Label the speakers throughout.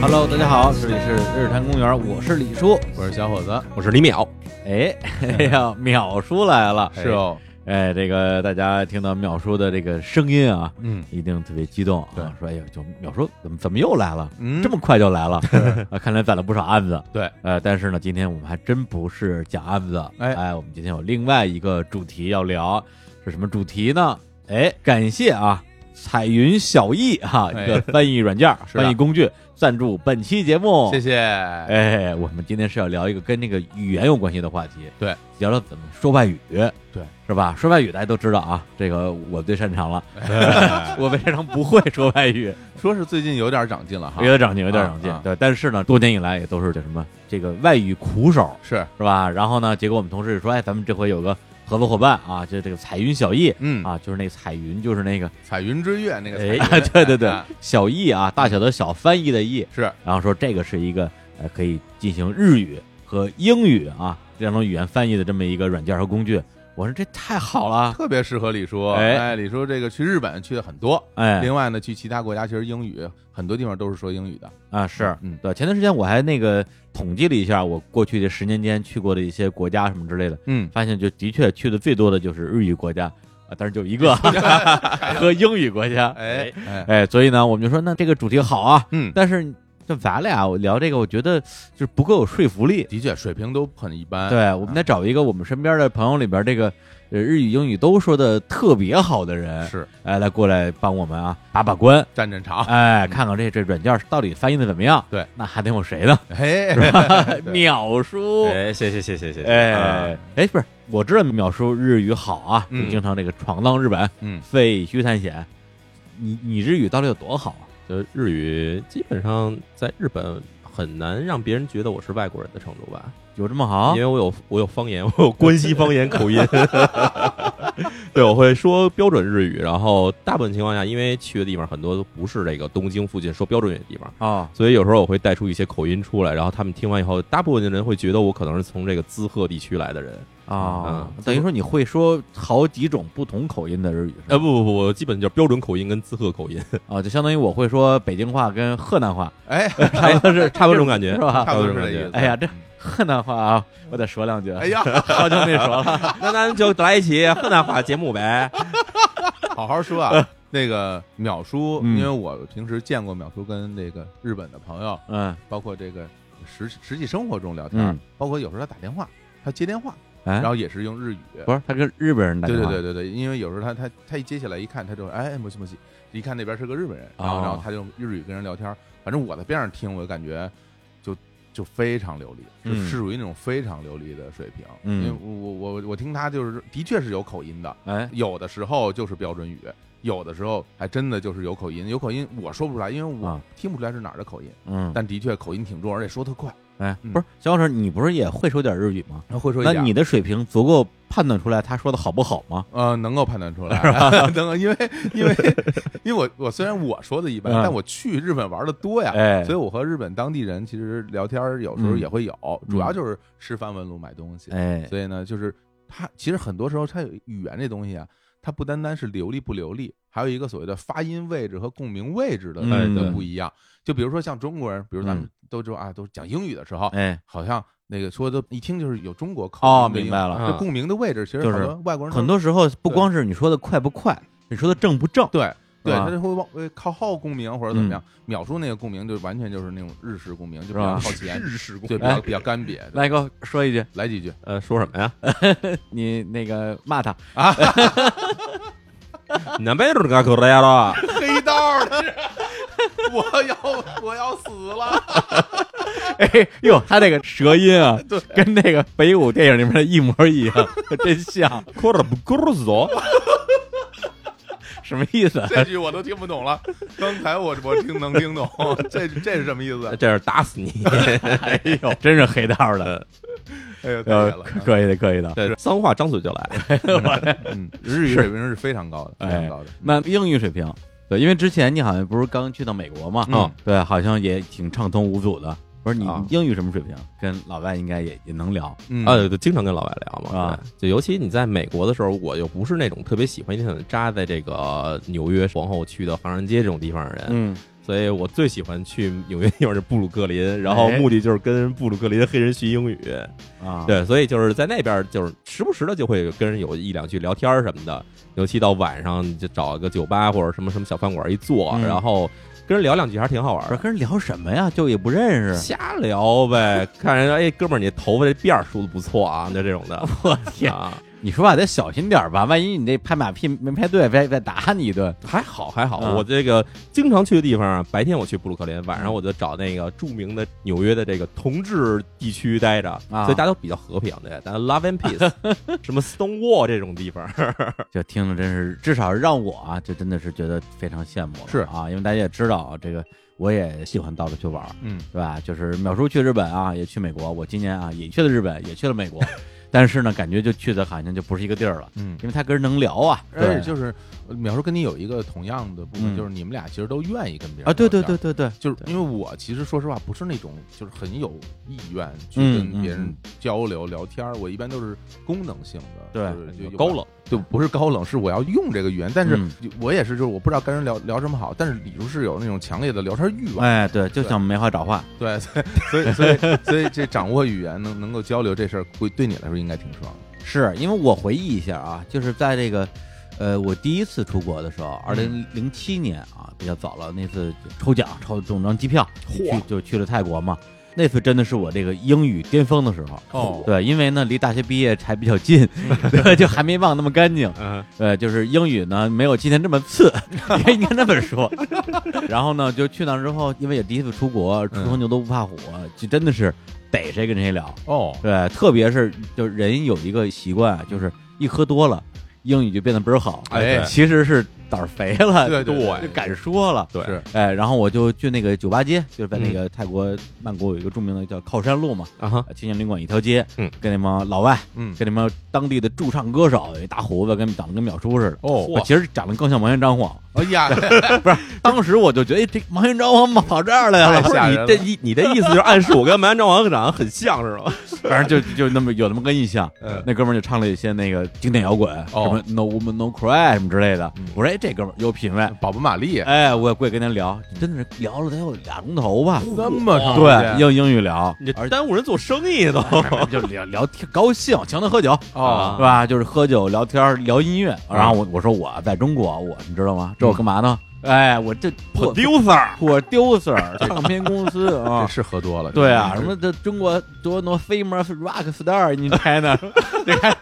Speaker 1: Hello，大家好，这里是日坛公园，我是李叔，我是小伙子。
Speaker 2: 我是李淼，
Speaker 1: 哎，哎呀，淼叔来了，
Speaker 2: 是哦，
Speaker 1: 哎，这个大家听到淼叔的这个声音啊，
Speaker 2: 嗯
Speaker 1: 一定特别激动
Speaker 2: 对
Speaker 1: 啊，说哎呦，就淼叔怎么怎么又来了？
Speaker 2: 嗯
Speaker 1: 这么快就来了 啊！看来攒了不少案子。
Speaker 2: 对，
Speaker 1: 呃，但是呢，今天我们还真不是讲案子，
Speaker 2: 哎
Speaker 1: 哎，我们今天有另外一个主题要聊，是什么主题呢？哎，感谢啊，彩云小艺哈、
Speaker 2: 哎
Speaker 1: 一个翻译软件儿、
Speaker 2: 是的
Speaker 1: 翻译工具赞助本期节目，
Speaker 2: 谢谢，
Speaker 1: 哦哎，我们今天是要聊一个跟这个语言有关系的话题，
Speaker 2: 对，
Speaker 1: 聊聊怎么说外语，
Speaker 2: 对，
Speaker 1: 是吧？说外语大家都知道啊，这个我最擅 长了，我非常不会说外语，
Speaker 2: 说是最近有点长进了哈
Speaker 1: 有，点长进，有点长进，
Speaker 2: 啊啊
Speaker 1: 对。但是呢，多年以来也都是这什么这个外语苦手，
Speaker 2: 是，
Speaker 1: 是吧？然后呢，结果我们同事说，哎，咱们这回有个合作伙伴啊，就这个彩云小艺。
Speaker 2: 嗯，
Speaker 1: 啊，就是那彩云，就是那个，
Speaker 2: 彩云之月那个彩
Speaker 1: 哎
Speaker 2: 云，，
Speaker 1: 对对对
Speaker 2: 啊，
Speaker 1: 小艺啊，大小的小，翻译的译，
Speaker 2: 是
Speaker 1: 然后说这个是一个呃可以进行日语和英语啊这两种语言翻译的这么一个软件和工具。我说这太好了，
Speaker 2: 特别适合李叔，
Speaker 1: 哎
Speaker 2: 哎，李叔这个去日本去的很多，
Speaker 1: 哎
Speaker 2: 另外呢，去其他国家其实英语很多地方都是说英语的，
Speaker 1: 啊是，
Speaker 2: 嗯
Speaker 1: 对，前段时间我还那个统计了一下我过去这十年间去过的一些国家什么之类的，
Speaker 2: 嗯，
Speaker 1: 发现就的确去的最多的就是日语国家啊，但是就一 个 和英语国家，
Speaker 2: 哎哎，
Speaker 1: 哎，所以呢，我们就说那这个主题好啊，
Speaker 2: 嗯，
Speaker 1: 但是就咱俩我聊这个，我觉得就是不够有说服力，
Speaker 2: 的确水平都很一般，
Speaker 1: 对，我们得找一个我们身边的朋友里边，这个呃日语、英语都说的特别好的人，
Speaker 2: 是
Speaker 1: 哎，来过来帮我们啊把把关，
Speaker 2: 战战场，
Speaker 1: 哎，看看这这软件到底翻译的怎么样。
Speaker 2: 啊对，
Speaker 1: 那还得有谁呢？
Speaker 2: 哎，对
Speaker 1: 淼叔，
Speaker 3: 哎，谢谢谢谢谢谢，
Speaker 1: 哎哎，不是，我知道淼叔日语好啊，
Speaker 2: 呃嗯
Speaker 1: 就经常这个闯荡日本，
Speaker 2: 嗯，
Speaker 1: 废墟探险。你你日语到底有多好啊？
Speaker 3: 就日语基本上在日本很难让别人觉得我是外国人的程度吧，
Speaker 1: 有这么好
Speaker 3: 因？为我有我有方言，我有关西方言口音， 对，我会说标准日语，然后大部分情况下，因为去的地方很多都不是这个东京附近说标准语的地方。
Speaker 1: 哦，
Speaker 3: 所以有时候我会带出一些口音出来，然后他们听完以后，大部分的人会觉得我可能是从这个滋贺地区来的人。
Speaker 1: 哦，
Speaker 3: 嗯
Speaker 1: 等于说你会说好几种不同口音的日语是吧？
Speaker 3: 呃，不不不，我基本就是标准口音跟滋贺口音，
Speaker 1: 啊，就相当于我会说北京话跟河南话，
Speaker 2: 哎，
Speaker 1: 差不多是
Speaker 3: 差不多这种感觉
Speaker 1: 是。 吧？
Speaker 2: 差不多是这意思，
Speaker 1: 哎呀，这河南话啊，我得说两句。
Speaker 2: 哎，呀，
Speaker 1: 好久没说了。
Speaker 3: 那咱就来一期河南话节目呗。
Speaker 2: 好好 说啊。那个淼叔，
Speaker 1: 嗯
Speaker 2: 因为我平时见过淼叔跟那个日本的朋友，
Speaker 1: 嗯，
Speaker 2: 包括这个实实际生活中聊天，
Speaker 1: 嗯
Speaker 2: 包括有时候他打电话，他接电话，
Speaker 1: 哎
Speaker 2: 然，后也是用日语。
Speaker 1: 不是，他跟日本人打
Speaker 2: 对
Speaker 1: 电
Speaker 2: 对
Speaker 1: 话。
Speaker 2: 对对对，因为有时候他他他一接起来一看，他就哎莫西莫西，一看那边是个日本人，然后、
Speaker 1: 哦
Speaker 2: 然后他就用日语跟人聊天。反正我在边上听，我就感觉就就非常流利，
Speaker 1: 嗯
Speaker 2: 就是属于那种非常流利的水平。
Speaker 1: 嗯
Speaker 2: 因为我我我我听他就是的确是有口音的，
Speaker 1: 哎，
Speaker 2: 有的时候就是标准语，有的时候还真的就是有口音，有口音我说不出来，因为我
Speaker 1: 啊
Speaker 2: 听不出来是哪儿的口音，
Speaker 1: 嗯，
Speaker 2: 但的确口音挺重，而且说特快。
Speaker 1: 哎，
Speaker 2: 嗯
Speaker 1: 不是，小老师，你不是也会说点日语吗？
Speaker 2: 然后会说一
Speaker 1: 那
Speaker 2: 点
Speaker 1: 你的水平足够判断出来他说的好不好吗？
Speaker 2: 呃，能够判断出来， 能够，因为因为因为我我虽然我说的一般，
Speaker 1: 嗯
Speaker 2: 但我去日本玩的多呀，
Speaker 1: 哎嗯
Speaker 2: 所以我和日本当地人其实聊天儿有时候也会有，主要就是吃饭问路买东西，
Speaker 1: 哎，
Speaker 2: 所以呢，就是他其实很多时候他有语言这东西啊，它不单单是流利不流利，还有一个所谓的发音位置和共鸣位置的、
Speaker 1: 嗯
Speaker 2: 的
Speaker 1: 对
Speaker 2: 不一样。就比如说像中国人，比如咱们
Speaker 1: 嗯
Speaker 2: 都知道啊，都讲英语的时候，
Speaker 1: 哎，
Speaker 2: 好像那个说的一听就是有中国口
Speaker 1: 哦，
Speaker 2: 音的英
Speaker 1: 明
Speaker 2: 语
Speaker 1: 白了。
Speaker 2: 这共鸣的位置，其实
Speaker 1: 就
Speaker 2: 很
Speaker 1: 是
Speaker 2: 多外国人都
Speaker 1: 很多时候不光是你说的快不快，你说的正不正。
Speaker 2: 对对，
Speaker 1: 吧
Speaker 2: 他就会往呃靠后共鸣或者
Speaker 1: 嗯
Speaker 2: 怎么样。秒叔那个共鸣就完全就是那种日式共鸣，就比较
Speaker 1: 吧
Speaker 2: 靠前，
Speaker 3: 式
Speaker 2: 对，比较比较干瘪。对
Speaker 1: 啊来，给我说一句，
Speaker 2: 来几句
Speaker 3: 呃，说什么呀？
Speaker 1: 你那个骂 他，
Speaker 2: 啊，
Speaker 3: 南北都是干口的呀 了，
Speaker 2: 黑道的，我要我要死 了，
Speaker 1: 哎呦，他这个舌音 啊，
Speaker 2: 对
Speaker 1: 跟那个北舞电影里面的一模一样， 真 像，
Speaker 3: 哭了不哭走？
Speaker 1: 什么意思？
Speaker 2: 这句我都听不懂了。刚才我我听能听懂， 这这是什么意思？
Speaker 3: 这是 打死你！
Speaker 1: 哎呦，真是黑道的，
Speaker 2: 哎呦，太
Speaker 1: 呃
Speaker 2: 绝，了！
Speaker 1: 可以的，可以的。
Speaker 3: 对，脏话张嘴就来。
Speaker 2: 嗯，日语水平是非常高的，非常高的。
Speaker 1: 哎那英语水平，对，因为之前你好像不是刚去到美国嘛，
Speaker 2: 嗯
Speaker 1: 对，好像也挺畅通无阻的。不是你
Speaker 3: 啊
Speaker 1: 英语什么水平？跟老外应该也也能聊。
Speaker 2: 嗯
Speaker 3: 啊，就经常跟老外聊嘛。
Speaker 1: 啊
Speaker 3: 对，就尤其你在美国的时候，我又不是那种特别喜欢一天到晚扎在这个纽约皇后区的唐人街这种地方的人，
Speaker 1: 嗯，
Speaker 3: 所以我最喜欢去纽约地方是布鲁克林，然后
Speaker 1: 哎
Speaker 3: 目的就是跟布鲁克林黑人学英语。
Speaker 1: 啊，
Speaker 3: 对，所以就是在那边儿，就是时不时的就会跟人有一两句聊天儿什么的，尤其到晚上，你就找个酒吧或者什么什么小饭馆一坐，
Speaker 1: 嗯
Speaker 3: 然后跟人聊两句，还是挺好玩
Speaker 1: 不是
Speaker 3: 的。
Speaker 1: 跟人聊什么呀？就也不认识，
Speaker 3: 瞎聊 呗，看人家哎，哥们儿，你头发这辫儿梳的不错啊，就这种 的。
Speaker 1: 我天！
Speaker 3: 啊，
Speaker 1: 你说话得小心点儿吧，万一你那拍马屁没拍对，再再打你一顿。
Speaker 3: 还好还好，
Speaker 1: 嗯
Speaker 3: 我这个经常去的地方啊，白天我去布鲁克林，晚上我就找那个著名的纽约的这个同志地区待着，
Speaker 1: 啊
Speaker 3: 所以大家都比较和平的，大家 love and peace，什么 Stone Wall 这种地方，
Speaker 1: 就听着真是，至少让我啊，就真的是觉得非常羡慕了
Speaker 2: 是
Speaker 1: 啊，因为大家也知道啊这个，我也喜欢到处去玩儿，
Speaker 2: 嗯，
Speaker 1: 对吧？就是淼叔去日本啊，也去美国，我今年啊也去了日本，也去了美 国，但是呢，感觉就去的好像就不是一个地儿了，
Speaker 2: 嗯
Speaker 1: 因为他跟人能聊啊，
Speaker 2: 而且
Speaker 1: 对
Speaker 2: 就是呃淼叔跟你有一个同样的部
Speaker 1: 嗯
Speaker 2: 分，就是你们俩其实都愿意跟别人
Speaker 1: 啊，对对
Speaker 2: 聊天
Speaker 1: 对，对对，
Speaker 2: 就是
Speaker 1: 对
Speaker 2: 因为我其实说实话不是那种就是很有意愿去
Speaker 1: 嗯
Speaker 2: 跟别
Speaker 1: 嗯
Speaker 2: 人交流聊天儿，我一般都是功能性的，
Speaker 1: 对
Speaker 2: 就是就
Speaker 3: 高冷。
Speaker 2: 就不是高冷，是我要用这个语言，但是
Speaker 1: 嗯
Speaker 2: 我也是就是我不知道跟人聊聊什么好，但是里头是有那种强烈的聊天欲望，
Speaker 1: 哎对，就想没话找话，
Speaker 2: 对，所以所以所以所以这掌握语言能能够交流这事儿，会对你来说应该挺爽的，
Speaker 1: 是因为我回忆一下啊，就是在这个，呃，我第一次出国的时
Speaker 2: 嗯
Speaker 1: 候，二零零七年啊，比较早了，那次抽奖抽中张机票，去就去了泰国嘛。那次真的是我这个英语巅峰的时候，
Speaker 2: 哦
Speaker 1: 对，因为呢离大学毕业还比较近， 对，就还没忘那么干净，
Speaker 3: 嗯，
Speaker 1: 呃，就是英语呢没有今天这么次， 也应该这么说。然后呢，就去那儿之后，因为也第一次出国，初生牛犊不怕虎，就真的是逮谁跟谁聊，
Speaker 2: 哦，
Speaker 1: 对，特别是就是人有一个习惯啊，就是一喝多了，英语就变得倍儿好。
Speaker 2: 哎
Speaker 3: 对
Speaker 1: 其实是胆儿肥了，
Speaker 2: 对对
Speaker 1: 就敢说了。
Speaker 3: 对，
Speaker 2: 是
Speaker 1: 哎，然后我就去那个酒吧街，就是在那个泰国曼谷有一个著名的叫靠山路嘛，
Speaker 3: 啊哈，
Speaker 1: 青年旅馆一条街，
Speaker 3: 嗯，
Speaker 1: 跟那帮老外，
Speaker 2: 嗯
Speaker 1: 跟那帮当地的驻唱歌手，有一大胡子，跟长得跟淼叔似的。
Speaker 2: 哦，
Speaker 1: 我其实长得更像王源张晃，
Speaker 2: 哎呀，
Speaker 1: 当时我就觉得，哎，这王源张晃跑这儿来了
Speaker 2: 太，
Speaker 3: 不是
Speaker 2: 吓
Speaker 3: 你
Speaker 2: 人
Speaker 3: 这
Speaker 2: 了
Speaker 3: 意你这意思就是暗示我跟蛮张王长得很像是吧？
Speaker 1: 反正就就那么有那么个印象。
Speaker 2: 嗯
Speaker 1: 那哥们儿就唱了一些那个经典摇滚，
Speaker 2: 哦
Speaker 1: 什么 No Woman No Cry 什么之类的
Speaker 2: 嗯。
Speaker 1: 我说哎，这哥们儿有品位。
Speaker 2: 宝宝玛丽，啊
Speaker 1: 哎，我过去跟他聊，真的是聊了得有俩钟头吧。
Speaker 2: 这么长时间
Speaker 1: 对，用英语聊，
Speaker 3: 你
Speaker 1: 而
Speaker 3: 这耽误人做生意 都。
Speaker 1: 就嗯聊聊天，高兴，请他喝酒，嗯
Speaker 2: 哦
Speaker 1: 啊是吧？就是喝酒聊天聊音乐。然后我我说我在中国，我你知道吗？这我干嘛呢？哎，我这嗯破
Speaker 3: producer
Speaker 1: 破 producer 唱片公司啊
Speaker 2: 这，是喝多了，
Speaker 1: 对啊，
Speaker 3: 嗯
Speaker 2: 这
Speaker 1: 什么这中国多 no famous rock star，你猜 呢？你看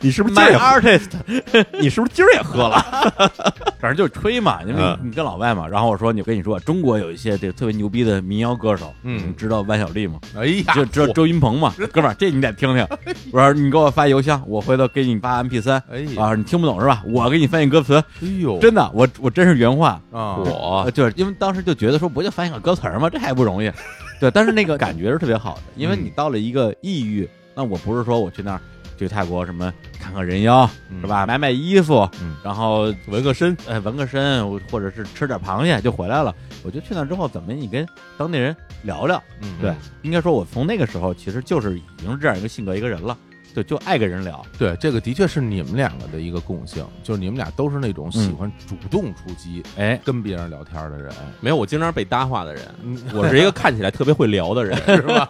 Speaker 3: 你是不是今儿
Speaker 1: my
Speaker 3: 也
Speaker 1: artist，
Speaker 3: 你是不是今儿也喝了？
Speaker 1: 反正就是吹嘛，因为
Speaker 3: 嗯
Speaker 1: 你跟老外嘛。然后我说，你跟你说，中国有一些这个特别牛逼的民谣歌手，
Speaker 2: 嗯
Speaker 1: 你知道万晓利吗？
Speaker 2: 哎呀，
Speaker 1: 就知道周云鹏嘛，哥们儿，这你得听 听。我说你给我发邮箱，我回头给你发 MP 三。
Speaker 2: 哎呀，
Speaker 1: 啊，你听不懂是吧？我给你翻译歌词，
Speaker 2: 哎呦，
Speaker 1: 真的，我我真是原话，
Speaker 2: 啊，
Speaker 1: 呃
Speaker 3: 我
Speaker 1: 就是因为当时就觉得说不就翻译个歌词儿吗？这还不容易，对，但是那个感觉是特别好的，因
Speaker 2: 嗯
Speaker 1: 为你到了一个异域，那我不是说我去那儿去泰国什么看看人妖
Speaker 2: 嗯
Speaker 1: 是吧，买买衣服
Speaker 2: 嗯，
Speaker 1: 然后
Speaker 3: 纹个身，
Speaker 1: 哎纹个身，我或者是吃点螃蟹就回来了。我觉得去那之后，怎么你跟当地人聊聊？
Speaker 2: 嗯，
Speaker 1: 对，应该说我从那个时候其实就是已经是这样一个性格一个人了，就就爱跟人聊，
Speaker 2: 对，这个的确是你们两个的一个共性，就是你们俩都是那种喜
Speaker 1: 嗯
Speaker 2: 欢主动出击、
Speaker 1: 哎。
Speaker 2: 跟别人聊天 的人，
Speaker 3: 没有，我经常被搭话的人，
Speaker 2: 嗯，
Speaker 3: 我是一个看起来特别会聊的人。
Speaker 2: 是吧？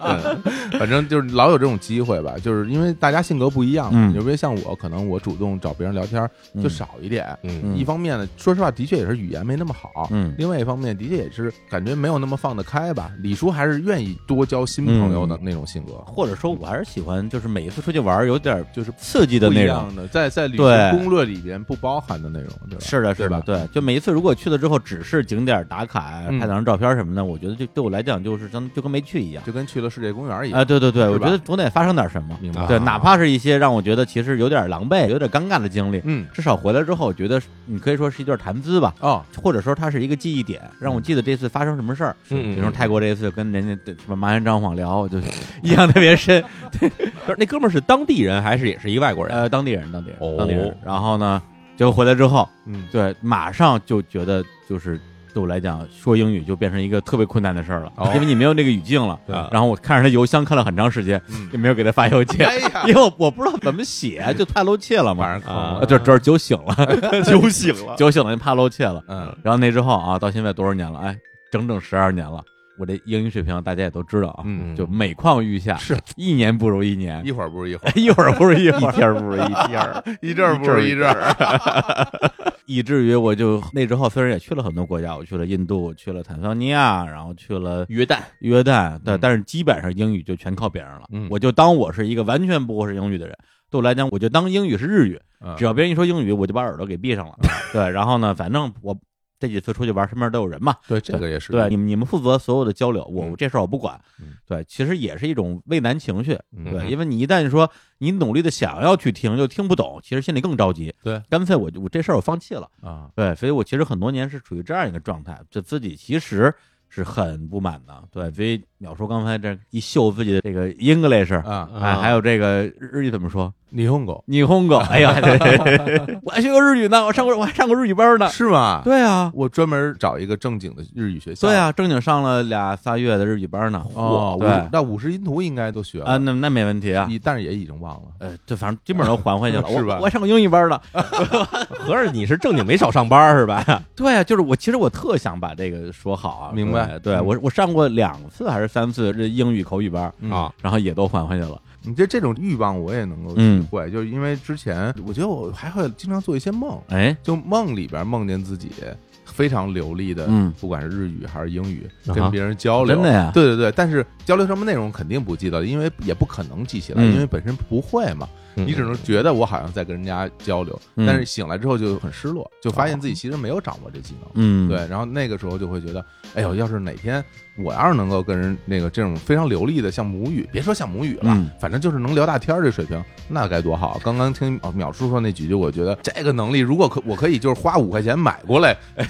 Speaker 2: 反正就是老有这种机会吧，就是因为大家性格不一样嘛，
Speaker 1: 嗯
Speaker 2: 你就别像我，可能我主动找别人聊天就
Speaker 1: 嗯
Speaker 2: 少一点。
Speaker 3: 嗯，
Speaker 1: 嗯
Speaker 2: 一方面呢，说实话，的确也是语言没那么好。
Speaker 1: 嗯
Speaker 2: 另外一方面，的确也是感觉没有那么放得开吧。李叔还是愿意多交新朋友的那种性格，
Speaker 1: 或者说，我还是喜欢，就是每一次出去玩儿有点儿
Speaker 2: 就是
Speaker 1: 刺激的
Speaker 2: 不一
Speaker 1: 内容，
Speaker 2: 样的，在在旅
Speaker 1: 对
Speaker 2: 行攻略里边不包含的内容，对吧？
Speaker 1: 是的，
Speaker 2: 对
Speaker 1: 是的，
Speaker 2: 吧
Speaker 1: 对，就每一次如果去了之后只是景点打卡、啊
Speaker 2: 嗯
Speaker 1: 拍两张照片什么的，我觉得就对我来讲就是相就跟没去一样。
Speaker 2: 就跟去了世界公园一样。
Speaker 1: 啊，对对对，
Speaker 2: 是
Speaker 1: 我
Speaker 2: 吧
Speaker 1: 觉得总得发生点什么，
Speaker 2: 明白
Speaker 1: 对，
Speaker 2: 啊
Speaker 1: 哪怕是一些让我觉得其实有点狼狈、有点尴尬的经历，
Speaker 2: 嗯，
Speaker 1: 至少回来之后，我觉得是你可以说是一段谈资吧，
Speaker 2: 哦，
Speaker 1: 或者说它是一个记忆点，让我
Speaker 2: 嗯
Speaker 1: 记得这次发生什么事儿。
Speaker 3: 嗯嗯
Speaker 1: 比如说泰国这一次跟人家的什么麻原张晃聊，我就 印象特别 深。
Speaker 3: 不是那哥们儿是当地人还是也是一外国人？
Speaker 1: 呃，当地人，当地人，
Speaker 3: 哦
Speaker 1: 当地人。然后呢，结果回来之后，
Speaker 2: 嗯，
Speaker 1: 对，马上就觉得就是对我来讲，说英语就变成一个特别困难的事儿了，
Speaker 2: 哦
Speaker 1: 因为你没有那个语境了。
Speaker 3: 对
Speaker 1: 然后我看着他邮箱看了很长时间， 也没有给他发邮件，
Speaker 2: 嗯哎呀
Speaker 1: 因为我我不知道怎么写，就怕露怯了嘛。
Speaker 2: 反正坑
Speaker 3: 啊
Speaker 2: 了
Speaker 1: 呃，这这酒醒了，
Speaker 3: 酒醒了，
Speaker 1: 酒醒了就怕露怯了。
Speaker 2: 嗯，
Speaker 1: 然后那之后啊，到现在多少年了？哎，整整十二年了。我这英语水平大家也都知道啊，
Speaker 3: 嗯
Speaker 1: 就每况愈下，
Speaker 2: 是
Speaker 1: 一年不如一年
Speaker 2: 一，会儿不是一会
Speaker 1: 一会儿不嗯如一会
Speaker 3: 一
Speaker 1: 儿，
Speaker 3: 天儿不如一天儿，
Speaker 2: 儿， 一阵儿不是一阵儿，
Speaker 1: 以至于我就那之后虽然也去了很多国家，我去了印度，去了坦桑尼亚，然后去了
Speaker 3: 约旦，
Speaker 1: 约旦，对，
Speaker 2: 嗯
Speaker 1: 但是基本上英语就全靠别人了。
Speaker 2: 嗯
Speaker 1: 我就当我是一个完全不会是英语的人，对我来讲，我就当英语是日语，
Speaker 2: 嗯
Speaker 1: 只要别人一说英语，我就把耳朵给闭
Speaker 2: 啊
Speaker 1: 上了。对，然后呢，反正我这几次出去玩，身边都有人嘛。
Speaker 2: 对这个也是
Speaker 1: 对，你们你们负责所有的交流，我
Speaker 2: 嗯
Speaker 1: 这事儿我不管
Speaker 2: 嗯。
Speaker 1: 对，其实也是一种畏难情绪。
Speaker 2: 嗯
Speaker 1: 对，因为你一旦说你努力的想要去听，又听不懂，其实心里更着急。
Speaker 2: 对，
Speaker 1: 干脆我就我这事儿我放弃了。
Speaker 2: 啊，
Speaker 1: 对，所以我其实很多年是处于这样一个状态，就自己其实是很不满的。对，所以淼叔刚才这一秀自己的这个 English，
Speaker 2: 啊，
Speaker 1: 哎，还有这个日语怎么说？
Speaker 2: 霓虹狗
Speaker 1: 你哄 狗，哎呀，我还学过日语呢，我上过我还上过日语班呢。
Speaker 2: 是吗？
Speaker 1: 对啊，
Speaker 2: 我专门找一个正经的日语学校，
Speaker 1: 对，啊，正经上了俩仨月的日语班呢。
Speaker 2: 哦，
Speaker 1: 对
Speaker 2: 五那五十音图应该都学
Speaker 1: 啊，
Speaker 2: 了，
Speaker 1: 那那没问题啊。
Speaker 2: 一但是也已经忘了，
Speaker 1: 呃，这反正基本上都还回去了，
Speaker 2: 是吧
Speaker 1: 我我还上过英语班呢。
Speaker 3: 合着你是正经没少上班儿是吧？
Speaker 1: 对啊，就是我其实我特想把这个说好啊。
Speaker 2: 明白
Speaker 1: 对对我我上过两次还是三次这英语口语班，
Speaker 2: 嗯
Speaker 3: 啊，
Speaker 1: 然后也都还回去了。
Speaker 2: 你这这种欲望我也能够体
Speaker 1: 嗯，
Speaker 2: 会，就是因为之前我觉得我还会经常做一些梦，
Speaker 1: 哎，
Speaker 2: 就梦里边梦见自己非常流利的，
Speaker 1: 嗯
Speaker 2: 不管是日语还是英语，
Speaker 3: 啊哈
Speaker 2: 跟别人交流，
Speaker 1: 真的呀
Speaker 2: 对对对，但是交流什么内容肯定不记得了，因为也不可能记起来，
Speaker 1: 嗯
Speaker 2: 因为本身不会嘛，
Speaker 3: 你
Speaker 2: 你只能觉得我好像在跟人家交流，
Speaker 1: 嗯啊
Speaker 2: 但是醒来之后就很失落，就发现自己其实没有掌握这技能。
Speaker 1: 嗯，
Speaker 2: 对，然后那个时候就会觉得，哎呦，要是哪天我要是能够跟人那个这种非常流利的像母语，别说像母语了，
Speaker 1: 嗯
Speaker 2: 反正就是能聊大天儿这水平，那该多好！刚刚听哦淼叔说那几句，我觉得这个能力，如果可我可以就是花五块钱买过来，哎，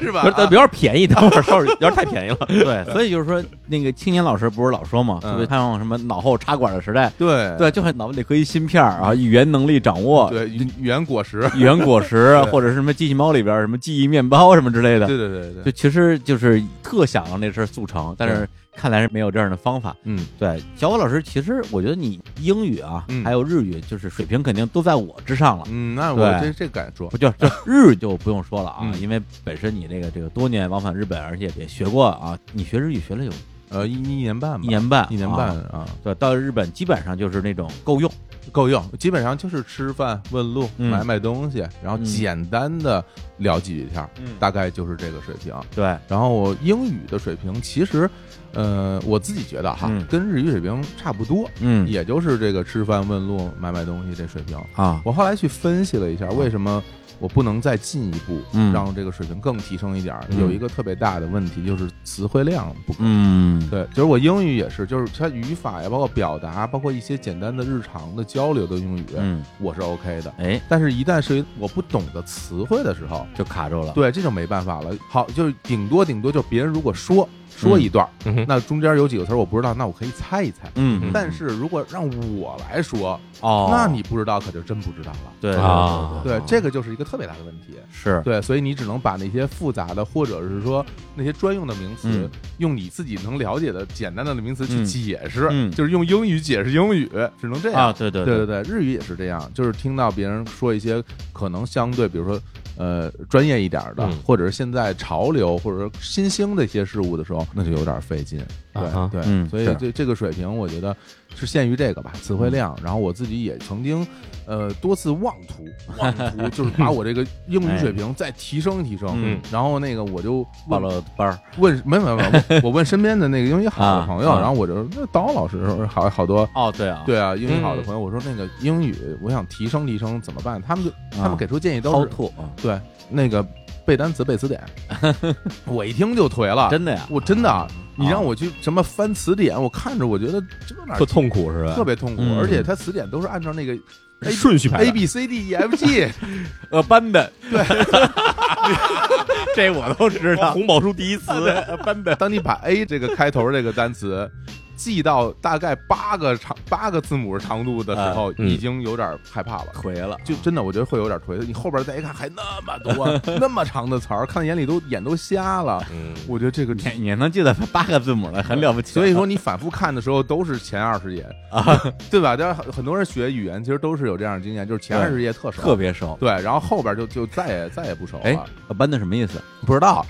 Speaker 2: 是吧
Speaker 3: 不？是，呃但有点便宜，等会儿稍微有点太便宜了。
Speaker 1: 对，所以就是说，那个青年老师不是老说嘛，
Speaker 2: 嗯
Speaker 1: 特别看往什么脑后插管的时代，
Speaker 2: 对嗯
Speaker 1: 对，就很脑子里可以芯片儿啊，语言能力掌握，
Speaker 2: 对，语语言果实，
Speaker 1: 语言果实
Speaker 2: 对
Speaker 1: 或者是什么机器猫里边儿什么记忆面包什么之类的，
Speaker 2: 对对对对
Speaker 1: 就
Speaker 2: 对，
Speaker 1: 其实就是特想让这事儿速成，但是看来是没有这样的方法。
Speaker 2: 嗯，
Speaker 1: 对，小伙老师，其实我觉得你英语啊，
Speaker 2: 嗯
Speaker 1: 还有日语，就是水平肯定都在我之上了。
Speaker 2: 嗯，那我
Speaker 1: 对
Speaker 2: 这这敢说
Speaker 1: 不，就 就日语就不用说了啊，
Speaker 2: 嗯
Speaker 1: 因为本身你这个这个多年往返日本，而且也学过啊，你学日语学了有
Speaker 2: 呃，一一年半吧，
Speaker 1: 一年半，
Speaker 2: 一年
Speaker 1: 啊
Speaker 2: 半啊，
Speaker 1: 对，到日本基本上就是那种够用，
Speaker 2: 够用，基本上就是吃饭、问路、
Speaker 1: 嗯
Speaker 2: 买买东西，然后
Speaker 1: 嗯
Speaker 2: 简单的聊几句天儿，
Speaker 1: 嗯
Speaker 2: 大概就是这个水平。
Speaker 1: 对，
Speaker 2: 然后我英语的水平其实，呃，我自己觉得哈，
Speaker 1: 嗯
Speaker 2: 跟日语水平差不多，
Speaker 1: 嗯
Speaker 2: 也就是这个吃饭、问路、买买东西这水平。
Speaker 1: 啊，
Speaker 2: 我后来去分析了一下，为什么我不能再进一步，
Speaker 1: 嗯
Speaker 2: 让这个水平更提升一点儿？
Speaker 1: 嗯
Speaker 2: 有一个特别大的问题就是词汇量不够。
Speaker 1: 嗯
Speaker 2: 对，就是我英语也是，就是它语法呀，包括表达，包括一些简单的日常的交流的用语，
Speaker 1: 嗯，
Speaker 2: 我是 OK 的。
Speaker 1: 哎，
Speaker 2: 但是，一旦涉及我不懂的词汇的时候，
Speaker 1: 就卡住了，
Speaker 2: 对，这就没办法了。好，就是顶多顶多就别人如果说说一段儿，
Speaker 3: 嗯哼
Speaker 2: 那中间有几个词儿我不知道，那我可以猜一猜。
Speaker 1: 嗯，嗯，
Speaker 2: 但是如果让我来说，
Speaker 1: 哦，
Speaker 2: 那你不知道可就真不知道了。
Speaker 1: 对
Speaker 3: 啊
Speaker 2: 对，这个就是一个特别大的问题。
Speaker 1: 是，
Speaker 2: 对，所以你只能把那些复杂的，或者是说那些专用的名词，
Speaker 1: 嗯
Speaker 2: 用你自己能了解的简单的名词去
Speaker 1: 嗯
Speaker 2: 解释，
Speaker 1: 嗯
Speaker 2: 就是用英语解释英语，只能这样。
Speaker 1: 啊，对对
Speaker 2: 对，对，日语也是这样，就是听到别人说一些可能相对，比如说呃专业一点儿的，
Speaker 3: 嗯
Speaker 2: 或者是现在潮流或者说新兴的一些事物的时候，那就有点费劲。对、
Speaker 3: 啊哈
Speaker 2: 对，
Speaker 1: 嗯
Speaker 2: 所以
Speaker 1: 是
Speaker 2: 这这个水平，我觉得是限于这个吧，词汇
Speaker 1: 嗯
Speaker 2: 量。然后我自己也曾经呃多次妄 图妄图，就是把我这个英语水平再提升提升。
Speaker 3: 嗯
Speaker 2: 然后那个我就
Speaker 1: 报
Speaker 2: 问
Speaker 1: 了班儿，
Speaker 2: 问没有没有没有，我我问身边的那个英语好的朋友，
Speaker 1: 啊啊
Speaker 2: 然后我就说那刀老师好好多。
Speaker 1: 哦，对啊，
Speaker 2: 对啊，英语好的
Speaker 3: 嗯
Speaker 2: 朋友，我说那个英语我想提升提升怎么办？他们就
Speaker 1: 啊
Speaker 2: 他们给出建议都
Speaker 1: 凹
Speaker 2: 是
Speaker 1: 凸啊，
Speaker 2: 对那个背单词背词典，我一听就颓了，
Speaker 1: 真的呀，
Speaker 2: 我真的啊，你让我去什么翻词典，我看着我觉得这哪儿
Speaker 3: 特痛苦是吧？
Speaker 2: 特别痛苦，
Speaker 1: 嗯
Speaker 2: 而且它词典都是按照那个 A
Speaker 3: 顺序排
Speaker 2: A
Speaker 3: 的
Speaker 2: B C D E F G，
Speaker 1: 呃，班的，对，这我都知
Speaker 3: 红宝书第一词，
Speaker 1: 班的，
Speaker 2: 当你把 A 这个开头这个单词。记到大概八个长八个字母长度的时候，
Speaker 3: 嗯
Speaker 2: 已经有点害怕了。
Speaker 1: 颓了，
Speaker 2: 就真的，我觉得会有点颓。你后边再一看，还那么 多那么长的词儿，看眼里都眼都瞎了。
Speaker 3: 嗯，
Speaker 2: 我觉 得这个
Speaker 1: 你你能记得八个字母了，很了不起。
Speaker 2: 所以说，你反复看的时候都是前二十页啊， 对吧？但是很很多人学语言其实都是有这样的经验，就是前
Speaker 1: 对
Speaker 2: 二十页特熟，
Speaker 1: 啊特别熟。
Speaker 2: 对，然后后边就就再也再也不熟
Speaker 1: 哎
Speaker 2: 了。，
Speaker 1: 班的什么意思？
Speaker 2: 不知道，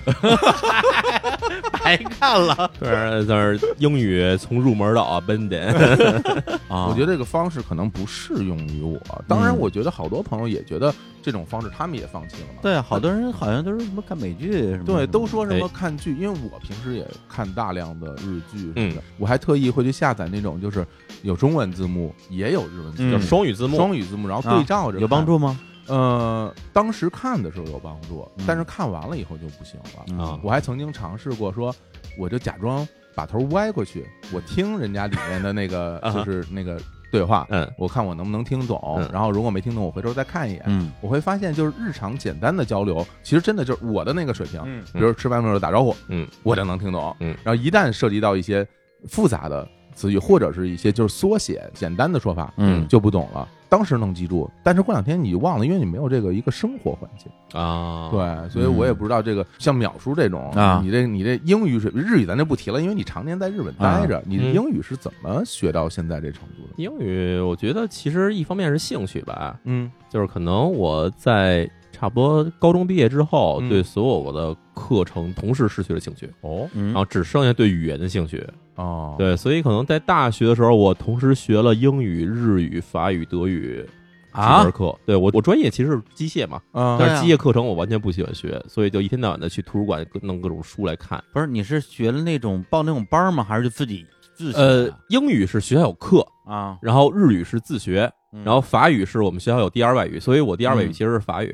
Speaker 1: 白看了
Speaker 3: 但是但是英语从入门到嗯 abandon，
Speaker 1: 啊！
Speaker 2: 我觉得这个方式可能不适用于我。当然，
Speaker 1: 嗯
Speaker 2: 我觉得好多朋友也觉得这种方式，他们也放弃了嘛。
Speaker 1: 对，啊好多人好像都是什么看美剧什么，
Speaker 2: 对，都说什么
Speaker 3: 哎
Speaker 2: 看剧，因为我平时也看大量的日剧什么
Speaker 3: 嗯
Speaker 2: 的，我还特意会去下载那种就是有中文字幕，也有日文字
Speaker 1: 嗯
Speaker 2: 幕，
Speaker 1: 啊
Speaker 3: 就
Speaker 2: 就是
Speaker 3: 双语字幕，
Speaker 2: 双语字幕，然后对照着
Speaker 1: 有帮
Speaker 2: 看
Speaker 1: 助吗？
Speaker 2: 呃，当时看的时候有帮助
Speaker 1: 嗯，
Speaker 2: 但是看完了以后就不行了。
Speaker 3: 啊
Speaker 2: 我还曾经尝试过说，我就假装把头歪过去，我听人家里面的那 个
Speaker 3: 啊哈
Speaker 2: 就是那个对话，
Speaker 3: 嗯
Speaker 2: 我看我能不能听懂
Speaker 3: 嗯。
Speaker 2: 然后如果没听懂，我回头再看一眼。
Speaker 1: 嗯
Speaker 2: 我会发现，就是日常简单的交流，其实真的就是我的那个水平。
Speaker 1: 嗯
Speaker 2: 比如吃饭的时候打招呼，
Speaker 3: 嗯，
Speaker 2: 我就能听懂。
Speaker 3: 嗯，
Speaker 2: 然后一旦涉及到一些复杂的词语，或者是一些就是缩写、简单的说法，
Speaker 1: 嗯，
Speaker 2: 就不懂了。当时能记住，但是过两天你就忘了，因为你没有这个一个生活环境。
Speaker 3: 啊，，
Speaker 2: 对，所以我也不知道这个像淼叔这种
Speaker 1: 嗯啊
Speaker 2: 你这你这英语水平，日语咱就不提了，因为你常年在日本
Speaker 1: 啊
Speaker 2: 待着，你的
Speaker 3: 嗯
Speaker 2: 英语是怎么学到现在这程度的？
Speaker 3: 英语我觉得其实一方面是兴趣吧，
Speaker 2: 嗯
Speaker 3: 就是可能我在差不多高中毕业之后，
Speaker 2: 嗯
Speaker 3: 对所有我的课程同时失去了兴趣，
Speaker 2: 哦
Speaker 1: 嗯
Speaker 3: 然后只剩下对语言的兴趣。
Speaker 2: 哦，
Speaker 3: 对，所以可能在大学的时候，我同时学了英语、日语、法语、德语。几
Speaker 1: 啊
Speaker 3: 门课，对我我专业其实是机械嘛，
Speaker 2: 啊，
Speaker 3: 但
Speaker 1: 对啊
Speaker 3: 是机械课程我完全不喜欢学，所以就一天到晚的去图书馆各弄各种书来看。
Speaker 1: 不是，你是学了那种报那种班儿吗？还是就自己自学
Speaker 3: 呃
Speaker 1: 的，
Speaker 3: 英语是学校有课，
Speaker 1: 啊？
Speaker 3: 然后日语是自学，
Speaker 1: 嗯
Speaker 3: 然后法语是我们学校有第二外语，所以我第二外语
Speaker 1: 嗯
Speaker 3: 其实是法语，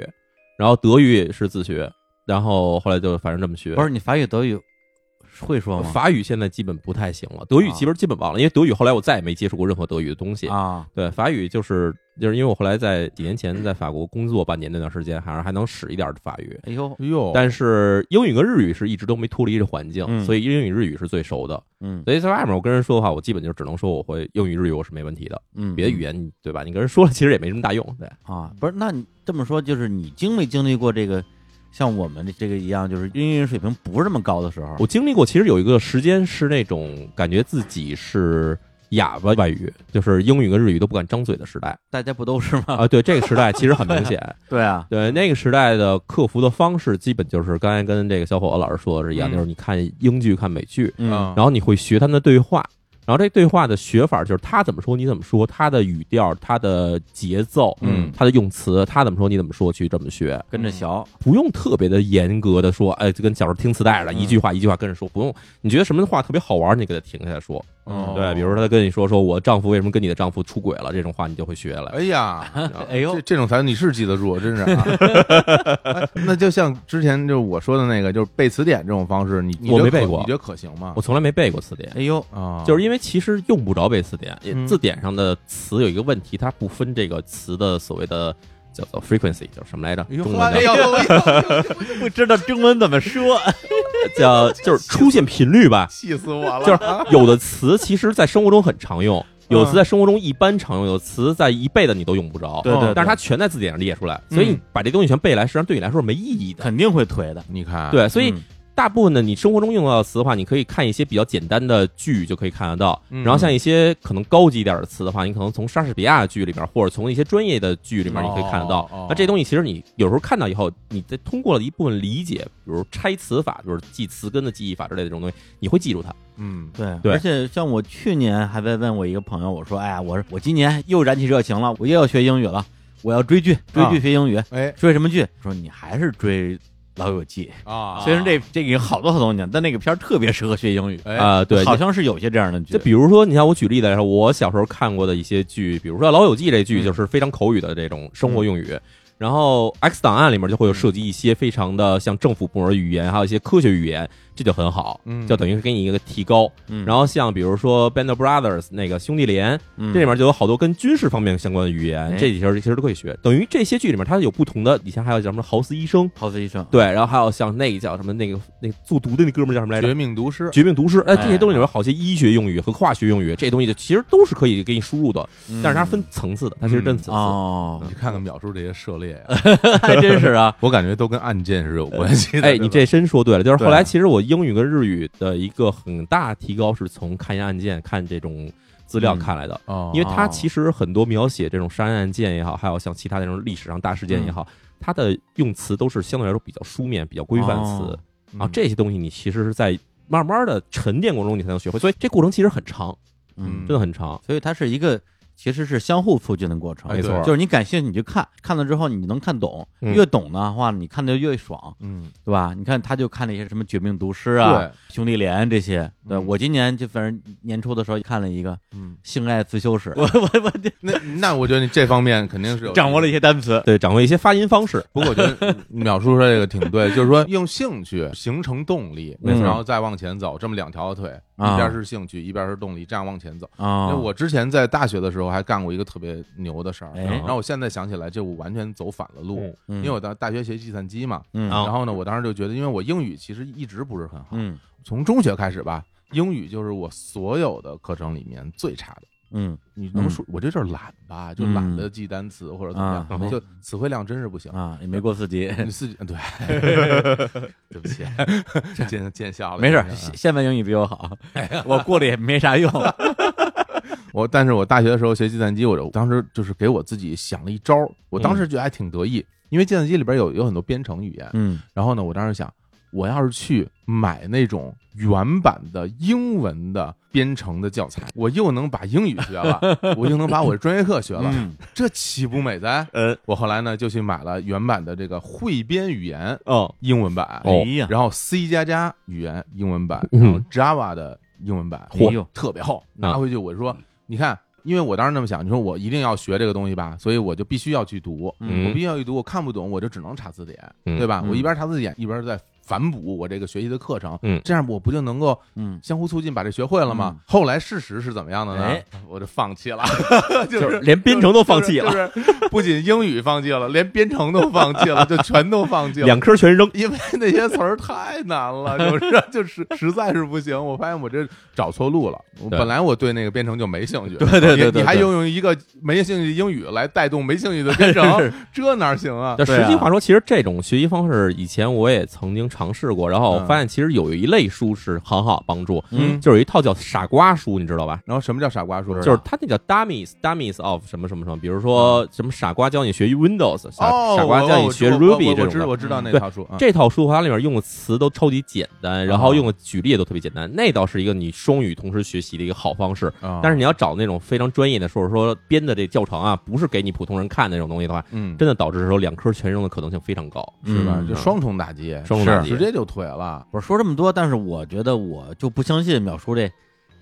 Speaker 3: 然后德语是自学，然后后来就反正这么学。
Speaker 1: 不是你法语、德语会说吗？
Speaker 3: 法语现在基本不太行了，德语
Speaker 1: 啊
Speaker 3: 基本基本忘了，因为德语后来我再也没接触过任何德语的东西。
Speaker 1: 啊，
Speaker 3: 对，法语就是就是因为我后来在几年前在法国工作半年那段时间，好像还能使一点法语。
Speaker 1: 哎呦，
Speaker 2: 哎呦，
Speaker 3: 但是英语跟日语是一直都没脱离这环境，
Speaker 1: 嗯
Speaker 3: 所以英语日语是最熟的。
Speaker 1: 嗯
Speaker 3: 所以在外面我跟人说的话，我基本就只能说我会英语日语我是没问题的，
Speaker 1: 嗯，
Speaker 3: 别的语言对吧？你跟人说了其实也没什么大用。对，
Speaker 1: 啊，不是，那你这么说，就是你经没经历过这个，像我们的这个一样，就是英语水平不是那么高的时候，
Speaker 3: 我经历过，其实有一个时间是那种感觉自己是哑巴外语，就是英语跟日语都不敢张嘴的时代
Speaker 1: 大家不都是吗？
Speaker 3: 啊。对，这个时代其实很明显，
Speaker 1: 对啊，
Speaker 3: 对那个时代的克服的方式，基本就是刚才跟这个小伙子老师说的是一样，
Speaker 2: 嗯
Speaker 3: 就是你看英剧、看美剧，
Speaker 1: 嗯
Speaker 2: 啊
Speaker 3: 然后你会学他们的对话。然后这对话的学法就是他怎么说你怎么说，他的语调、他的节奏、
Speaker 2: 嗯
Speaker 3: 他的用词，他怎么说你怎么说去这么学，
Speaker 1: 跟着学，
Speaker 3: 不用特别的严格的说，哎，就跟小时候听磁带似的，
Speaker 1: 嗯
Speaker 3: 一句话一句话跟着说，不用。你觉得什么话特别好玩，你给他停下来说。
Speaker 2: 哦
Speaker 3: 对，比如说他跟你说说我丈夫为什么跟你的丈夫出轨了这种话，你就会学了。
Speaker 2: 哎 呀，
Speaker 1: 哎呦
Speaker 2: 这，这种词你是记得住，真是啊。 哎那就像之前就是我说的那个，就是背词典这种方式，你你
Speaker 3: 我
Speaker 2: 觉得
Speaker 3: 没背
Speaker 2: 可
Speaker 3: 过
Speaker 2: 你觉得可行吗
Speaker 3: 我？从来没背过词典，
Speaker 1: 哎呦，
Speaker 2: 啊，
Speaker 3: 就是因为其实用不着背词典，也
Speaker 2: 嗯
Speaker 3: 字典上的词有一个问题，它不分这个词的所谓的叫做 frequency，叫什么来着？
Speaker 2: 哎呦
Speaker 3: 中文
Speaker 2: 哎
Speaker 3: 叫
Speaker 2: 呦哎呦哎呦
Speaker 1: 不知道中文怎么说，
Speaker 3: 叫就是出现频率吧。
Speaker 2: 气死我了！
Speaker 3: 就是有的词其实在生活中很常用，有的词在生活中一般常用，有的词在一辈子你都用不着。
Speaker 1: 对
Speaker 2: 对对嗯
Speaker 3: 但是它全在字典上列出来，所以你把这东西全背下来，实际上对你来说是没意义的。
Speaker 1: 肯定会颓的。
Speaker 2: 你看，
Speaker 3: 对，所以
Speaker 1: 嗯
Speaker 3: 大部分的你生活中用到的词的话，你可以看一些比较简单的剧就可以看得到。
Speaker 2: 嗯
Speaker 3: 然后像一些可能高级一点的词的话，你可能从莎士比亚的剧里边，或者从一些专业的剧里面，你可以看得到
Speaker 2: 哦哦哦。
Speaker 3: 那这东西其实你有时候看到以后，你在通过了一部分理解，比如拆词法，就是记词根的记忆法之类的这种东西，你会记住它。
Speaker 2: 嗯，
Speaker 1: 对，
Speaker 3: 对
Speaker 1: 而且像我去年还在问我一个朋友，我说，哎呀，我我今年又燃起热情了，我又要学英语了，我要追剧，追
Speaker 3: 啊
Speaker 1: 剧学英语，
Speaker 2: 哎
Speaker 1: 追什么剧？说你还是追《老友记》
Speaker 2: 啊，
Speaker 1: 虽然这这个有好多好多年，但那个片儿特别适合学英语，
Speaker 2: 哎
Speaker 3: 啊、对，
Speaker 1: 好像是有些这样的剧
Speaker 3: 就。比如说，你像我举例子来说，我小时候看过的一些剧，比如说《老友记》这剧，
Speaker 2: 嗯
Speaker 3: 就是非常口语的这种生活用语。然后 X 档案里面就会有涉及一些非常的像政府部门语言，还有一些科学语言，这就很好，
Speaker 2: 嗯
Speaker 3: 就等于是给你一个提高。
Speaker 1: 嗯
Speaker 3: 然后像比如说 Band of Brothers 那个兄弟连，
Speaker 1: 嗯
Speaker 3: 这里面就有好多跟军事方面相关的语言
Speaker 1: 哎，
Speaker 3: 这几条其实都可以学。等于这些剧里面它有不同的，以前还有叫什么豪斯医生，
Speaker 1: 豪斯医生，
Speaker 3: 对，然后还有像那个叫什么那个那做毒的那哥们儿叫什么来着
Speaker 2: 绝？命毒师，
Speaker 3: 绝命毒师，哎，
Speaker 1: 哎
Speaker 3: 这些东西里面好些医学用语和化学用语，这些东西就其实都是可以给你输入的，
Speaker 1: 嗯
Speaker 3: 但是它分层次的，它其实真层次。
Speaker 2: 啊
Speaker 1: 哦
Speaker 2: 你，看看淼叔这些涉猎啊，
Speaker 1: 还 真是 啊，
Speaker 2: 我感觉都跟案件是有关系的。
Speaker 3: 哎，你
Speaker 2: 对吧
Speaker 3: 这真说对了，就是后
Speaker 2: 对啊
Speaker 3: 来其实我英语跟日语的一个很大提高是从看一案件、看这种资料
Speaker 1: 嗯
Speaker 3: 看来的，
Speaker 2: 哦，
Speaker 3: 因为它其实很多描写这种杀人案件也好，还有像其他那种历史上大事件也
Speaker 2: 嗯
Speaker 3: 好，它的用词都是相对来说比较书面、比较规范词
Speaker 1: 哦
Speaker 2: 嗯
Speaker 3: 啊，这些东西你其实是在慢慢的沉淀过程中你才能学会，所以这过程其实很长，
Speaker 1: 嗯
Speaker 3: 真，的很长。
Speaker 1: 所以它是一个其实是相互促进的过程，
Speaker 3: 没错
Speaker 1: 哎对就是你感兴趣你就看，看了之后你能看懂，
Speaker 3: 嗯
Speaker 1: 越懂的话你看的越爽，
Speaker 2: 嗯，
Speaker 1: 对吧？你看他就看了一些什么《绝命毒师》啊，
Speaker 2: 对，
Speaker 1: 《兄弟连》这些。对
Speaker 2: 嗯
Speaker 1: 我今年就反正年初的时候看了一个《
Speaker 2: 嗯，
Speaker 1: 性爱自修室》，我我我就
Speaker 2: 那那我觉得你这方面肯定是有
Speaker 1: 掌握了一些单 词，
Speaker 3: 对，掌握一些发音方式，
Speaker 2: 不过我觉得淼叔说这个挺 对，就是说嗯用兴趣形成动力，
Speaker 1: 没错
Speaker 2: 然后再往前走，这么两条腿，
Speaker 1: 啊
Speaker 2: 一边是兴趣，一边是动力，这样往前走。因
Speaker 1: 啊，
Speaker 2: 为我之前在大学的时候还干过一个特别牛的事儿，
Speaker 1: 哎
Speaker 2: 然后我现在想起来，这我完全走反了路，
Speaker 1: 因
Speaker 2: 因为我当大学学计算机嘛，
Speaker 1: 嗯
Speaker 3: 啊
Speaker 2: 然后呢，我当时就觉得，因为我英语其实一直不是很好，
Speaker 1: 嗯
Speaker 2: 从中学开始吧，英语就是我所有的课程里面最差的。
Speaker 1: 嗯
Speaker 2: 你能说我这就是懒吧，就懒得记单词或者怎么
Speaker 3: 啊
Speaker 2: 样，就词汇量真是不行。
Speaker 1: 啊，也没过四级，
Speaker 2: 你自己对， 对不起，啊见见笑了，
Speaker 1: 没事儿
Speaker 2: 见，笑了
Speaker 1: 现在英语比我好，我过得也没啥用。
Speaker 2: 我但是我大学的时候学计算机，我就当时就是给我自己想了一招儿，我当时觉得还挺得意，因为计算机里边有有很多编程语言。
Speaker 1: 嗯
Speaker 2: 然后呢，我当时想，我要是去买那种原版的英文的编程的教材，我又能把英语学了，我又能把我的专业课学了，
Speaker 1: 嗯
Speaker 2: 这岂不美哉？
Speaker 3: 嗯，
Speaker 2: 我后来呢，就去买了原版的这个汇编语言
Speaker 3: 哦，
Speaker 2: 英文版，
Speaker 1: 哎呀，
Speaker 2: 哦然后 C 加加语言英文版，
Speaker 3: 嗯
Speaker 2: 然后 Java 的英文版，
Speaker 1: 嚯哎呦
Speaker 2: 特别厚。拿回去我说，你看，因为我当时那么想，你说我一定要学这个东西吧，所以我就必须要去读，
Speaker 1: 嗯
Speaker 2: 我必须要去读，我看不懂我就只能查字典，
Speaker 3: 嗯
Speaker 2: 对吧？
Speaker 1: 嗯
Speaker 2: 我一边查字典一边在反哺我这个学习的课程，
Speaker 3: 嗯
Speaker 2: 这样我不就能够
Speaker 1: 嗯，
Speaker 2: 相互促进把这学会了吗？
Speaker 1: 嗯
Speaker 2: 后来事实是怎么样的呢？
Speaker 1: 哎
Speaker 2: 我就放 弃了，就
Speaker 3: 就是是。连编程都放弃了，
Speaker 2: 就是，就是不仅英语放弃了，连编程都放弃了，就全都放弃了。
Speaker 3: 两科全扔。
Speaker 2: 因为那些词儿太难了，就是就是实在是不行。我发现我这找错路了。我
Speaker 3: 对
Speaker 2: 本来我对那个编程就没兴趣，
Speaker 1: 对对对对
Speaker 2: 你
Speaker 1: 对
Speaker 2: 你还用一个没兴趣的英语来带动没兴趣的编程
Speaker 1: 是，
Speaker 2: 这哪行啊？
Speaker 3: 但
Speaker 1: 对啊
Speaker 3: 实际话说，其实这种学习方式以前我也曾经尝试过，然
Speaker 2: 嗯
Speaker 3: 后我发现其实有一类书是很好帮助，
Speaker 1: 嗯
Speaker 3: 就是有一套叫傻瓜书，你知道吧？
Speaker 2: 然后什么叫傻瓜说？
Speaker 3: 就是它那叫 dummies dummies of 什么什么什么，比如说什么傻瓜教你学 Windows，傻
Speaker 2: 嗯哦，
Speaker 3: 傻瓜
Speaker 2: 我
Speaker 3: 教你
Speaker 2: 我
Speaker 3: 学
Speaker 2: 我我
Speaker 3: Ruby
Speaker 2: 我
Speaker 3: 这
Speaker 2: 知
Speaker 3: 种的。嗯
Speaker 2: 我知道那
Speaker 3: 对
Speaker 2: 套书啊。
Speaker 3: 这套书它里面用的词都超级简单，然后
Speaker 2: 嗯
Speaker 3: 用的举例也都特别简单，那倒是一个你双语同时学习的一个好方式。
Speaker 2: 啊
Speaker 3: 但是你要找那种非常专业的，或者说编的这教程啊，不是给你普通人看的那种东西的话，
Speaker 2: 嗯，
Speaker 3: 真的导致说两科全扔的可能性非常高。
Speaker 2: 是吧？
Speaker 1: 嗯
Speaker 2: 就双重打击，
Speaker 3: 双重打
Speaker 2: 是
Speaker 3: 击
Speaker 2: 直接就腿了。
Speaker 1: 我说这么多，但是我觉得我就不相信淼叔这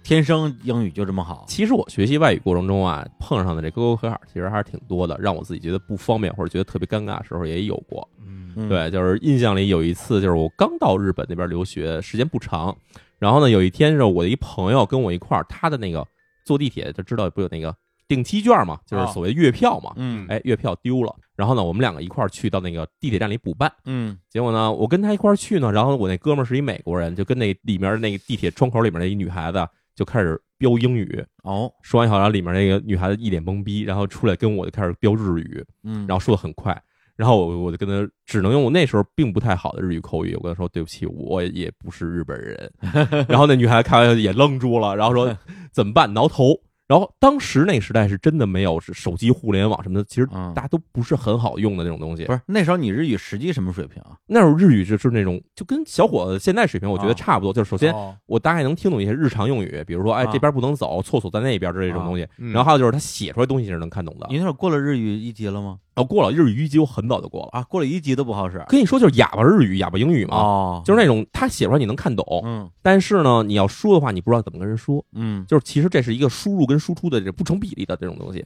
Speaker 1: 天生英语就这么好。
Speaker 3: 其实我学习外语过程中啊，碰上的这沟沟坎坎其实还是挺多的，让我自己觉得不方便或者觉得特别尴尬的时候也有过。
Speaker 2: 嗯
Speaker 1: 嗯，
Speaker 3: 对，就是印象里有一次，就是我刚到日本那边留学，时间不长。然后呢，有一天是我的一朋友跟我一块儿，他的那个坐地铁就知道不有那个定期券嘛，
Speaker 2: 啊
Speaker 3: 就是所谓月票嘛。
Speaker 1: 嗯
Speaker 3: 哎，月票丢了，然后呢，我们两个一块儿去到那个地铁站里补办。
Speaker 1: 嗯
Speaker 3: 结果呢，我跟他一块儿去呢，然后我那哥们儿是一美国人，就跟那里面那个地铁窗口里面那一女孩子就开始飙英语，
Speaker 1: 哦
Speaker 3: 说完以后，然后里面那个女孩子一脸懵逼，然后出来跟我就开始飙日语，
Speaker 1: 嗯，
Speaker 3: 然后说的很快，然后我我就跟她只能用我那时候并不太好的日语口语，我跟她说对不起，我也不是日本人。然后那女孩看完也愣住了，然后说怎么办，挠头。然后当时那个时代是真的没有手机互联网什么的，其实
Speaker 1: 嗯
Speaker 3: 大家都不是很好用的那种东西。
Speaker 1: 不是那时候你日语实际什么水平啊？
Speaker 3: 那时候日语就是那种就跟小伙子现在水平我觉
Speaker 1: 啊
Speaker 3: 得差不多，就是首先
Speaker 2: 哦
Speaker 3: 我大概能听懂一些日常用语，比如说哎
Speaker 1: 啊
Speaker 3: 这边不能走，厕所在那边之类这种东西。
Speaker 2: 嗯
Speaker 3: 然后还有就是他写出来东西是能看懂的。
Speaker 1: 你那会儿过了日语一级了吗？
Speaker 3: 然后过了日语一级，我很早就过了。
Speaker 1: 啊，过了一级都不好使。
Speaker 3: 跟你说就是哑巴日语、哑巴英语嘛，
Speaker 1: 哦，
Speaker 3: 就是那种他写出来你能看懂，
Speaker 1: 嗯
Speaker 3: 但是呢你要说的话你不知道怎么跟人说，
Speaker 1: 嗯
Speaker 3: 就是其实这是一个输入跟输出的这不成比例的这种东西。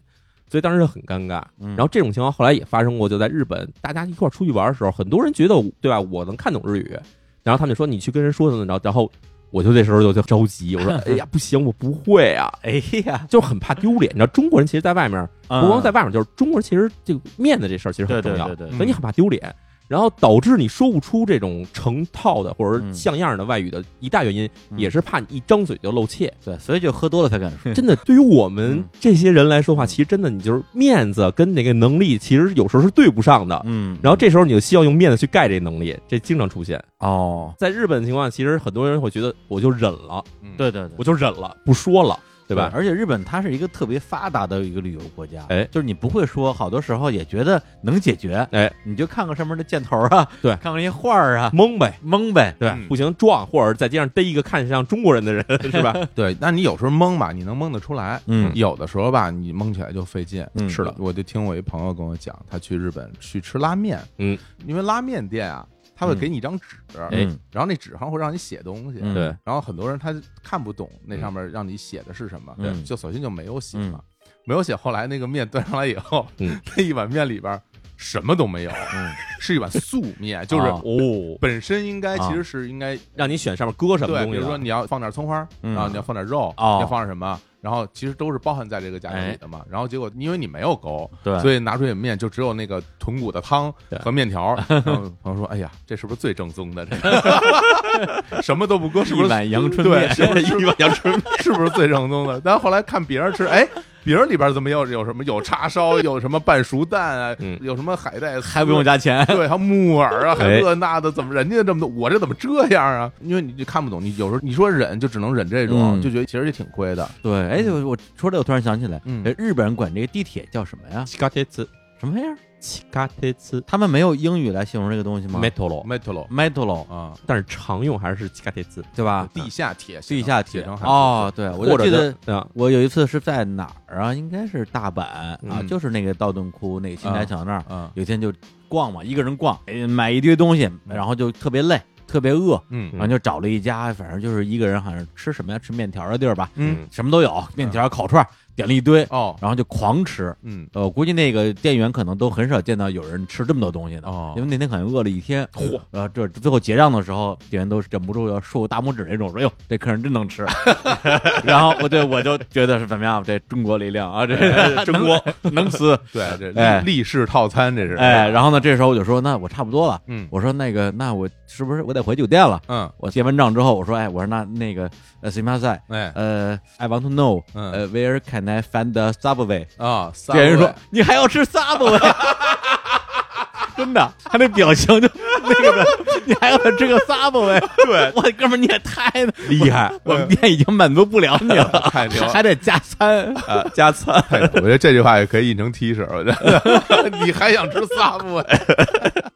Speaker 3: 所以当时很尴尬。
Speaker 1: 嗯
Speaker 3: 然后这种情况后来也发生过，就在日本，大家一块儿出去玩的时候，很多人觉得对吧，我能看懂日语，然后他们就说你去跟人说怎么着，然后我就这时候就就着急，我说哎呀不行，我不会啊，
Speaker 1: 哎呀，
Speaker 3: 就很怕丢脸。你知道中国人其实，在外面
Speaker 1: 不
Speaker 3: 不光在外面，就是中国人其实这个面子这事儿其实
Speaker 1: 对嗯
Speaker 3: 很
Speaker 1: 对
Speaker 3: 重要，嗯
Speaker 1: 对对，
Speaker 3: 所以你很怕丢脸。然后导致你说不出这种成套的或者
Speaker 1: 嗯
Speaker 3: 是像样的外语的一大原因，
Speaker 1: 嗯
Speaker 3: 也是怕你一张嘴就露怯。
Speaker 1: 对，所以就喝多了才敢 说。
Speaker 3: 真的，对于我们
Speaker 1: 嗯
Speaker 3: 这些人来说的
Speaker 1: 嗯
Speaker 3: 话，其实真的你就是面子跟那个能力，其实有时候是对不上的。
Speaker 1: 嗯，
Speaker 3: 然后这时候你就需要用面子去盖这能力，这经常出现。
Speaker 1: 哦，
Speaker 3: 在日本的情况下，其实很多人会觉得我就忍了，
Speaker 2: 嗯
Speaker 1: 对对对，
Speaker 3: 我就忍了，不说了，对吧？
Speaker 1: 而且日本它是一个特别发达的一个旅游国家，
Speaker 3: 哎
Speaker 1: 就是你不会说，好多时候也觉得能解决，
Speaker 3: 哎，
Speaker 1: 你就看看上面的箭头啊，
Speaker 3: 对
Speaker 1: 看看那些画儿啊，
Speaker 3: 懵呗，
Speaker 1: 蒙呗，
Speaker 3: 对吧，
Speaker 2: 嗯
Speaker 3: 不行撞，或者在街上逮一个看着像中国 人的人，是吧？
Speaker 2: 对，那你有时候蒙吧，你能蒙得出来；
Speaker 1: 嗯
Speaker 2: 有的时候吧，你蒙起来就费劲。
Speaker 1: 嗯
Speaker 3: 是的
Speaker 2: 我就听我一朋友跟我讲，他去日本去吃拉面，
Speaker 3: 嗯，
Speaker 2: 因为拉面店啊，他会
Speaker 1: 嗯
Speaker 2: 给你一张纸，
Speaker 1: 哎，
Speaker 2: 然后那纸上会让你写东西，
Speaker 1: 嗯
Speaker 3: 对，
Speaker 2: 然后很多人他看不懂那上面让你写的是什么，
Speaker 1: 嗯
Speaker 2: 就索性就没有写嘛，没有写。后来那个面端上来以后，
Speaker 3: 嗯
Speaker 2: 那一碗面里边什么都没有，
Speaker 1: 嗯
Speaker 2: 是一碗素面，就是
Speaker 1: 啊
Speaker 3: 哦，
Speaker 2: 本身应该
Speaker 1: 啊
Speaker 2: 其实是应该
Speaker 3: 让你选上面搁什么
Speaker 2: 对，
Speaker 3: 东
Speaker 2: 比
Speaker 3: 西
Speaker 2: 如
Speaker 3: 了
Speaker 2: 说你要放点葱花，啊
Speaker 1: 嗯
Speaker 2: 然后你要放点肉，
Speaker 1: 哦
Speaker 2: 你要放点什么，然后其实都是包含在这个价格里的嘛。然后结果因为你没有勾，
Speaker 1: 对，
Speaker 2: 所以拿出去面就只有那个豚骨的汤
Speaker 3: 对
Speaker 2: 和面条。然后朋友说：“哎呀，这是不是最正宗的？这个 什么都不搁，是不
Speaker 1: 一
Speaker 2: 是？
Speaker 1: 碗阳春
Speaker 2: 对，
Speaker 1: 面，
Speaker 2: 是不是一碗阳春面？是不是最正宗的？”但后来看别人吃，哎。别人里边怎么有有什么有叉烧，有什么半熟蛋啊，
Speaker 3: 嗯
Speaker 2: 有什么海带丝，
Speaker 1: 还不用加 钱，
Speaker 2: 对，还有木耳啊，还
Speaker 3: 哎
Speaker 2: 有这那的，怎么人家这么多，我这怎么这样啊？因为你就看不懂，你有时候你说忍就只能忍这种，
Speaker 1: 嗯
Speaker 2: 就觉得其实也挺亏的。
Speaker 1: 对，哎，我我说这，我突然想起来，
Speaker 2: 嗯
Speaker 1: 哎日本人管这个地铁叫什么呀？
Speaker 3: 西嘎贴呲，
Speaker 1: 什么玩意儿？
Speaker 3: 西嘎贴呲
Speaker 1: 他们没有英语来形容这个东西吗
Speaker 3: ，metal，
Speaker 2: metro
Speaker 1: ？metal，
Speaker 2: 啊，
Speaker 3: 但是常用还是西嘎贴呲，
Speaker 1: 对吧？
Speaker 2: 地下铁，
Speaker 1: 地下
Speaker 2: 铁
Speaker 1: 铁
Speaker 3: 啊
Speaker 2: 成汉字
Speaker 1: 哦，，对，我
Speaker 3: 或
Speaker 1: 就
Speaker 3: 者
Speaker 1: 记得
Speaker 3: 就啊，
Speaker 1: 我有一次是在哪儿啊？应该是大阪啊，
Speaker 2: 嗯
Speaker 1: 就是那个道顿窟那个新街桥那儿，
Speaker 2: 嗯
Speaker 1: 有一天就逛嘛，一个人逛，哎买一堆东西，然后就特别累，特别饿，
Speaker 2: 嗯
Speaker 1: 然后就找了一家，反正就是一个人好像吃什么呀，吃面条的地儿吧，
Speaker 2: 嗯
Speaker 1: 什么都有，面条、烤串，点了一堆，
Speaker 2: 哦
Speaker 1: 然后就狂吃。
Speaker 2: 嗯
Speaker 1: 呃，我估计那个店员可能都很少见到有人吃这么多东西的，
Speaker 2: 哦
Speaker 3: 嗯
Speaker 1: 因为那天可能饿了一天。啊嚯！呃，这最后结账的时候，店员都忍不住要竖大拇指那种，说：“哟，这客人真能 吃。”然后我对我就觉得是怎么样，这中国力量啊， 这中国能吃。
Speaker 2: 对，这
Speaker 1: 哎
Speaker 2: 立立式套餐这是
Speaker 1: 哎，然后呢，这时候我就说：“那我差不多了。”
Speaker 2: 嗯
Speaker 1: 我说：“那个，那我是不是我得回酒店了？”
Speaker 2: 嗯
Speaker 1: 我结完账之后，我说：“哎，我说那那个呃，谁马赛，
Speaker 2: 哎
Speaker 1: 呃，I want to know，
Speaker 2: 嗯
Speaker 1: 呃，where can I find the subway？”
Speaker 2: 啊，
Speaker 1: 店员说
Speaker 2: 三位：“
Speaker 1: 你还要吃 Subway？” 真的，他那表情就那个的，你还要吃个 Subway？对，我哥们儿你也太
Speaker 3: 厉害，
Speaker 1: 我们店已经满足不了你了，
Speaker 2: 太牛了
Speaker 1: 还得加餐。
Speaker 3: 啊，加餐，
Speaker 2: 太牛了我觉得这句话也可以印成 T 恤，我觉得 你还想吃萨布？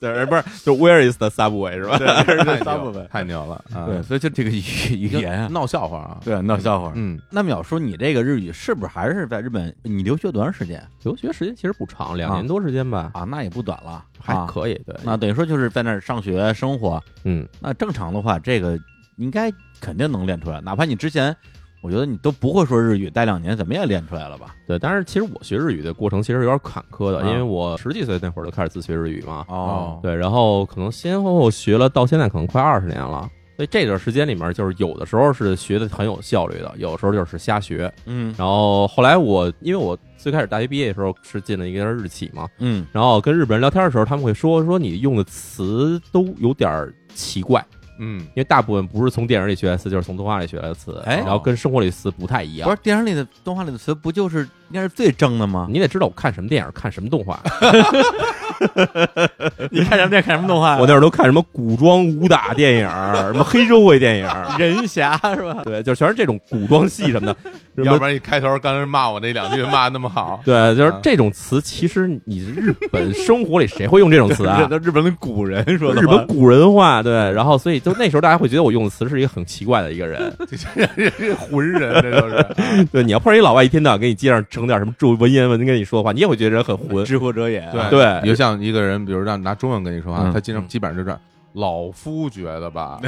Speaker 3: 对，不是，就 Where is the subway 是吧？
Speaker 2: 太牛了
Speaker 1: Subway
Speaker 2: 太牛了啊！
Speaker 1: 对，，所以就这个语语言啊，
Speaker 2: 闹笑话啊！
Speaker 1: 对，闹笑话。
Speaker 2: 嗯，
Speaker 1: 那淼叔，你这个日语是不是还是在日本？你留学多长时间
Speaker 3: 留学时间其实不长，两
Speaker 1: 啊
Speaker 3: 年多时间吧，
Speaker 1: 啊？那也不短了，
Speaker 3: 还
Speaker 1: 啊
Speaker 3: 可以，对，
Speaker 1: 那等于说就是在那儿上学生活，
Speaker 3: 嗯，
Speaker 1: 那正常的话，这个应该肯定能练出来，哪怕你之前，我觉得你都不会说日语，待两年怎么也练出来了吧？
Speaker 3: 对，但是其实我学日语的过程其实有点坎坷的，
Speaker 1: 啊
Speaker 3: 因为我十几岁那会儿就开始自学日语嘛，
Speaker 2: 哦
Speaker 3: 对，然后可能先后后学了到现在可能快二十年了，所以这段时间里面就是有的时候是学的很有效率的，有的时候就是瞎学，
Speaker 1: 嗯
Speaker 3: 然后后来我因为我最开始大学毕业的时候是进了一个日企嘛，
Speaker 1: 嗯
Speaker 3: 然后跟日本人聊天的时候，他们会说说你用的词都有点儿奇怪，
Speaker 2: 嗯
Speaker 3: 因为大部分不是从电影里学的词，就是从动画里学的词，
Speaker 1: 哎
Speaker 3: 然后跟生活里的词不太一
Speaker 1: 不
Speaker 3: 样
Speaker 1: 是。电影里的动画里的词不就是应该是最正的吗？
Speaker 3: 你得知道我看什么电影，看什么动画。
Speaker 1: 你看什么电看什么动画
Speaker 3: 我那会儿都看什么古装武打电影，什么黑社会电影，
Speaker 1: 人侠是吧？
Speaker 3: 对，就全是这种古装戏什么 的。什
Speaker 2: 要
Speaker 3: 么，
Speaker 2: 不然你开头刚才骂我那两句骂得那么好
Speaker 3: 对，就是这种词，其实你日本生活里谁会用这种 词啊？
Speaker 1: 日本的古人说
Speaker 3: 日本古人话，对，然后所以就那时候大家会觉得我用的词是一个很奇怪的一个人，
Speaker 2: 这这 这浑人，这都是。
Speaker 3: 对，你要碰上一老外一天到晚给你街上整点什么中文言文跟你说的话，你也会觉得人很混，
Speaker 1: 知乎者也，
Speaker 3: 对
Speaker 2: 你就像一个人，比如让拿中文跟你说话，
Speaker 1: 嗯
Speaker 2: 他经常基本上就这样。老夫觉得吧，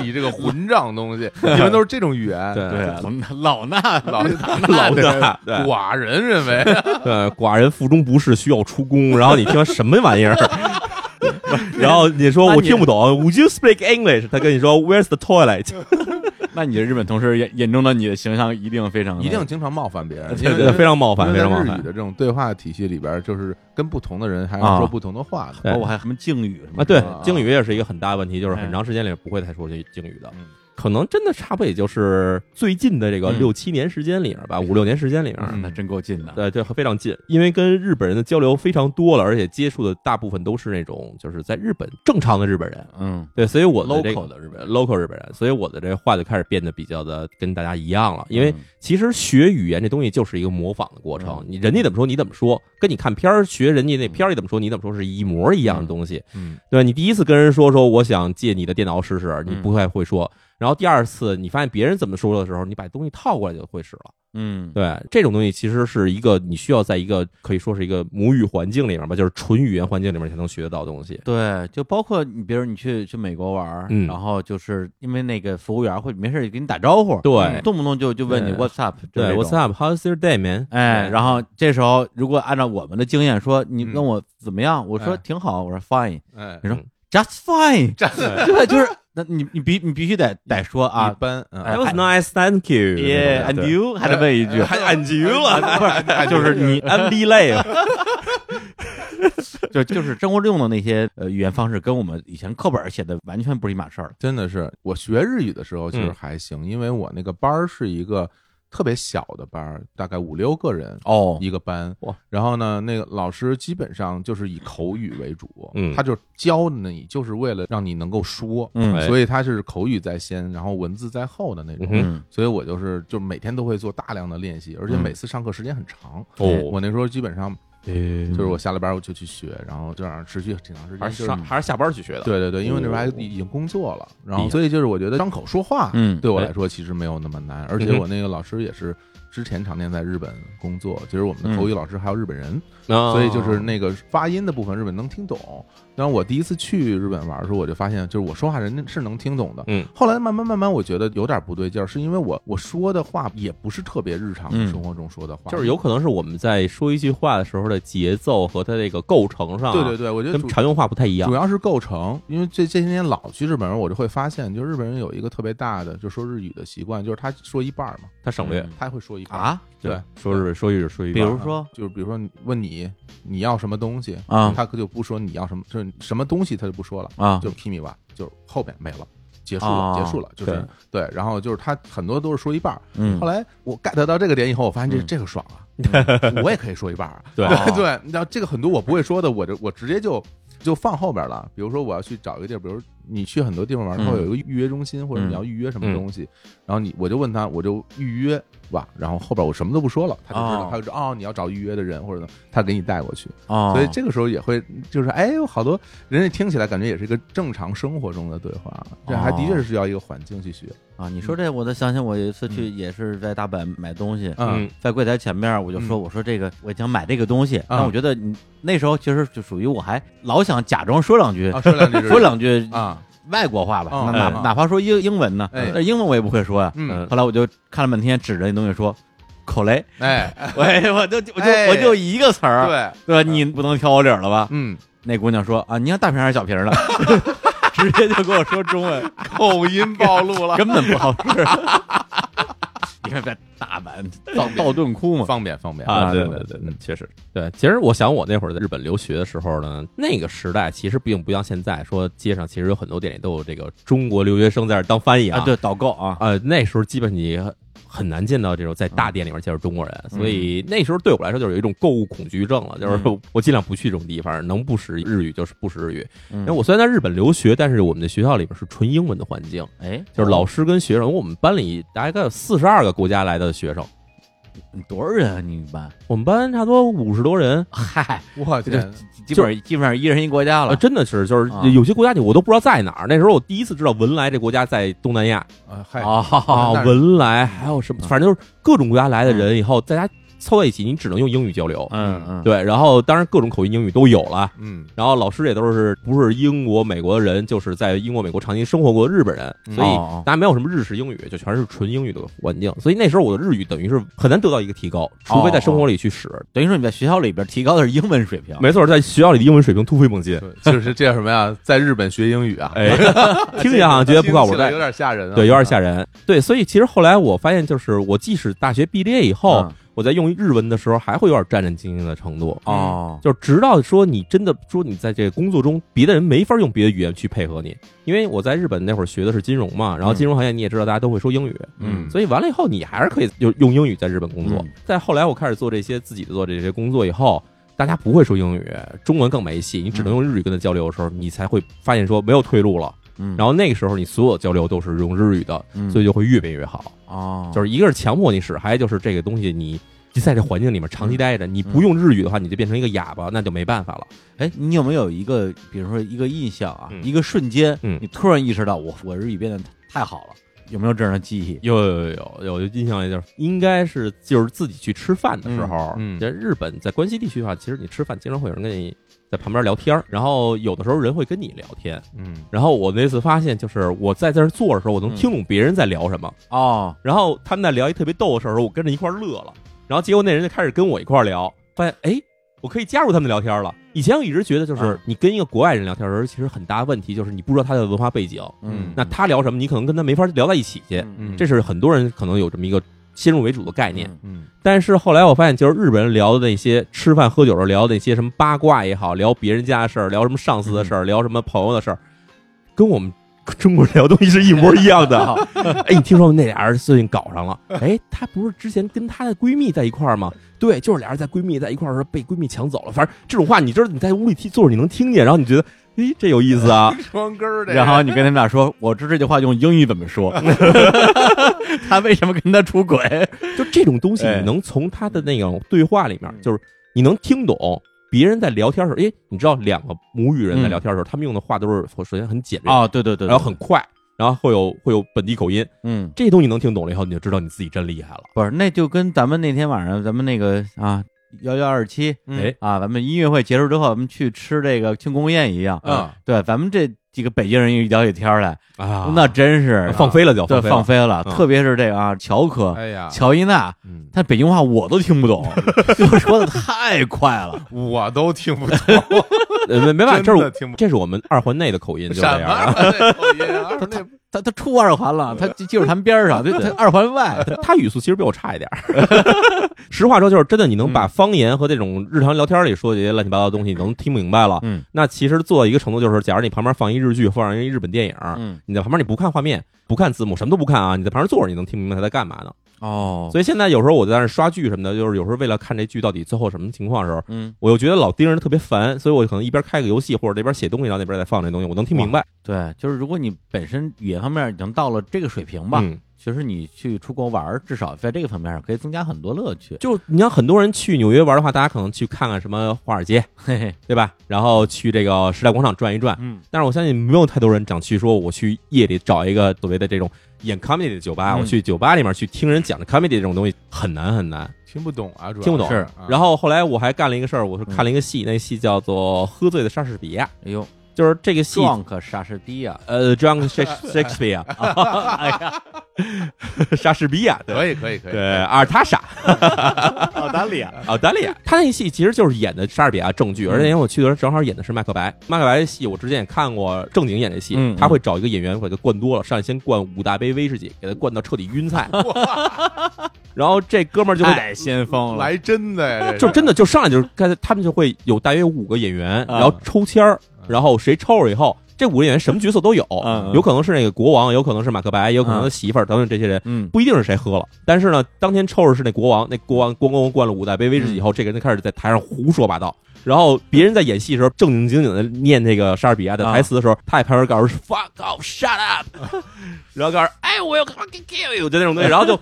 Speaker 2: 你这个混账东西，你们都是这种语言。
Speaker 3: 对
Speaker 1: 对啊，老那
Speaker 2: 老
Speaker 3: 老
Speaker 2: 的
Speaker 3: 的对
Speaker 2: 寡人认为，
Speaker 3: 对，寡人腹中不适，需要出宫。然后你听什么 玩意儿？然后你说
Speaker 1: 那
Speaker 3: 我
Speaker 1: 你
Speaker 3: 听不懂，Would you speak English？他跟你说 Where's the toilet？
Speaker 1: 那你的日本同事眼眼中的你的形象一定非常的
Speaker 2: 一定经常冒犯别人，因
Speaker 3: 对
Speaker 2: 为
Speaker 3: 对，非常冒犯，
Speaker 2: 因
Speaker 3: 非
Speaker 2: 为在
Speaker 3: 常冒
Speaker 2: 日语
Speaker 3: 犯
Speaker 2: 的。这种对话体系里边，就是跟不同的人还
Speaker 1: 啊
Speaker 2: 要说不同的话的。
Speaker 3: 对
Speaker 1: 包括还有什么敬语什么
Speaker 3: 啊，对
Speaker 2: 啊，
Speaker 3: 敬语也是一个很大的问题，就是
Speaker 1: 哎
Speaker 3: 很长时间里不会再说这敬语的
Speaker 1: 嗯，
Speaker 3: 可能真的差不多也就是最近的这个
Speaker 1: 嗯
Speaker 3: 六七年时间里面吧，五六年时间里面，
Speaker 1: 嗯那真够近的。
Speaker 3: 对对，呃非常近，因为跟日本人的交流非常多了，而且接触的大部分都是那种就是在日本正常的日本人，
Speaker 1: 嗯
Speaker 3: 对，所以我的这个
Speaker 1: Local 的日本人
Speaker 3: local 日本人，所以我的这话就开始变得比较的跟大家一样了，因为
Speaker 1: 嗯
Speaker 3: 其实学语言这东西就是一个模仿的过程
Speaker 1: 嗯，
Speaker 3: 你人家怎么说你怎么说，跟你看片儿学人家那片儿里怎么说你怎么说是一模一样的东西，
Speaker 2: 嗯，
Speaker 3: 对吧？你第一次跟人说说我想借你的电脑试试，你
Speaker 1: 嗯
Speaker 3: 不太会说，然后第二次你发现别人怎么说的时候，你把东西套过来就会使了。
Speaker 1: 嗯，
Speaker 3: 对，这种东西其实是一个你需要在一个可以说是一个母语环境里面吧，就是纯语言环境里面才能学得到的东西。
Speaker 1: 对，就包括你，比如你去去美国玩儿，
Speaker 3: 嗯
Speaker 1: 然后就是因为那个服务员会没事儿给你打招呼，
Speaker 3: 对
Speaker 1: 嗯动不动就就问你
Speaker 3: 对
Speaker 1: What's up，就
Speaker 3: 对
Speaker 1: 这种
Speaker 3: ，What's up？How's your day, man？
Speaker 1: 哎，然后这时候如果按照我们的经验说，你
Speaker 2: 嗯
Speaker 1: 问我怎么样，我说
Speaker 2: 哎
Speaker 1: 挺好，我说 fine，
Speaker 2: 哎
Speaker 1: 你说
Speaker 3: 嗯
Speaker 1: just fine，
Speaker 2: 这
Speaker 1: 对，就是那你你必你必须得得说
Speaker 2: 一
Speaker 1: 啊
Speaker 2: 般嗯
Speaker 1: 哎
Speaker 3: That was nice, thank you。
Speaker 1: ，yeah，and you 还得问一句，
Speaker 2: 哎
Speaker 3: 还 and you 了， 嗯
Speaker 1: 不是，就是你
Speaker 3: I'm delay。
Speaker 1: 就就是生活中用的那些呃语言方式，跟我们以前课本儿写的完全不是一码事儿了。
Speaker 2: 真的是，我学日语的时候其实
Speaker 3: 嗯
Speaker 2: 还行，因为我那个班儿是一个特别小的班儿，大概五六个人
Speaker 1: 哦，
Speaker 2: 一个班
Speaker 3: 哇。
Speaker 2: 然后呢，那个老师基本上就是以口语为主，
Speaker 3: 嗯
Speaker 2: 他就教你就是为了让你能够说，
Speaker 1: 嗯
Speaker 3: 哎
Speaker 2: 所以他是口语在先，然后文字在后的那种。
Speaker 3: 嗯
Speaker 1: 嗯
Speaker 2: 所以我就是就每天都会做大量的练习，而且
Speaker 1: 嗯
Speaker 2: 每次上课时间很长。
Speaker 3: 哦，
Speaker 2: 我那时候基本上
Speaker 3: 就
Speaker 2: 就是我下了班我就去学，然后这样持续挺长时间，
Speaker 3: 还是
Speaker 2: 就是
Speaker 3: 上还是下班去学的。
Speaker 2: 对对对，因为那时候还
Speaker 3: 哦
Speaker 2: 已经工作了，然
Speaker 3: 厉
Speaker 2: 后
Speaker 3: 害哎
Speaker 2: 所以就是我觉得张口说话，
Speaker 1: 嗯
Speaker 2: 对我来说其实没有那么难，而且我那个老师也是之前常年在日本工作，其实我们
Speaker 3: 嗯
Speaker 2: 的口语老师还有日本人，
Speaker 3: 啊，
Speaker 2: 所以就是那个发音的部分日本能听懂。然后我第一次去日本玩的时候，我就发现就是我说话人家是能听懂的。
Speaker 3: 嗯，
Speaker 2: 后来慢慢慢慢，我觉得有点不对劲儿，是因为我我说的话也不是特别日常
Speaker 1: 嗯
Speaker 2: 生活中说的话，
Speaker 3: 就是有可能是我们在说一句话的时候的节奏和它这个构成上啊，
Speaker 2: 对对对，我觉得
Speaker 3: 跟
Speaker 2: 主
Speaker 3: 常用话不太一样
Speaker 2: 主。要是构成，因为这这些年老去日本，我就会发现，就日本人有一个特别大的，就说日语的习惯，就是他说一半儿嘛，
Speaker 3: 它省略
Speaker 1: 嗯
Speaker 2: 他会说一半儿，
Speaker 1: 啊，
Speaker 2: 对，
Speaker 3: 说日说日说一
Speaker 1: 比
Speaker 3: 半，
Speaker 1: 如说
Speaker 2: 就是比如说问你你要什么东西
Speaker 1: 啊
Speaker 2: 他可就不说你要什么，就是什么东西他就不说了，
Speaker 1: 啊，
Speaker 2: 就 kimi wa，就是后面没了。结束
Speaker 1: 哦
Speaker 2: 了，结束了，就是对，然后就是他很多都是说一半儿。
Speaker 1: 嗯
Speaker 2: 后，来我 get 到这个点以后，我发现这
Speaker 1: 嗯
Speaker 2: 这个爽啊， 我也可以说一半儿啊。
Speaker 3: 对
Speaker 1: 哦
Speaker 2: 对，你知道这个很多我不会说的，我就我直接就就放后边了。比如说我要去找一个地儿，比如你去很多地方玩，
Speaker 1: 嗯
Speaker 2: 它会有一个预约中心，或者
Speaker 1: 嗯
Speaker 2: 你要预约什么东西，然后你我就问他，我就预约吧，然后后边我什么都不说了，他就知道，
Speaker 1: 哦
Speaker 2: 他就知道哦，你要找预约的人，或者呢他给你带过去。
Speaker 1: 哦，
Speaker 2: 所以这个时候也会就是哎，有好多人家听起来感觉也是一个正常生活中的对话，啊这还的确
Speaker 1: 哦
Speaker 2: 是需要一个环境去学。
Speaker 1: 啊，你说这我才想起我有一次去也是在大阪买东西，
Speaker 2: 嗯
Speaker 3: 嗯，
Speaker 1: 在柜台前面我就说我说这个我想买这个东西，
Speaker 2: 嗯
Speaker 1: 但我觉得你那时候其实就属于我还老想假装说两句
Speaker 2: 啊，，说两句 日语，
Speaker 1: 说两句
Speaker 2: 啊，
Speaker 1: 外国话吧，
Speaker 2: 哦
Speaker 1: 哪
Speaker 3: 哎
Speaker 1: 哪怕说英英文呢，
Speaker 2: 哎
Speaker 1: 但英文我也不会说呀。呃
Speaker 2: 嗯，
Speaker 1: 后来我就看了半天，指着那东西说。口雷，
Speaker 2: 哎，
Speaker 1: 我我就我就
Speaker 2: 哎
Speaker 1: 我就一个词儿，
Speaker 2: 对，
Speaker 1: 对吧？你不能挑我理儿了吧？
Speaker 2: 嗯，
Speaker 1: 那姑娘说啊，你要大瓶还是小瓶的？ 直接就跟我说中文，
Speaker 2: 口音暴露了，
Speaker 1: 根本不好 吃。 你看在大阪道道顿窟嘛，
Speaker 2: 方便方便
Speaker 3: 啊，对
Speaker 2: 嗯
Speaker 3: 对对对
Speaker 2: 嗯，
Speaker 3: 确实对。其实我想，我那会儿在日本留学的时候呢，那个时代其实并不像现在，说街上其实有很多店里都有这个中国留学生在这儿当翻译
Speaker 1: 啊，对，导购啊，
Speaker 3: 呃，那时候基本你很难见到这种在大店里面见着中国人，所以那时候对我来说就是有一种购物恐惧症了，就是
Speaker 1: 嗯
Speaker 3: 我尽量不去这种地方，能不识日语就是不识日语。
Speaker 1: 因
Speaker 2: 嗯
Speaker 3: 因为我虽然在日本留学，但是我们的学校里边是纯英文的环境，
Speaker 1: 哎，
Speaker 3: 就是老师跟学生，我们班里大概有四十二个国家来的学生，
Speaker 1: 你多少人啊？你们班？
Speaker 3: 我们班差不多五十多人，
Speaker 1: 嗨，
Speaker 2: 我天，
Speaker 1: 基本基本上一人一国家
Speaker 3: 啊，
Speaker 1: 了。
Speaker 3: 真的是，就是
Speaker 1: 啊
Speaker 3: 有些国家你我都不知道在哪儿。那时候我第一次知道文莱这国家在东南亚
Speaker 2: 啊，嗨，
Speaker 1: 哦，嗯
Speaker 3: 啊，
Speaker 2: 那是
Speaker 3: 文莱还有什么，反正就是各种国家来的人，以后大家凑在一起，你只能用英语交流。
Speaker 1: 嗯嗯，
Speaker 3: 对，然后当然各种口音英语都有了，
Speaker 2: 嗯，
Speaker 3: 然后老师也都是不是英国、美国人，就是在英国、美国长期生活过的日本人，所以
Speaker 1: 哦
Speaker 3: 大家没有什么日式英语，就全是纯英语的环境。所以那时候我的日语等于是很难得到一个提高，除
Speaker 1: 哦
Speaker 3: 非在生活里去使。
Speaker 1: 等于说你在学校里边提高的是英文水平，
Speaker 3: 没错，在学校里的英文水平突飞猛进。
Speaker 2: 对就是这叫什么呀？在日本学英语啊，
Speaker 3: 哎，听起来好像觉得不靠谱，
Speaker 2: 听起来
Speaker 3: 但
Speaker 2: 有点吓人啊，
Speaker 3: 对，有点吓人。对，所以其实后来我发现，就是我即使大学毕业以后，
Speaker 1: 嗯
Speaker 3: 我在用日文的时候，还会有点战战兢兢的程度。
Speaker 2: 嗯
Speaker 1: 哦，
Speaker 3: 就是直到说你真的说你在这个工作中，别的人没法用别的语言去配合你，因为我在日本那会儿学的是金融嘛，
Speaker 1: 嗯
Speaker 3: 然后金融行业你也知道大家都会说英语，
Speaker 2: 嗯
Speaker 3: 所以完了以后你还是可以用用英语在日本工作
Speaker 1: 嗯。
Speaker 3: 再后来我开始做这些自己做这些工作以后，大家不会说英语，中文更没戏，你只能用日语跟他交流的时候，你才会发现说没有退路了。
Speaker 1: 嗯，
Speaker 3: 然后那个时候你所有交流都是用日语的，
Speaker 1: 后
Speaker 3: 所
Speaker 1: 以
Speaker 3: 以就会越变越好。
Speaker 1: 嗯哦，
Speaker 3: 就是是一个是强迫你使，还有就是这个东西你就在这环境里面长期待着，你不用日语的话，你就变成一个哑巴，那就没办法了。
Speaker 1: 哎，你有没有一个，比如说一个印象啊，
Speaker 3: 嗯
Speaker 1: 一个瞬间，
Speaker 3: 嗯
Speaker 1: 你突然意识到我我日语变得太好了，有没有这样的记忆？
Speaker 3: 有有有有，有印象里就是应该是就是自己去吃饭的时候，
Speaker 2: 嗯嗯
Speaker 3: 在日本在关西地区的话，其实你吃饭经常会有人跟你在旁边聊天儿，然后有的时候人会跟你聊天。
Speaker 2: 嗯，
Speaker 3: 然后我那次发现，就是我在这儿坐的时候，我能
Speaker 1: 嗯
Speaker 3: 听懂别人在聊什么。
Speaker 1: 哦，
Speaker 3: 然后他们在聊一特别逗的事儿的时候，我跟着一块儿乐了。然后结果那人就开始跟我一块儿聊，发现哎，我可以加入他们聊天了。以前我一直觉得，就是
Speaker 1: 啊
Speaker 3: 你跟一个国外人聊天的时候，其实很大问题就是你不知道他的文化背景，
Speaker 1: 嗯，
Speaker 3: 那他聊什么，你可能跟他没法聊在一起去。
Speaker 1: 嗯
Speaker 3: 这是很多人可能有这么一个先入为主的概念。
Speaker 1: 嗯
Speaker 2: 嗯
Speaker 3: 但是后来我发现，就是日本人聊的那些吃饭喝酒的时候聊的那些什么八卦也好，聊别人家的事儿，聊什么上司的事儿，聊什么朋友的事儿，跟我们中国人聊的东西是一模一样的。哎，你听说那俩人最近搞上了？哎，她不是之前跟她的闺蜜在一块儿吗？对，就是俩人在闺蜜在一块儿的时候被闺蜜抢走了。反正这种话，你知道你在屋里听坐着你能听见，然后你觉得，诶，这有意思啊。
Speaker 2: 双根儿的，
Speaker 1: 然后你跟他们俩说，我知这句话用英语怎么 说，他为什么跟他出轨？
Speaker 3: 就这种东西，
Speaker 1: 哎
Speaker 3: 你能从他的那种对话里面，
Speaker 1: 嗯
Speaker 3: 就是你能听懂别人在聊天的时候，哎，你知道两个母语人
Speaker 1: 嗯
Speaker 3: 在聊天的时候，他们用的话都是首先很简练，
Speaker 1: 哦，对对对，对
Speaker 3: 然后很，快，然后会有会有本地口音，
Speaker 1: 嗯，
Speaker 3: 这些东西能听懂了以后，你就知道你自己真厉害了。
Speaker 1: 不是，那就跟咱们那天晚上咱们那个啊幺幺二七
Speaker 2: 嗯
Speaker 3: 哎，
Speaker 1: 啊，咱们音乐会结束之后，咱们去吃这个庆功宴一样，
Speaker 2: 嗯，
Speaker 1: 对，咱们这几个北京人一聊起天儿来，
Speaker 3: 啊
Speaker 1: 那真是
Speaker 3: 放飞了就
Speaker 1: 对，放
Speaker 3: 放飞
Speaker 1: 飞了，
Speaker 3: 嗯
Speaker 1: 特别是这个啊，乔科、
Speaker 2: 哎呀，
Speaker 1: 乔伊娜，
Speaker 3: 了，
Speaker 1: 他北京话我都听不懂，就说的太快了。
Speaker 2: 我都听不懂，
Speaker 3: 呃没没办法，这
Speaker 2: 真
Speaker 3: 是
Speaker 2: 的
Speaker 3: 我
Speaker 2: 听不
Speaker 3: 这是我们二环内的口音，就
Speaker 2: 什
Speaker 3: 这样啊。
Speaker 2: 么这口音啊？二那
Speaker 1: 他他出二环了，他就就是他们边儿上，他他二环外，
Speaker 3: 他他语速其实比我差一点儿。 实话说，就是真的，你能把
Speaker 1: 嗯
Speaker 3: 方言和这种日常聊天里说的这些乱七八糟的东西，你能听明白了。
Speaker 1: 嗯，
Speaker 3: 那其实做到一个程度，就是假如你旁边放一日剧，放一日本电影，
Speaker 1: 嗯
Speaker 3: 你在旁边你不看画面，不看字幕，什么都不看啊，你在旁边坐着，你能听明白他在干嘛呢？
Speaker 1: 哦，
Speaker 3: 所以现在有时候我在那儿刷剧什么的，就是有时候为了看这剧到底最后什么情况的时候，
Speaker 1: 嗯，
Speaker 3: 我又觉得老盯着特别烦，所以我可能一边开个游戏或者这边写东西，然后那边再放这东西，我能听明白
Speaker 1: 对，就是如果你本身语言方面已经到了这个水平吧，
Speaker 3: 嗯
Speaker 1: 其实你去出国玩儿，至少在这个方面上可以增加很多乐趣。
Speaker 3: 就你像很多人去纽约玩的话，大家可能去看看什么华尔街，
Speaker 1: 嘿嘿，
Speaker 3: 对吧？然后去这个时代广场转一转。
Speaker 1: 嗯
Speaker 3: 但是我相信没有太多人想去说我去夜里找一个所谓的这种演 comedy 的酒吧，
Speaker 1: 嗯
Speaker 3: 我去酒吧里面去听人讲的 comedy 这种东西很难很难，
Speaker 2: 听不懂啊，主要
Speaker 3: 听不懂。
Speaker 1: 是
Speaker 2: 啊
Speaker 3: 然后后来我还干了一个事儿，我是
Speaker 1: 嗯
Speaker 3: 看了一个戏，那戏叫做《喝醉的莎士比亚
Speaker 1: 哎呦》，
Speaker 3: 就是这个戏。
Speaker 1: ，drunk 莎士比亚，
Speaker 3: 呃 ，Drunk Shak- Shakespeare，啊
Speaker 1: 哎呀，
Speaker 3: 莎士比亚，对
Speaker 2: 可以可以可以，
Speaker 3: 对，阿尔塔莎，
Speaker 1: 澳大 利亚，
Speaker 3: 澳大啊利亚。他那戏其实就是演的莎士比亚正剧，而
Speaker 1: 嗯
Speaker 3: 那年我去的时候正好演的是麦克白。麦克白的戏我之前也看过，正经演的戏
Speaker 1: 嗯，
Speaker 3: 他会找一个演员把他灌多了，上来先灌五大杯威士忌，给他灌到彻底 晕菜，然后这哥们儿就会
Speaker 1: 太先锋了，
Speaker 2: 来真的呀，这
Speaker 3: 哦就是真的就上来就是该他们就会有大约五个演员，
Speaker 1: 嗯
Speaker 3: 然后抽签儿
Speaker 2: 嗯，
Speaker 3: 然后谁抽了以后，这五个演员什么角色都有
Speaker 1: 嗯嗯，
Speaker 3: 有可能是那个国王，有可能是马克白，有可能
Speaker 1: 嗯
Speaker 3: 是媳妇儿等等这些人。
Speaker 1: 嗯，
Speaker 3: 不一定是谁喝了，但是呢，当天抽着是那国王，那国王咣咣咣灌了五大杯威士忌
Speaker 1: 嗯
Speaker 3: 以后，这个人就开始在台上胡说八道。然后别人在演戏的时候正经经经的念这个莎士比亚的台词的时
Speaker 1: 啊
Speaker 3: 候，他也旁边告诉 “fuck off, shut up”，然后告诉哎我要 fucking kill you” 就那 种东西，然后就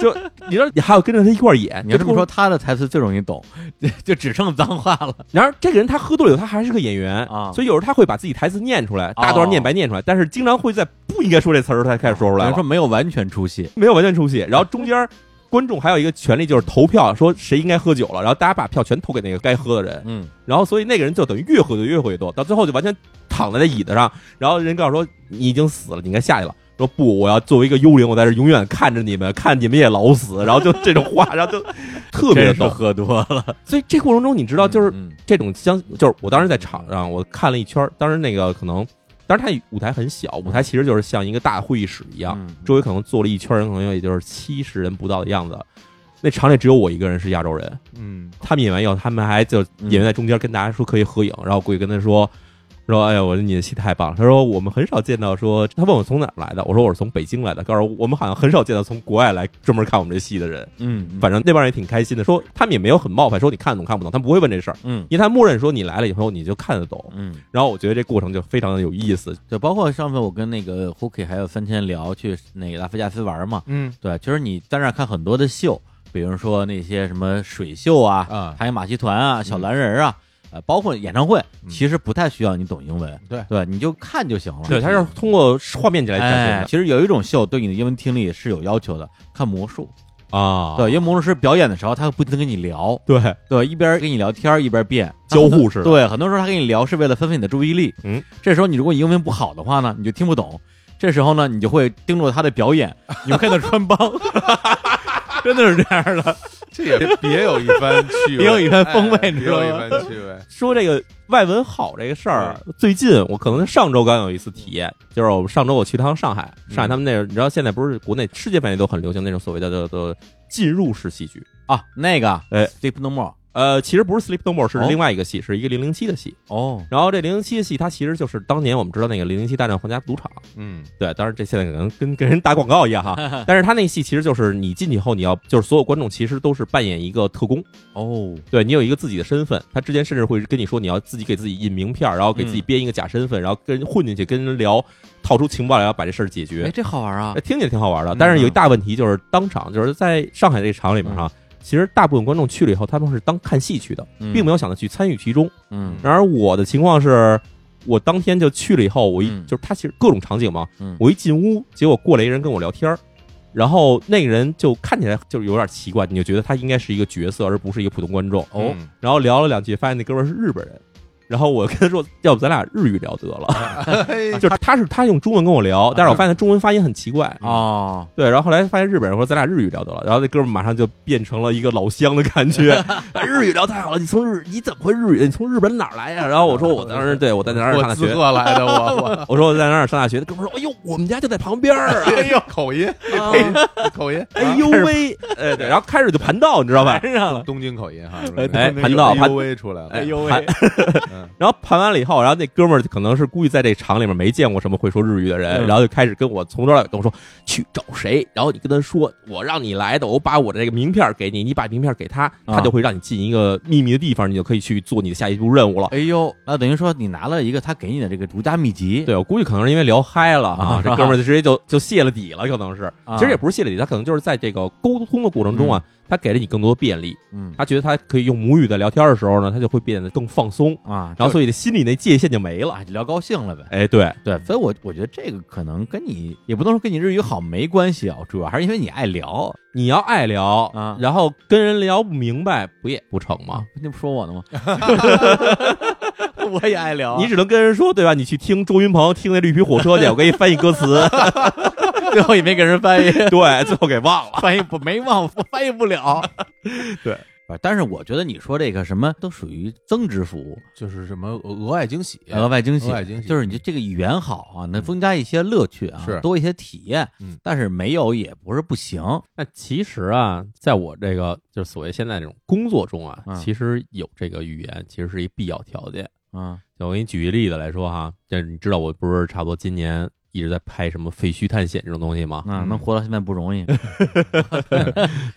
Speaker 3: 就你知道你还要跟着他一块儿演，
Speaker 1: 你要这么
Speaker 3: 就
Speaker 1: 说，他的台词最容易懂， 就只剩脏话了。
Speaker 3: 然而，这个人他喝多了以后，他还是个演员
Speaker 1: 啊哦
Speaker 3: 所以有时候他会把自己台词念出来，大段念白念出来，但是经常会在不应该说这词儿的时候他开始说出
Speaker 1: 等
Speaker 3: 来了
Speaker 1: 于说没有完全出戏，
Speaker 3: 没有完全出戏。然后中间观众还有一个权利就是投票，说谁应该喝酒了，然后大家把票全投给那个该喝的人，
Speaker 1: 嗯，
Speaker 3: 然后所以那个人就等于越喝就越喝越多，到最后就完全躺在那椅子上，然后人告诉说你已经死了，你应该下去了。说不，我要作为一个幽灵，我在这永远看着你们，看你们也老 死，然后就这种话，然后就特别
Speaker 1: 真是
Speaker 3: 的逗。
Speaker 1: 喝多了，
Speaker 3: 所以这过程中，你知道，就是
Speaker 1: 嗯
Speaker 3: 这种相，就是我当时在场上，我看了一圈儿，当时那个可能，当时它舞台很小，舞台其实就是像一个大会议室一样，
Speaker 1: 嗯
Speaker 3: 周围可能坐了一圈人，可能也就是七十人不到的样子。那场里只有我一个人是亚洲人，
Speaker 2: 嗯，
Speaker 3: 他们演完以后，他们还就
Speaker 1: 嗯
Speaker 3: 演员在中间跟大家说可以合影，然后过去跟他说。说，哎呀，我说你的戏太棒了。他说我们很少见到说，他问我从哪儿来的，我说我是从北京来的。告诉我我们好像很少见到从国外来专门看我们这戏的人。
Speaker 1: 嗯，
Speaker 3: 反正那帮人也挺开心的，说他们也没有很冒犯，说你看懂看不懂，他们不会问这事儿。
Speaker 1: 嗯
Speaker 3: 因为他默认说你来了以后你就看得懂。
Speaker 1: 嗯，
Speaker 3: 然后我觉得这过程就非常的有意思，
Speaker 1: 对，包括上次我跟那个 Hooky 还有三千聊去那个拉斯维加斯玩嘛，
Speaker 2: 嗯
Speaker 1: 对，其实你在那儿看很多的秀，比如说那些什么水秀啊，
Speaker 2: 啊，
Speaker 1: 还有马戏团啊、小蓝人
Speaker 3: 嗯
Speaker 1: 啊，呃，包括演唱会，
Speaker 2: 嗯
Speaker 1: 其实不太需要你懂英文，
Speaker 2: 对
Speaker 1: 对，你就看就行了。
Speaker 3: 对，他是通过画面来展
Speaker 1: 哎
Speaker 3: 现，
Speaker 1: 其实有一种秀对你的英文听力是有要求的，看魔术。
Speaker 3: 的啊，
Speaker 1: 对，因为魔术师表演的时候，他不停地跟你聊，
Speaker 3: 对，
Speaker 1: 对，一边跟你聊天一边变
Speaker 3: 交互式的
Speaker 1: 对，很多时候他跟你聊是为了分散你的注意力。
Speaker 3: 嗯，
Speaker 1: 这时候你如果英文不好的话呢，你就听不懂。这时候呢，你就会盯着他的表演，你会看到穿 帮，真的是这样的。
Speaker 2: 这也别有一番趣味，
Speaker 1: 别有一番风味
Speaker 2: 哎
Speaker 1: 你
Speaker 2: 别
Speaker 1: 知道
Speaker 2: 有
Speaker 1: 吗
Speaker 2: 一番趣味。
Speaker 3: 说这个外文好这个事儿，最近我可能上周刚有一次体验，就是我上周我去趟上海，上海他们那儿你知道现在不是国内世界范围都很流行那种所谓的的的进入式戏剧，
Speaker 1: 啊，那个，
Speaker 3: 哎
Speaker 1: ，Sleep No More，
Speaker 3: 呃，其实不是 Sleep No More，是
Speaker 1: 哦
Speaker 3: 另外一个戏，是一个零零七的戏。
Speaker 1: 哦，
Speaker 3: 然后这零零七的戏，它其实就是当年我们知道那个零零七大战皇家赌场，
Speaker 2: 嗯
Speaker 3: 对，当然这现在可能跟跟人打广告一样哈，但是他那戏其实就是你进去后，你要就是所有观众其实都是扮演一个特工，
Speaker 1: 哦，
Speaker 3: 对你有一个自己的身份，他之前甚至会跟你说你要自己给自己印名片儿，然后给自己
Speaker 1: 嗯
Speaker 3: 编一个假身份，然后跟人混进去跟人聊，套出情报来，然后把这事儿解
Speaker 1: 哎，
Speaker 3: 决，
Speaker 1: 这好玩啊
Speaker 3: 哎，听起来挺好玩的
Speaker 1: 嗯。
Speaker 3: 但是有一大问题就是当场就是在上海这个场里面哈。
Speaker 1: 嗯
Speaker 3: 其实大部分观众去了以后，他们是当看戏去的，并没
Speaker 1: 有，
Speaker 3: 有想着去参与其中。
Speaker 1: 嗯
Speaker 3: 然而我的情况是，我当天就去了以后，我一、
Speaker 1: 嗯
Speaker 3: 就是他其实各种场景嘛，
Speaker 1: 嗯
Speaker 3: 我一进屋，结果过来一人跟我聊天儿，然后那个人就看起来就是有点奇怪，你就觉得他应该是一个角色，而不是一个普通观众。
Speaker 1: 哦，
Speaker 2: 嗯
Speaker 3: 然后聊了两句，发现那哥们儿是日本人。然后我跟他说，要不咱俩日语聊得
Speaker 2: 啊
Speaker 3: 了，
Speaker 2: 嘿
Speaker 3: 就是他是他用中文跟我聊，但是我发现他中文发音很奇怪。
Speaker 1: 哦，
Speaker 3: 对，然后后来发现日本人说咱俩日语聊得了，然后那哥们儿马上就变成了一个老乡的感觉，哎日语聊太好了，你从日你怎么会日语？你从日本哪儿来呀、然后我说我当时对我在哪儿上大
Speaker 2: 我自
Speaker 3: 学，
Speaker 2: 个来的，我 我
Speaker 3: 我说我在哪儿上大学，那哥们儿说哎呦我们家就在旁边儿啊，
Speaker 2: 哎呦， 口音，
Speaker 3: 啊
Speaker 2: 口音，
Speaker 3: 哎呦喂，哎对，然后开始就盘道，你知道吧？
Speaker 1: 上了，
Speaker 2: 东京口音哈，
Speaker 3: 哎盘道
Speaker 2: 哎
Speaker 3: 盘
Speaker 2: 呦喂出来了，
Speaker 1: 哎呦
Speaker 3: 还
Speaker 1: 喂，
Speaker 2: 嗯，
Speaker 3: 然后盘完了以后，然后那哥们儿可能是估计在这厂里面没见过什么会说日语的人，
Speaker 1: 嗯
Speaker 3: 然后就开始跟我从头到尾跟我说去找谁，然后你跟他说我让你来的，我把我的这个名片儿给你，你把名片儿给他，
Speaker 1: 啊
Speaker 3: 他就会让你进一个秘密的地方，你就可以去做你的下一步任务了。
Speaker 1: 哎呦，那等于说你拿了一个他给你的这个独家秘籍，
Speaker 3: 对，我估计可能是因为聊嗨了啊
Speaker 1: 啊，
Speaker 3: 这哥们儿就直接就就泄了底了，可能是，
Speaker 1: 啊
Speaker 3: 其实也不是泄了底，他可能就是在这个沟通的过程中啊，他给了你更多的便利，
Speaker 1: 嗯
Speaker 3: 他觉得他可以用母语在聊天的时候呢，他就会变得更放松，
Speaker 1: 啊，
Speaker 3: 然后所以这心里那界限就没了。
Speaker 1: 啊，聊高兴了呗。
Speaker 3: 哎，对，
Speaker 1: 对，所以我我觉得这个可能跟你也不能说跟你日语好没关系啊，主要还是因为你爱聊。
Speaker 3: 你要爱聊
Speaker 1: 啊
Speaker 3: 然后跟人聊不明白，不也不成吗？
Speaker 1: 那不说我呢吗？ 我也爱 聊啊
Speaker 3: 你只能跟人说，对吧？你去听周云鹏听那《绿皮火 车》去，我给你翻译歌 词。
Speaker 1: 最后也没给人翻译，
Speaker 3: 对，最后给忘了。
Speaker 1: 翻译不没忘，翻译不了。
Speaker 3: 对
Speaker 1: 啊，但是我觉得你说这个什么都属于增值服务，
Speaker 2: 就是什么额外惊喜，
Speaker 3: 呃
Speaker 1: 额外惊喜，
Speaker 2: 额外惊喜
Speaker 1: 就是你这个语言好啊，能增加一些乐趣啊，
Speaker 2: 是
Speaker 1: 多一些体验。
Speaker 2: 嗯
Speaker 1: 但是没有也不是不行。
Speaker 3: 那其实啊，在我这个就是所谓现在这种工作中啊，
Speaker 1: 嗯
Speaker 3: 其实有这个语言其实是一必要条件。
Speaker 1: 嗯
Speaker 3: 就我给你举一例子来说哈，就是你知道我不是差不多今年一直在拍什么废墟探险这种东西吗？
Speaker 1: 那能活到现在不容易。
Speaker 3: 对，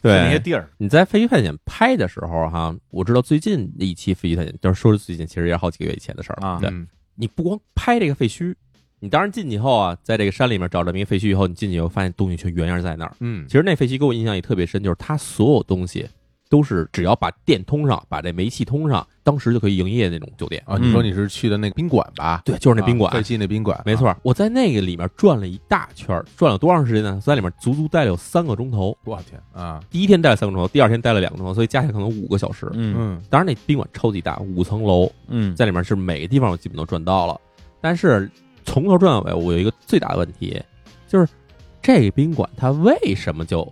Speaker 1: 那些地儿，
Speaker 3: 你在《废墟探险》拍的时候，哈，我知道最近一期《废墟探险》，就是说是最近，其实也是好几个月以前的事儿了
Speaker 1: 啊
Speaker 3: 对，
Speaker 2: 嗯
Speaker 3: 你不光拍这个废墟，你当然进去以后啊，在这个山里面找着一个废墟以后，你进去以后发现东西全原样在那儿。
Speaker 2: 嗯
Speaker 3: 其实那废墟给我印象也特别深，就是它所有东西都是只要把电通上，把这煤气通上，当时就可以营业那种酒店。
Speaker 2: 啊，你说
Speaker 1: 嗯
Speaker 2: 你是去的那个宾馆吧？
Speaker 3: 对，就是那宾馆
Speaker 2: 啊，废弃那宾馆，
Speaker 3: 没错。我在那个里面转了一大圈儿，转了多长时间呢？在里面足足待了有三个钟头。
Speaker 2: 我天啊，
Speaker 3: 第一天待了三个钟头，第二天待了两个钟头，所以加起来可能五个小时。
Speaker 1: 嗯
Speaker 2: 嗯，
Speaker 3: 当然，那宾馆超级大，五层楼，
Speaker 1: 嗯，
Speaker 3: 在里面是每个地方我基本都转到了，但是从头转到尾，我有一个最大的问题，就是这个宾馆它为什么就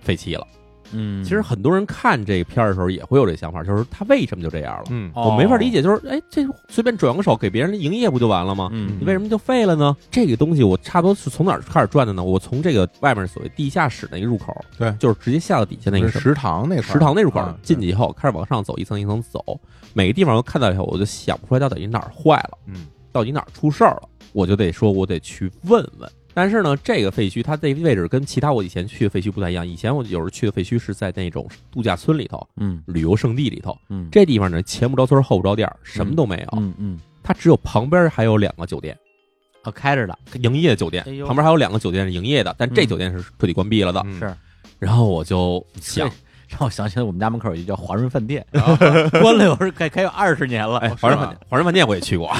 Speaker 3: 废弃了？
Speaker 1: 嗯，
Speaker 3: 其实很多人看这个片儿的时候也会有这想法，就是它为什么就这样了？
Speaker 2: 嗯，
Speaker 1: 哦
Speaker 3: 我没法理，解，就是哎，这随便转个手给别人营业不就完了吗？
Speaker 1: 嗯，
Speaker 3: 你为什么就废了呢？这个东西我差不多是从哪儿开始转的呢？我从这个外面所谓地下室那个入口，
Speaker 2: 对
Speaker 3: 就是直接下到底下那个
Speaker 2: 就是食堂那块儿
Speaker 3: 食堂那块儿
Speaker 2: 啊
Speaker 3: 进去以后，开始往上走，一层一层走，每个地方都看到以后，我就想不出来到底哪儿坏了，
Speaker 2: 嗯
Speaker 3: 到底哪儿出事儿了，我就得说，我得去问问。但是呢，这个废墟它这位置跟其他我以前去的废墟不太一样。以前我有时候去的废墟是在那种度假村里头、
Speaker 1: 嗯
Speaker 3: 旅游胜地里头，
Speaker 1: 嗯，
Speaker 3: 这地方呢前不着村后不着店儿，什么都没有，
Speaker 1: 嗯嗯，
Speaker 3: 它只有旁边还有两个酒店，
Speaker 1: 啊，开着的，
Speaker 3: 营业酒店
Speaker 1: 哎，呦
Speaker 3: 旁边还有两个酒店是营业的，但这
Speaker 1: 嗯
Speaker 3: 酒店是彻底关闭了的。
Speaker 2: 嗯
Speaker 1: 是
Speaker 3: 然后我就
Speaker 1: 嗯
Speaker 3: 想，
Speaker 1: 让我想起来我们家门口有一个叫华润饭店， 关了有时该该有二十年了，
Speaker 2: 哎
Speaker 3: 华润饭店，华润饭店我也去过，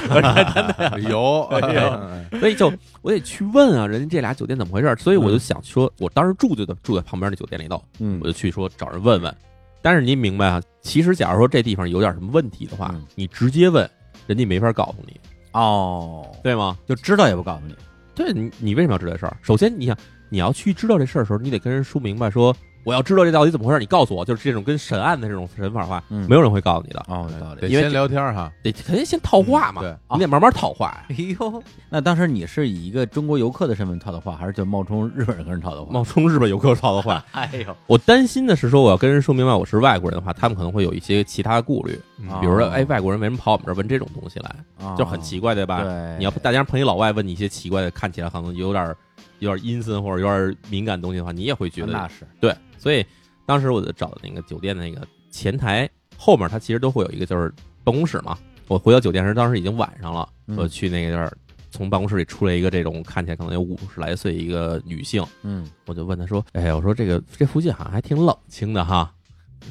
Speaker 2: 有
Speaker 3: 哎
Speaker 2: 哎
Speaker 3: 所以就我得去问啊，人家这俩酒店怎么回事儿？所以我就想说，我当时住就住在旁边那酒店里头，
Speaker 1: 嗯
Speaker 3: 我就去说找人问问。但是您明白啊，其实假如说这地方有点什么问题的话
Speaker 1: 嗯，
Speaker 3: 你直接问，人家没法告诉你，
Speaker 1: 哦，
Speaker 3: 对吗？
Speaker 1: 就知道也不告诉你，
Speaker 3: 对你，你为什么要知道这事儿？首先，你想你要去知道这事儿的时候，你得跟人说明白说。我要知道这到底怎么回事儿，你告诉我，就是这种跟神案的这种神法的话，
Speaker 1: 嗯
Speaker 3: 没有人会告诉你的，
Speaker 1: 哦，有道理
Speaker 2: 得。
Speaker 3: 因为
Speaker 2: 先聊天儿哈，
Speaker 3: 得肯定先套话嘛，
Speaker 2: 对
Speaker 3: 你得慢慢套话呀。
Speaker 1: 嗯哎呦，那当时你是以一个中国游客的身份套的话，还是就冒充日本人跟人套的话？
Speaker 3: 冒充日本游客套的话，
Speaker 1: 哎呦，
Speaker 3: 我担心的是说，我要跟人说明白我是外国人的话，他们可能会有一些其他顾虑，
Speaker 1: 啊
Speaker 3: 比如说，
Speaker 1: 哦
Speaker 3: 哎，外国人为什么跑我们这儿问这种东西来，就很奇怪，对吧？
Speaker 1: 啊对，
Speaker 3: 你要不大家碰一老外问你一些奇怪的，看起来可能有点儿有点阴森或者有点儿敏感的东西的话，你也会觉
Speaker 1: 那
Speaker 3: 得
Speaker 1: 是，
Speaker 3: 对。所以当时我就找那个酒店那个前台后面，它其实都会有一个就是办公室嘛。我回到酒店时，当时已经晚上了，
Speaker 1: 嗯
Speaker 3: 我去那个地儿，从办公室里出来一个这种看起来可能有五十来岁一个女性。
Speaker 1: 嗯，
Speaker 3: 我就问他说：“哎，我说这个这附近好像还挺冷清的哈，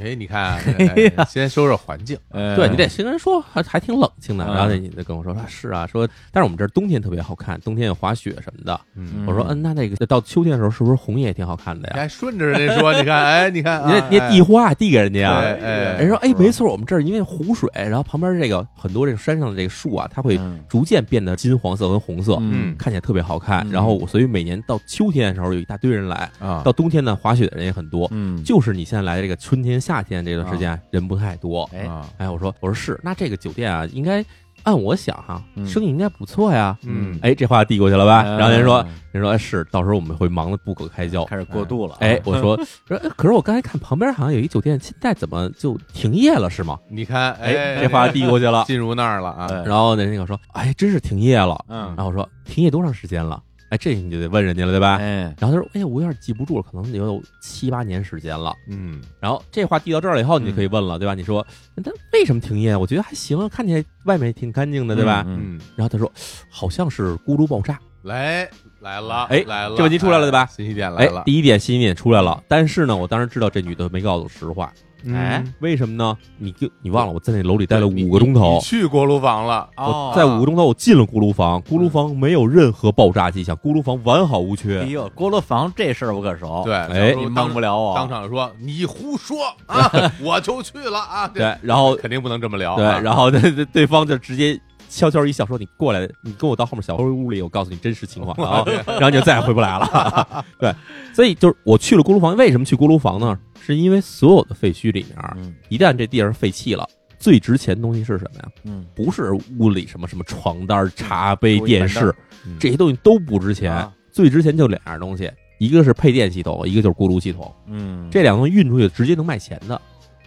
Speaker 2: 哎，你 看
Speaker 1: 哎呀，
Speaker 2: 先说说环境，
Speaker 3: 呃对
Speaker 1: 对
Speaker 3: 你得先跟人说还还挺冷清的。”
Speaker 1: 嗯
Speaker 3: 然后那女的跟我说：“说是啊，说但是我们这儿冬天特别好看，冬天有滑雪什么的。”
Speaker 1: 嗯
Speaker 3: 我说：“嗯，那那个到秋天的时候是不是红叶也挺好看的
Speaker 2: 你
Speaker 3: 呀
Speaker 2: 还顺着人家说，你看，哎，你看，？”
Speaker 3: 你
Speaker 2: 啊
Speaker 3: 得你得递话递给人家
Speaker 2: 哎
Speaker 3: 啊。
Speaker 2: 哎哎
Speaker 3: 人说：“哎，没错，我们这儿因为湖水，然后旁边这个很多这个山上的这个树啊，它会
Speaker 1: 嗯
Speaker 3: 逐渐变得金黄色跟红色，
Speaker 1: 嗯
Speaker 3: 看起来特别好看。
Speaker 1: 嗯
Speaker 3: 然后我所以每年到秋天的时候有一大堆人来，
Speaker 2: 啊，
Speaker 3: 到冬天呢滑雪的人也很多。
Speaker 1: 嗯，
Speaker 3: 就是你现在来这个春天、夏天这段时间、人不太多。
Speaker 1: 哎
Speaker 2: 啊，
Speaker 3: 哎，我说我说是，那这个酒店啊，应该按我想哈、
Speaker 1: 嗯
Speaker 3: 生意应该不错呀。
Speaker 2: 嗯，
Speaker 3: 哎，这话递过去了吧？
Speaker 1: 嗯嗯
Speaker 3: 然后人说人说哎是，到时候我们会忙得不可开交。
Speaker 1: 开始过度了，
Speaker 3: 哎，，我说说，哎可是我刚才看旁边好像有一酒店，现在怎么就停业了是吗？
Speaker 2: 你看，哎，
Speaker 3: 这话递过去了。
Speaker 2: 进入那儿了啊，
Speaker 1: 对
Speaker 3: 然后那那个说，哎，真是停业了。
Speaker 1: 嗯
Speaker 3: 然，后我说停业多长时间了？哎，这你就得问人家了，对吧？
Speaker 1: 哎，
Speaker 3: 然后他说，哎呀，我有点记不住了，可能得有七八年时间了。
Speaker 2: 嗯，
Speaker 3: 然后这话递到这儿了以后，你就可以问了，对吧？你说他为什么停业？我觉得还行啊，看起来外面也挺干净的，对吧？
Speaker 1: 嗯，
Speaker 2: 嗯，
Speaker 3: 然后他说好像是咕噜爆炸。
Speaker 2: 来来了，
Speaker 3: 哎
Speaker 2: 来了，
Speaker 3: 这问题出来了对吧
Speaker 2: 哎信息点来
Speaker 3: 哎
Speaker 2: 了，，
Speaker 3: 第一点信息点出来了，但是呢，我当时知道这女的没告诉我实话，
Speaker 2: 嗯
Speaker 1: 哎
Speaker 3: 为什么呢？你就你忘了我在那楼里待了
Speaker 2: 你
Speaker 3: 五个钟
Speaker 2: 你
Speaker 3: 头。
Speaker 2: 去锅炉房了，啊
Speaker 1: 哦
Speaker 3: 我在五个钟头，我进了咕噜房，咕
Speaker 2: 嗯
Speaker 3: 噜房没有任何爆炸迹象，咕噜房完好无
Speaker 1: 哎
Speaker 3: 缺。
Speaker 1: 呦，锅炉房这事儿我可熟，
Speaker 2: 对，，小
Speaker 3: 哎
Speaker 2: 时
Speaker 1: 你
Speaker 2: 候
Speaker 1: 蒙不了我，
Speaker 2: 当场就说你胡说啊，我就去了啊，这
Speaker 3: 对，然后
Speaker 2: 肯定不能这么聊，
Speaker 3: 对，
Speaker 2: 啊
Speaker 3: 然后 对对对方就直接悄悄一笑说：“你过来，你跟我到后面小黑屋里，我告诉你真实情况。”然后，然后你就再也回不来了。 对，所以就是我去了锅炉房，为什么去锅炉房呢？是因为所有的废墟里面，
Speaker 1: 嗯
Speaker 3: 一旦这地儿废弃了。最值钱的东西是什么呀？
Speaker 1: 嗯，
Speaker 3: 不是屋里什么什么床单、茶杯、电视
Speaker 2: 嗯
Speaker 3: 这些东西都不值钱
Speaker 1: 啊，
Speaker 3: 最值钱就两样东西，一个是配电系统，一个就是锅炉系统。
Speaker 1: 嗯，
Speaker 3: 这两个运出去直接能卖钱的。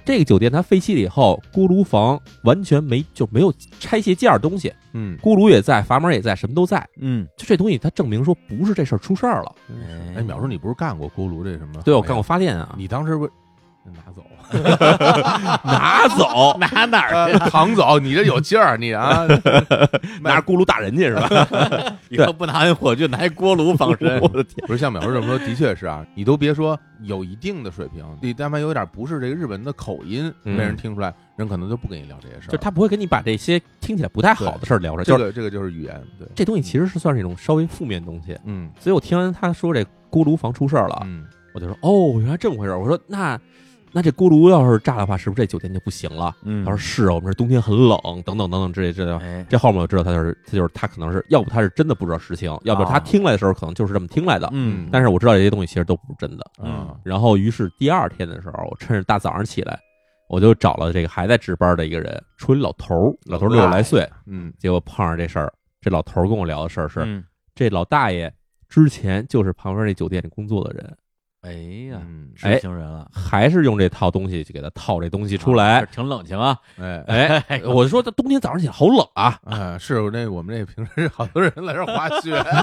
Speaker 3: 这个酒店它废弃了以后，锅炉房完全没就没有拆卸件儿东西，
Speaker 2: 嗯，
Speaker 3: 锅炉也在，阀门也在，什么都在。
Speaker 1: 嗯，
Speaker 3: 就这东西，它证明说不是这事儿出事儿了。
Speaker 1: 哎
Speaker 2: 哎哎，淼叔，你不是干过锅炉这什么？
Speaker 3: 对，我干过，发电啊，
Speaker 2: 你当时为
Speaker 3: 拿走， 拿走，
Speaker 1: 拿哪儿去？
Speaker 2: 扛走，呃你这有劲儿，你 啊，
Speaker 3: 拿着咕噜打人家是吧？。
Speaker 1: 以后不拿那火炬，拿一锅炉防身
Speaker 3: 我的天，
Speaker 2: 不是像淼叔这么说，的确是啊，你都别说有一定的水平，你但凡有点不是这个日本的口音，被
Speaker 3: 嗯
Speaker 2: 人听出来，人可能就不跟你聊这些事儿
Speaker 3: 就
Speaker 2: 了。
Speaker 3: 他不会跟你把这些听起来不太好的事儿聊着，
Speaker 2: 这
Speaker 3: 就是
Speaker 2: 个这个就是语言，对，
Speaker 3: 这东西其实是算是一种稍微负面东西。
Speaker 2: 嗯
Speaker 3: 所以我听完他说这锅炉房出事儿了，
Speaker 2: 嗯，
Speaker 3: 我就说哦，原来这么回事儿。我说那那这锅炉要是炸的话，是不是这酒店就不行了？
Speaker 1: 嗯
Speaker 3: 他说是啊，我们这冬天很冷，等等等等之类之类的。
Speaker 1: 哎，
Speaker 3: 这后面我知道他就是他就是他可能是要不他是真的不知道实情，要不他听来的时候可能就是这么听来的。
Speaker 1: 哦嗯，
Speaker 3: 但是我知道这些东西其实都不是真的。
Speaker 2: 啊，
Speaker 3: 然后于是第二天的时候，我趁着大早上起来，我就找了这个还在值班的一个人，说一老头儿，老头儿六十来岁，
Speaker 2: 嗯
Speaker 3: 结果碰上这事儿。这老头儿跟我聊的事儿是，
Speaker 1: 嗯
Speaker 3: 这老大爷之前就是旁边那酒店里工作的人，
Speaker 1: 哎呀，
Speaker 2: 嗯，
Speaker 1: 知情人了，
Speaker 3: 还是用这套东西就给他套这东西出来。
Speaker 1: 啊挺冷情啊。
Speaker 2: 哎
Speaker 3: 哎，我就说这冬天早上起来好冷啊，
Speaker 2: 啊，是那我们这平时好多人来这儿滑 雪，
Speaker 3: 哎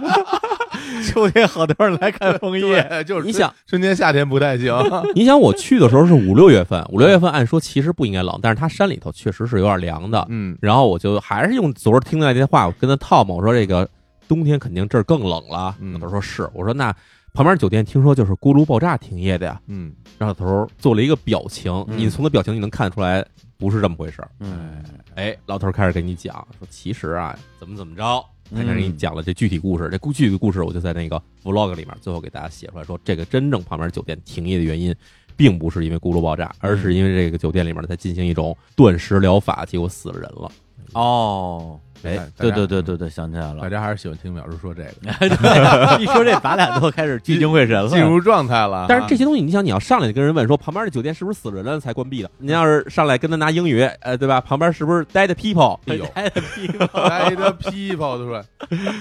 Speaker 1: 秋天好多人来看枫叶，
Speaker 2: 对，就是
Speaker 3: 你想，
Speaker 2: 春天夏天不太 行，
Speaker 3: 你想我去的时候是五六月份，五六月份按说其实不应该冷，但是他山里头确实是有点凉的。
Speaker 2: 嗯
Speaker 3: 然后我就还是用昨儿听的那些话，我跟他套嘛，我说这个冬天肯定这儿更冷了。
Speaker 2: 嗯
Speaker 3: 老头说是，我说那旁边酒店听说就是咕噜爆炸停业的呀。
Speaker 2: 嗯，
Speaker 3: 然后老头做了一个表情，
Speaker 1: 嗯
Speaker 3: 你从他表情你能看出来不是这么回事儿。
Speaker 1: 嗯，
Speaker 3: 哎，老头开始给你讲说，其实啊，怎么怎么着，他开始给你
Speaker 1: 嗯
Speaker 3: 讲了这具体故事。这故具体故事，我就在那个 vlog 里面最后给大家写出来说，这个真正旁边酒店停业的原因，并不是因为咕噜爆炸，而是因为这个酒店里面在进行一种断食疗法，结果死了人了。
Speaker 1: 哦，
Speaker 2: 哎
Speaker 1: 哎，对对对对对，想起来
Speaker 2: 大
Speaker 1: 了。
Speaker 2: 家还是喜欢听淼叔说这个，
Speaker 1: 一说这，咱俩都开始聚精会 神了。
Speaker 2: 进入状态了。啊
Speaker 3: 但是这些东西，你想，你要上来就跟人问说旁边的酒店是不是死人了才关闭的？你要是上来跟他拿英语，呃，对吧？旁边是不是 dead people？哎呦，
Speaker 1: 哎屁股
Speaker 2: 来的屁泡都出来，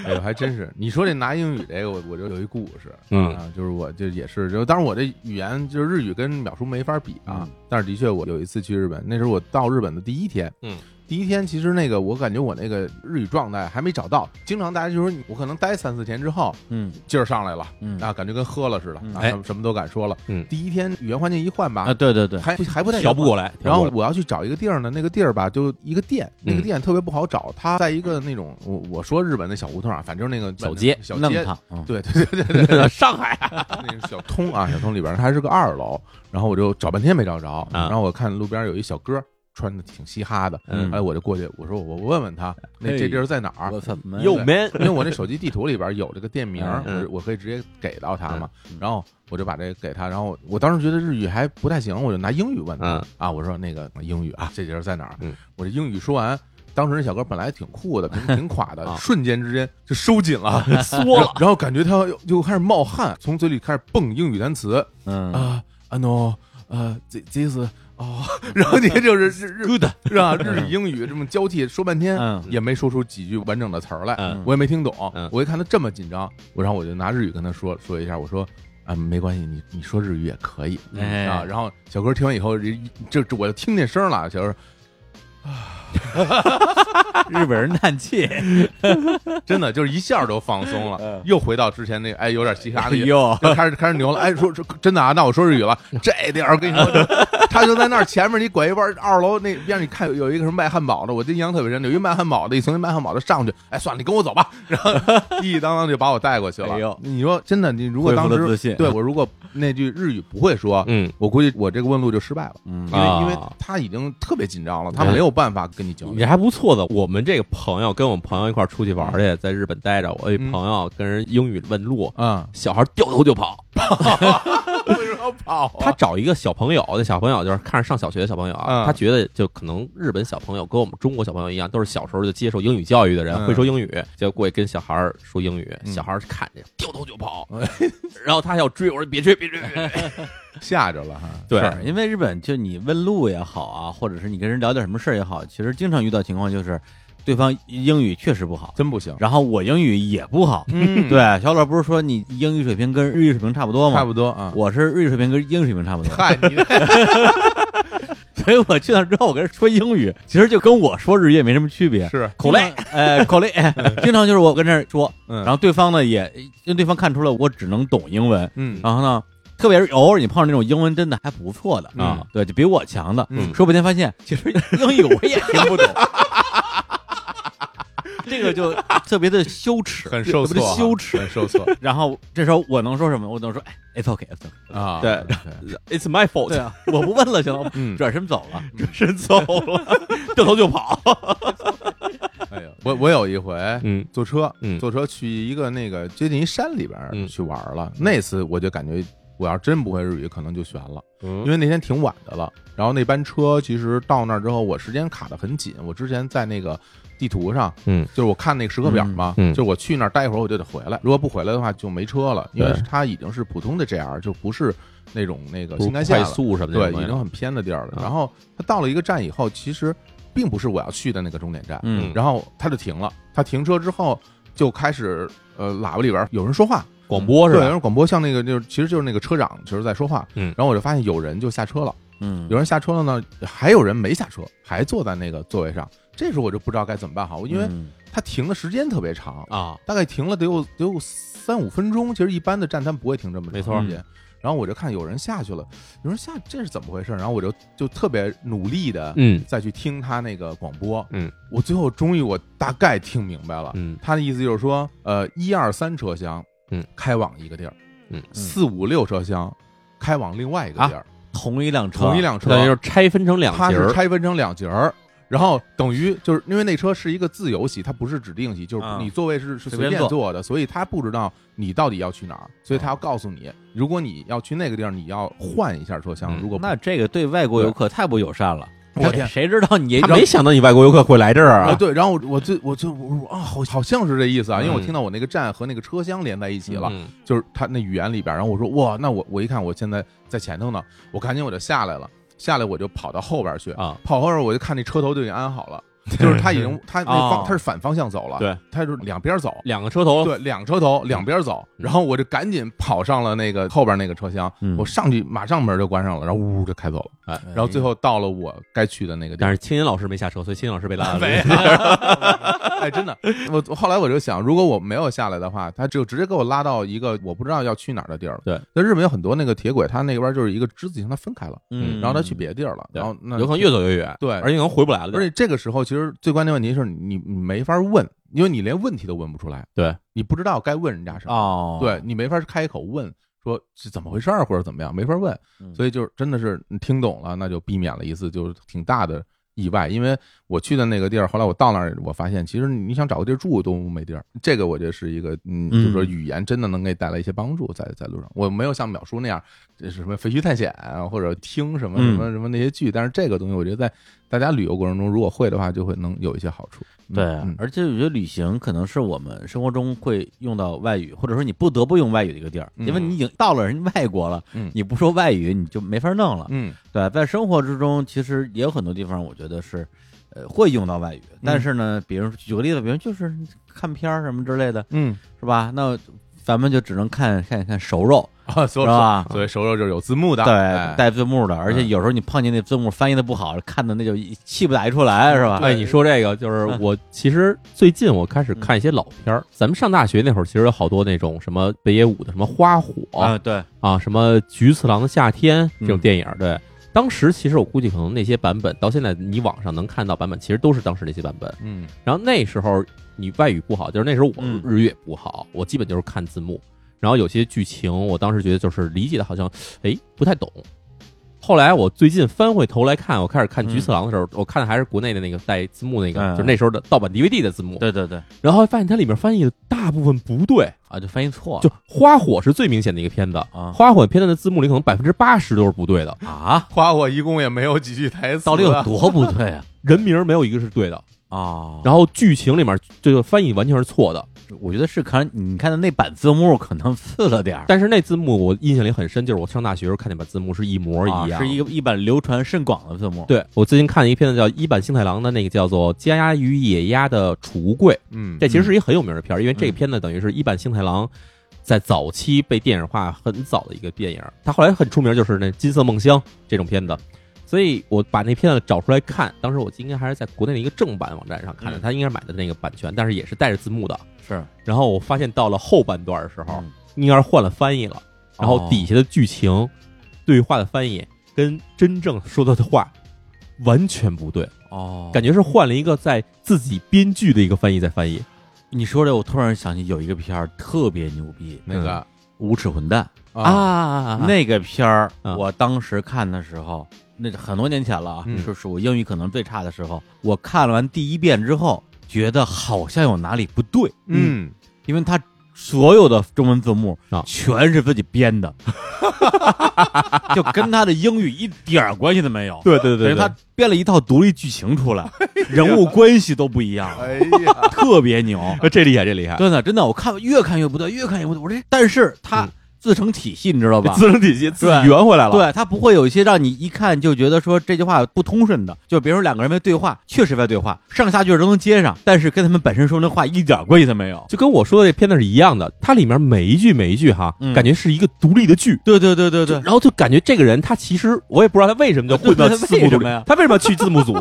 Speaker 2: 哎呦，还真是！你说这拿英语这个，我我就有一故事，
Speaker 3: 嗯
Speaker 2: 啊，就是我就也是，就当然我这语言就是日语跟秒叔没法比啊，
Speaker 1: 嗯
Speaker 2: 但是的确我有一次去日本，那时候我到日本的第一天，
Speaker 3: 嗯。
Speaker 2: 第一天其实那个我感觉我那个日语状态还没找到，经常大家就说你我可能待三四天之后
Speaker 1: 嗯
Speaker 2: 劲儿上来了，
Speaker 1: 嗯
Speaker 2: 啊，感觉跟喝了似的，
Speaker 1: 嗯
Speaker 2: 啊
Speaker 3: 哎
Speaker 2: 什么什么都敢说了。
Speaker 3: 嗯呃
Speaker 2: 第一天语言环境一换吧
Speaker 1: 啊，，对对对，
Speaker 2: 还还不太
Speaker 3: 调不过来。
Speaker 2: 然
Speaker 3: 调不过
Speaker 2: 后
Speaker 3: 来
Speaker 2: 我要去找一个地儿呢，那个地儿吧，就一个店，那个
Speaker 3: 嗯
Speaker 2: 店特别不好找，它在一个那种我我说日本的小胡同啊，反正那个
Speaker 3: 小街
Speaker 2: 小
Speaker 1: 弄
Speaker 2: 街，
Speaker 1: 他，嗯
Speaker 2: 对对对对对，
Speaker 3: 上海啊，
Speaker 2: 那个小通啊，小通里边儿它还是个二楼，然后我就找半天没找着，
Speaker 3: 啊
Speaker 2: 然后我看路边有一小哥穿的挺嘻哈的，
Speaker 3: 嗯
Speaker 2: 哎，我就过去，我说我我问问他，那
Speaker 3: 嘿
Speaker 2: 这地儿在哪儿？
Speaker 1: 我操，没
Speaker 3: 又
Speaker 2: 对
Speaker 3: man，
Speaker 2: 因为我那手机地图里边有这个店名儿，
Speaker 3: 嗯
Speaker 2: 我我可以直接给到他嘛
Speaker 1: 嗯。
Speaker 2: 然后我就把这给他，然后我当时觉得日语还不太行，我就拿英语问他
Speaker 3: 嗯
Speaker 2: 啊，我说那个英语啊，这节儿在哪儿
Speaker 3: 嗯？
Speaker 2: 我这英语说完。当时那小哥本来挺酷的， 挺挺垮的
Speaker 3: 啊，
Speaker 2: 瞬间之间就收紧了，
Speaker 3: 缩了，
Speaker 2: 然后感觉他又又开始冒汗，从嘴里开始蹦英语单词
Speaker 1: 嗯，
Speaker 2: 啊啊 no 啊 this this 哦，然后你 就是日日
Speaker 3: good，
Speaker 2: 是吧？日语英语这么交替说半天，
Speaker 1: 嗯
Speaker 2: 也没说出几句完整的词儿来，
Speaker 3: 嗯
Speaker 2: 我也没听懂
Speaker 3: 嗯。
Speaker 2: 我一看他这么紧张，我然后我就拿日语跟他说说一下，我说啊，没关系，你你说日语也可以
Speaker 1: 哎
Speaker 2: 啊。然后小哥听完以后，这这这我就听见声儿了，小哥
Speaker 1: 日本人叹气，
Speaker 2: 真的就是一下就放松了
Speaker 1: 嗯，
Speaker 2: 又回到之前那个哎有点嘻 哈
Speaker 1: 哎
Speaker 2: 的。
Speaker 1: 呦，
Speaker 2: 就开始开始牛了，哎，说说真的啊，那我说日语了。这地儿我跟你说， 就他就在那儿前面，你拐一弯，二楼那边你看有一个什么卖汉堡的，我这印象特别深，有一卖汉堡的，一从那卖汉堡的上去，哎，算了，你跟我走吧，然后一当当就把我带过去了。
Speaker 1: 哎呦
Speaker 2: 你说真的，你如果当
Speaker 1: 恢复了自
Speaker 2: 时
Speaker 1: 信
Speaker 2: 对我如果那句日语不会说，
Speaker 3: 嗯，
Speaker 2: 我估计我这个问路就失败了，
Speaker 1: 嗯
Speaker 2: 因为、
Speaker 3: 啊
Speaker 2: 因为他已经特别紧张了，他
Speaker 3: 嗯
Speaker 2: 没有办法跟你交流。
Speaker 3: 也还不错的。我们这个朋友跟我们朋友一块儿出去玩儿去，在日本待着，我有一
Speaker 2: 嗯
Speaker 3: 朋友跟人英语问路，
Speaker 2: 啊，
Speaker 3: 小孩掉头就跑。
Speaker 2: 为什么要跑啊
Speaker 3: 他找一个小朋友，那小朋友就是看着上小学的小朋友啊，
Speaker 2: 嗯
Speaker 3: 他觉得就可能日本小朋友跟我们中国小朋友一样，都是小时候就接受英语教育的人，
Speaker 2: 嗯
Speaker 3: 会说英语，就过去跟小孩儿说英语，
Speaker 2: 嗯哎
Speaker 3: 小孩儿看见掉头就跑，然后他要追，我说别追，别追，别追。
Speaker 2: 吓着了哈？
Speaker 3: 对
Speaker 1: 是因为日本就你问路也好啊，或者是你跟人聊点什么事儿也好，其实经常遇到情况就是，对方英语确实不好，
Speaker 2: 真不行。
Speaker 1: 然后我英语也不好。
Speaker 2: 嗯，
Speaker 1: 对，小老不是说你英语水平跟日语水平差不多吗？
Speaker 2: 差不多啊。
Speaker 1: 我是日语水平跟英语水平差不多，
Speaker 2: 嗨，你
Speaker 1: 所以我去那儿之后，我跟人说英语，其实就跟我说日语也没什么区别。
Speaker 2: 是
Speaker 1: 口累，呃，口累，经常就是我跟这儿说，
Speaker 2: 嗯
Speaker 1: 然后对方呢也，因为对方看出了我只能懂英文，
Speaker 2: 嗯
Speaker 1: 然后呢，特别是偶尔你碰上那种英文真的还不错的
Speaker 3: 啊
Speaker 1: 对，就比我强的，
Speaker 2: 嗯
Speaker 1: 说半天发现其实英语我也听 不懂，这个就特别的羞耻，
Speaker 2: 很受
Speaker 1: 特别
Speaker 2: 挫
Speaker 1: 的
Speaker 2: 啊，
Speaker 1: 羞耻。
Speaker 2: 很受 挫
Speaker 1: 然后这时候我能说什么？我能说哎，it's okay，it's okay。
Speaker 2: 啊。
Speaker 3: 对，It's
Speaker 1: 对
Speaker 3: my fault，
Speaker 1: 啊，我不问了，行了，
Speaker 2: 嗯
Speaker 1: 转身走了。
Speaker 3: 是走 了，掉头就跑。
Speaker 2: 哎呦，我我有一回，
Speaker 3: 嗯
Speaker 2: 坐车，
Speaker 3: 嗯
Speaker 2: 坐车去一个那个接近一山里边儿
Speaker 3: 嗯
Speaker 2: 去玩儿了。那次我就感觉，我要真不会日语，可能就悬了，因
Speaker 3: 嗯
Speaker 2: 为那天挺晚的了。然后那班车其实到那儿之后，我时间卡得很紧。我之前在那个地图上，
Speaker 3: 嗯，
Speaker 2: 就是我看那个时刻表嘛，
Speaker 3: 嗯嗯
Speaker 2: 就是我去那儿待一会儿我就得回来，如果不回来的话就没车了，因为
Speaker 3: 对
Speaker 2: 它已经是普通的 JR，就不是那种那个
Speaker 3: 不是
Speaker 2: 新干线
Speaker 3: 快
Speaker 2: 了。
Speaker 3: 速什么
Speaker 2: 对，
Speaker 3: 的，
Speaker 2: 已经很偏的地儿了。
Speaker 3: 啊
Speaker 2: 然后他到了一个站以后，其实并不是我要去的那个终点站，
Speaker 1: 嗯
Speaker 2: 然后他就停了。他停车之后就开始呃，喇叭里边有人说话，
Speaker 3: 广播哦是
Speaker 2: 对，有
Speaker 3: 吧？
Speaker 2: 人广播，像那个就是其实就是那个车长就是在说话。
Speaker 3: 嗯
Speaker 2: 然后我就发现有人就下车了，
Speaker 1: 嗯，
Speaker 2: 有人下车了呢，还有人没下车，还坐在那个座位上。这时候我就不知道该怎么办好，因为
Speaker 1: 嗯
Speaker 2: 他停的时间特别长，
Speaker 3: 啊，
Speaker 2: 大概停了得有得有三五分钟。其实一般的站他们不会停这么长
Speaker 3: 没错
Speaker 2: 时间。然后我就看有人下去了，有人下这是怎么回事？然后我就就特别努力的
Speaker 3: 嗯
Speaker 2: 再去听他那个广播。
Speaker 3: 嗯，
Speaker 2: 我最后终于我大概听明白了，
Speaker 3: 嗯
Speaker 2: 他的意思就是说，呃，一二三车厢，
Speaker 3: 嗯，
Speaker 2: 开往一个地儿，
Speaker 3: 嗯啊
Speaker 2: 四五六车厢开往另外一个地儿，
Speaker 1: 同一辆车，
Speaker 2: 同一辆车，
Speaker 3: 等于就是拆分成两
Speaker 2: 它
Speaker 3: 节
Speaker 2: 是
Speaker 3: 儿。
Speaker 2: 拆分成两节儿。然后等于就是因为那车是一个自由席，它不是指定席，就是
Speaker 1: 啊
Speaker 2: 你座位是是
Speaker 1: 随
Speaker 2: 随
Speaker 1: 便
Speaker 2: 便
Speaker 1: 坐
Speaker 2: 坐的，所以他不知道你到底要去哪儿，所以他要告诉你，如果你要去那个地儿，你要换一下车厢。
Speaker 3: 嗯
Speaker 2: 如果不
Speaker 1: 那这个对外国游客太不友善了。
Speaker 2: 我天
Speaker 1: 谁知道你
Speaker 3: 他没想到你外国游客会来这儿
Speaker 2: 啊
Speaker 3: 啊！
Speaker 2: 对，然后我我就我就我说啊，好好像是这意思啊，因为我
Speaker 3: 嗯
Speaker 2: 听到我那个站和那个车厢连在一起了，
Speaker 3: 嗯
Speaker 2: 就是他那语言里边儿，然后我说哇，那我我一看我现在在前头呢，我赶紧我就下来了，下来我就跑到后边儿去，
Speaker 3: 啊，
Speaker 2: 跑后边儿我就看那车头就已经安 好了，就是他已经他那
Speaker 1: 哦
Speaker 2: 方他是反方向走了，
Speaker 3: 对，哦嗯
Speaker 2: 他就是两边走，
Speaker 3: 两个车头
Speaker 2: 对，两车头两边走，然后我就赶紧跑上了那个后边那个车厢，
Speaker 1: 嗯
Speaker 2: 我上去马上门就关上了，然后呜呜就开走了，
Speaker 3: 哎
Speaker 2: 然后最后到了我该去的那个地
Speaker 3: 但
Speaker 2: 方。
Speaker 3: 是青年老师没下车，所以青年老师被拉了。
Speaker 2: 哎，真的，我我后来我就想，如果我没有下来的话，他就直接给我拉到一个我不知道要去哪儿的地儿了。
Speaker 3: 对，
Speaker 2: 那日本有很多那个铁轨，它那边就是一个之字形，它分开了，
Speaker 1: 嗯，
Speaker 2: 然后它去别地儿了，然后那
Speaker 3: 有可能越走越远，
Speaker 2: 对
Speaker 3: 而且可能回不来了。
Speaker 2: 而且这个时候，其实最关键问题是你你没法问，因为你连问题都问不出来，
Speaker 3: 对
Speaker 2: 你不知道该问人家什么，
Speaker 1: 哦，
Speaker 2: 对你没法开口问说是怎么回事儿或者怎么样，没法问，
Speaker 1: 嗯
Speaker 2: 所以就是真的是你听懂了，那就避免了一次就是挺大的意外。因为我去的那个地儿，后来我到那儿，我发现其实你想找个地儿住都没地儿，这个我觉得是一个嗯，就是说
Speaker 1: 嗯
Speaker 2: 语言真的能给你带来一些帮助在，在路上，我没有像淼叔那样这是什么废墟探险啊，或者听什么什
Speaker 1: 嗯
Speaker 2: 么什么那些剧，但是这个东西我觉得在大家旅游过程中，如果会的话，就会能有一些好处。嗯
Speaker 1: 对
Speaker 2: 嗯，
Speaker 1: 而且我觉得旅行可能是我们生活中会用到外语，或者说你不得不用外语的一个地儿，
Speaker 2: 嗯
Speaker 1: 因为你已经到了人家外国了，
Speaker 2: 嗯
Speaker 1: 你不说外语你就没法弄了。
Speaker 2: 嗯
Speaker 1: 对，在生活之中，其实也有很多地方，我觉得是，呃，会用到外语。
Speaker 3: 嗯
Speaker 1: 但是呢，比如举个例子，比如就是看片儿什么之类的，
Speaker 2: 嗯
Speaker 1: 是吧？那咱们就只能看看看熟肉，
Speaker 2: 啊，所
Speaker 1: 是
Speaker 2: 以
Speaker 1: 吧？
Speaker 2: 所以熟肉就是有字
Speaker 3: 啊
Speaker 2: 幕的，
Speaker 1: 对，
Speaker 2: 哎
Speaker 1: 带字幕的，而
Speaker 3: 嗯
Speaker 1: 且有时候你碰见那字幕翻译的不好，看的那就气不打一处来，是吧？
Speaker 3: 哎，你说这个就是
Speaker 2: 嗯
Speaker 3: 我，其实最近我开始看一些老片儿。咱们上大学那会儿，其实有好多那种什么北野武的什么《花火》
Speaker 2: 嗯
Speaker 1: 啊，对，
Speaker 3: 啊，什么《菊次郎的夏天》这种
Speaker 1: 嗯
Speaker 3: 电影儿。对，当时其实我估计可能那些版本到现在你网上能看到版本，其实都是当时那些版本。
Speaker 2: 嗯
Speaker 3: 然后那时候你外语不好，就是那时候我
Speaker 1: 嗯
Speaker 3: 日语也不好，我基本就是看字幕。然后有些剧情，我当时觉得就是理解的好像哎不太懂。后来我最近翻回头来看，我开始看《菊次郎》的时候，我看的还是国内的那个带字幕那个，
Speaker 1: 嗯
Speaker 3: 就是那时候的盗版 DVD 的字幕。
Speaker 1: 对对对，
Speaker 3: 然后发现它里面翻译的大部分不对，
Speaker 1: 啊，就翻译错
Speaker 3: 就《花火》是最明显的一个片子，
Speaker 1: 啊
Speaker 3: 花火》片子的字幕里可能百分之八十都是不对的，
Speaker 1: 啊，
Speaker 2: 花火一共也没有几句台词，
Speaker 1: 到底有多不对啊？
Speaker 3: 人名没有一个是对的，
Speaker 1: 啊，
Speaker 3: 然后剧情里面这个翻译完全是错的。
Speaker 1: 我觉得是可能你看的那版字幕可能次了点儿，
Speaker 3: 但是那字幕我印象里很深，就是我上大学时候看那版字幕是一模一样的，
Speaker 1: 啊是一个一版流传甚广的字幕。
Speaker 3: 对我最近看了一个片子叫一坂幸太郎的那个叫
Speaker 1: 嗯
Speaker 3: 做《家与野鸭的储物柜》，
Speaker 2: 嗯
Speaker 3: 这其实是一个很有名的片儿，因为这个片子等于是一坂幸太
Speaker 1: 嗯
Speaker 3: 郎在早期被电影化很早的一个电影，他后来很出名就是那《金色梦乡》这种片子。所以我把那片子找出来看，当时我应该还是在国内的一个正版网站上看的，
Speaker 2: 嗯
Speaker 3: 他应该买的那个版权，但是也是带着字幕的。
Speaker 1: 是，
Speaker 3: 然后我发现到了后半段的时候，
Speaker 1: 嗯
Speaker 3: 应该是换了翻译了。然
Speaker 1: 哦
Speaker 3: 后底下的剧情、对话的翻译跟真正说的话完全不对，
Speaker 1: 哦，
Speaker 3: 感
Speaker 1: 觉
Speaker 3: 觉是换了一个在自己编剧的一个翻译在翻译。
Speaker 1: 你说这，我突然想起有一个片儿特别牛逼，
Speaker 2: 那个
Speaker 1: 《无耻混蛋》
Speaker 2: 啊，
Speaker 3: 啊
Speaker 1: 那个片儿，
Speaker 3: 啊
Speaker 1: 我当时看的时候，那是很多年前了啊，
Speaker 2: 嗯
Speaker 1: 是是我英语可能最差的时候。我看完第一遍之后，觉得好像有哪里不对，
Speaker 2: 嗯，
Speaker 1: 因为它所有的中文字幕
Speaker 3: 啊
Speaker 1: 全是自己编 的，就跟他的英语一点儿关系都没有。
Speaker 3: 对对对
Speaker 1: 等于
Speaker 3: 对，
Speaker 1: 啊
Speaker 3: 哎
Speaker 1: 他编了一套独立剧情出来，人物关系都不一样，
Speaker 2: 哎 呀，
Speaker 1: 特别牛。
Speaker 3: 呃这厉害，这厉害，
Speaker 1: 真的，真的，我看越看越不对，越看越不对。我这，但是它
Speaker 3: 嗯
Speaker 1: 自成体系，你知道吧？
Speaker 3: 自成体系自己
Speaker 1: 对
Speaker 3: 圆回来了。
Speaker 1: 对，它不会有一些让你一看就觉得说这句话不通顺的。就比如说两个人在对话，确实在对话，上下句都能接上，但是跟他们本身说那话一点关系都没有。
Speaker 3: 就跟我说的这片子是一样的，它里面每一句每一句哈，
Speaker 1: 嗯
Speaker 3: 感觉是一个独立的剧。
Speaker 1: 对对对对
Speaker 3: 就，然后就感觉这个人他其实我也不知道他为什么就混到
Speaker 1: 对
Speaker 3: 字幕
Speaker 1: 为
Speaker 3: 组
Speaker 1: 什
Speaker 3: 里
Speaker 1: 么呀，
Speaker 3: 他为什么要去字幕组？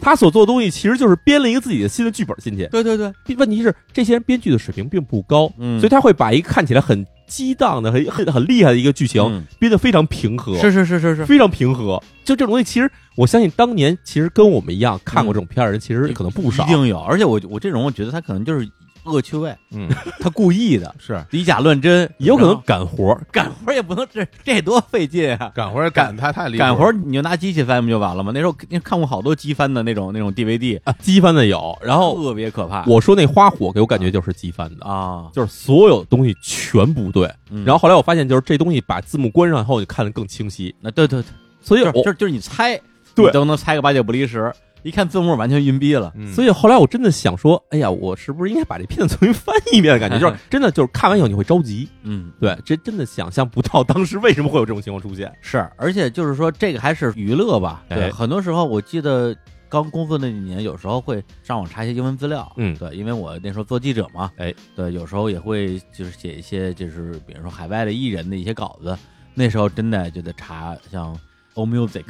Speaker 3: 他所做的东西其实就是编了一个自己的新的剧本进去。
Speaker 1: 对对对，
Speaker 3: 问题是这些人编剧的水平并不高，
Speaker 1: 嗯
Speaker 3: 所以他会把一个看起来很激荡的、很很很厉害的一个剧情、
Speaker 1: 嗯
Speaker 3: 编得非常平和，
Speaker 1: 是是是是是，
Speaker 3: 非常平和。就这种东西，其实我相信当年其实跟我们一样看过这种片儿的人，其实可能不
Speaker 1: 嗯
Speaker 3: 少
Speaker 1: 一。定有。而且我我这种，我觉得他可能就是恶趣味，
Speaker 2: 嗯，
Speaker 1: 他故意的，
Speaker 2: 是
Speaker 1: 以假乱真，
Speaker 3: 也有可
Speaker 1: 然
Speaker 3: 能
Speaker 1: 后
Speaker 3: 赶活儿，
Speaker 1: 干活也不能这这多费劲啊。
Speaker 2: 赶活儿赶他太离谱了
Speaker 1: 赶活儿你就拿机器翻不就完了吗？那时候肯定看过好多机翻的那种那种 DVD，
Speaker 3: 啊机翻的有。然后
Speaker 1: 特别可怕。
Speaker 3: 我说那花火给我感觉就是机翻的，
Speaker 1: 啊，
Speaker 3: 就是所有东西全不对。
Speaker 1: 嗯
Speaker 3: 然后后来我发现，就是这东西把字幕关上以后，你看得更清晰。
Speaker 1: 那对对对，
Speaker 3: 所以
Speaker 1: 就是
Speaker 3: 我
Speaker 1: 就是就是你猜，
Speaker 3: 对
Speaker 1: 你都能猜个八九不离十。一看字幕，完全晕逼了。
Speaker 2: 嗯
Speaker 3: 所以后来我真的想说，哎呀，我是不是应该把这片子重新翻译一遍的感觉？就是真的，就是看完以后你会着急，
Speaker 1: 嗯，
Speaker 3: 对，这真的想象不到当时为什么会有这种情况出现。
Speaker 1: 是，而且就是说，这个还是娱乐吧。对，
Speaker 3: 哎
Speaker 1: 很多时候我记得刚工作那几年，有时候会上网查一些英文资料。
Speaker 3: 嗯
Speaker 1: 对，因为我那时候做记者嘛，
Speaker 3: 哎，
Speaker 1: 对，有时候也会就是写一些就是比如说海外的艺人的一些稿子。那时候真的就得查像 O Music，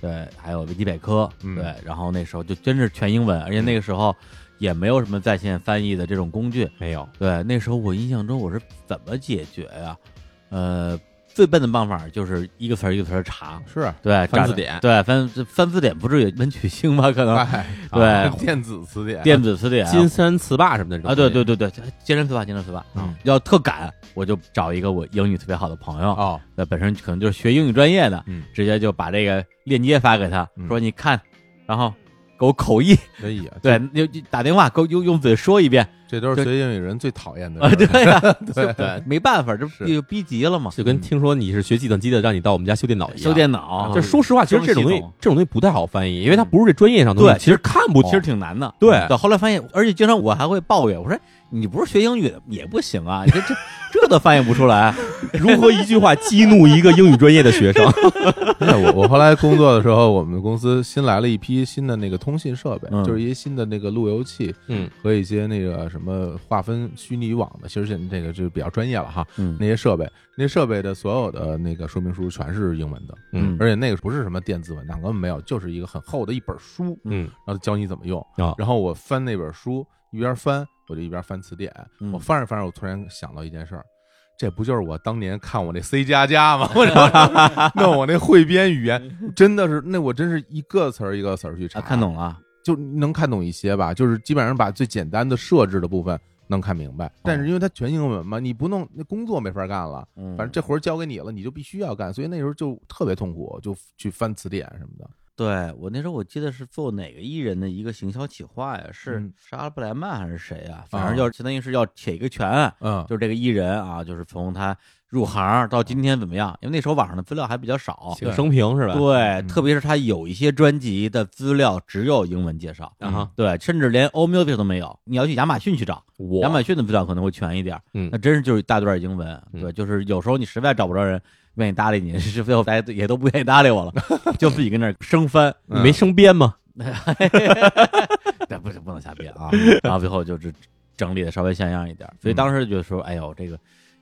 Speaker 1: 对，还有维基百科，
Speaker 2: 嗯
Speaker 1: 对，然后那时候就真是全英文，而且那个时候也没有什么在线翻译的这种工具。
Speaker 3: 没有，
Speaker 1: 对，那时候我印象中我是怎么解决呀、呃，最笨的办法就是一个词儿一个词儿查，
Speaker 2: 是
Speaker 1: 对，
Speaker 3: 翻
Speaker 1: 找
Speaker 3: 字典
Speaker 1: 对，翻翻字典不至于文曲星吧？可能、
Speaker 2: 哎，
Speaker 1: 对
Speaker 2: 电子词典，
Speaker 1: 电子词典
Speaker 3: 金山词霸什么的
Speaker 1: 啊，对对，对对，接人词霸，接人词霸。
Speaker 2: 嗯
Speaker 1: 要特赶，我就找一个我英语特别好的朋友，
Speaker 2: 哦，
Speaker 1: 那、本身可能就是学英语专业的，
Speaker 2: 嗯
Speaker 1: 直接就把这个链接发给他，
Speaker 2: 嗯
Speaker 1: 说你看，然后给我口译，
Speaker 2: 哎呀，
Speaker 1: 对，就就打电话给我用用嘴说一遍
Speaker 2: 这都是
Speaker 1: 就
Speaker 2: 学英语人最讨 厌的
Speaker 1: 啊，
Speaker 2: 事儿。
Speaker 1: 对呀、
Speaker 2: 对
Speaker 1: 对，没办法，这
Speaker 2: 是
Speaker 1: 逼逼急了嘛，
Speaker 3: 就跟听说你是学计算机的，让你到我们家修电脑一样。
Speaker 1: 修电脑，
Speaker 3: 啊就说实话，其实这种东
Speaker 1: 装
Speaker 3: 西
Speaker 1: 系统，
Speaker 3: 这种东西不太好翻译，因为它不是这专业上的东西，
Speaker 1: 对
Speaker 3: 其实看不
Speaker 1: 其
Speaker 3: 懂。
Speaker 1: 实挺难的。嗯
Speaker 3: 对
Speaker 1: 到后来发现，而且经常我还会抱怨，我说你不是学英语的也不行啊，你这这这都翻译不出来。
Speaker 3: 如何一句话激怒一个英语专业的学生？
Speaker 2: 对我我后来工作的时候，我们公司新来了一批新的那个通信设备，
Speaker 1: 嗯
Speaker 2: 就是一些新的那个路由器
Speaker 3: 嗯，
Speaker 2: 和一些那个什么划分虚拟网的，其实现在这个就比较专业了哈。
Speaker 1: 嗯
Speaker 2: 那些设备，那些设备的所有的那个说明书全是英文的，
Speaker 3: 嗯
Speaker 2: 而且那个不是什么电子文档，根本没有，就是一个很厚的一本书，
Speaker 3: 嗯，
Speaker 2: 然后教你怎么用。
Speaker 3: 啊
Speaker 2: 然后我翻那本书，一边翻我就一边翻词典，
Speaker 1: 嗯
Speaker 2: 我翻着翻着，我突然想到一件事儿。这不就是我当年看我那 C 加 加吗？我操弄我那汇编语言，真的是那我真是一个词儿一个词儿去查，
Speaker 1: 啊，看懂了，
Speaker 2: 就能看懂一些吧，就是基本上把最简单的设置的部分能看明
Speaker 1: 哦
Speaker 2: 白。但是因为它全英文嘛，你不弄那工作没法干了，
Speaker 1: 嗯，
Speaker 2: 反正这活儿交给你了，你就必须要干，所以那时候就特别痛苦，就去翻词典什么的。
Speaker 1: 对我那时候我记得是做哪个艺人的一个行销企划呀，是
Speaker 2: 嗯
Speaker 1: 是阿布莱曼还是谁啊？
Speaker 2: 啊
Speaker 1: 反正就是相当于是要写一个全案，
Speaker 2: 嗯，
Speaker 1: 就是这个艺人啊，就是从他入行到今天怎么样，因为那时候网上的资料还比较少。
Speaker 3: 写个生平是吧？
Speaker 1: 对，
Speaker 2: 嗯
Speaker 1: 特别是他有一些专辑的资料只有英文介绍，
Speaker 3: 啊哈，
Speaker 1: 对，甚至连 O Music 都没有，你要去亚马逊去找，
Speaker 3: 我
Speaker 1: 亚马逊的资料可能会全一点儿，
Speaker 3: 嗯
Speaker 1: 那真是就是一大段英文，
Speaker 3: 嗯
Speaker 1: 对，就是有时候你实在找不着人愿意搭理你， 是最后大家也都不愿意搭理 我了，就自己跟那儿生翻，
Speaker 2: 嗯
Speaker 3: 你没生编吗？
Speaker 1: 但不是不能瞎编 啊，然后最后就是整理的稍微像样一点儿，所以当时就说，哎呦，这个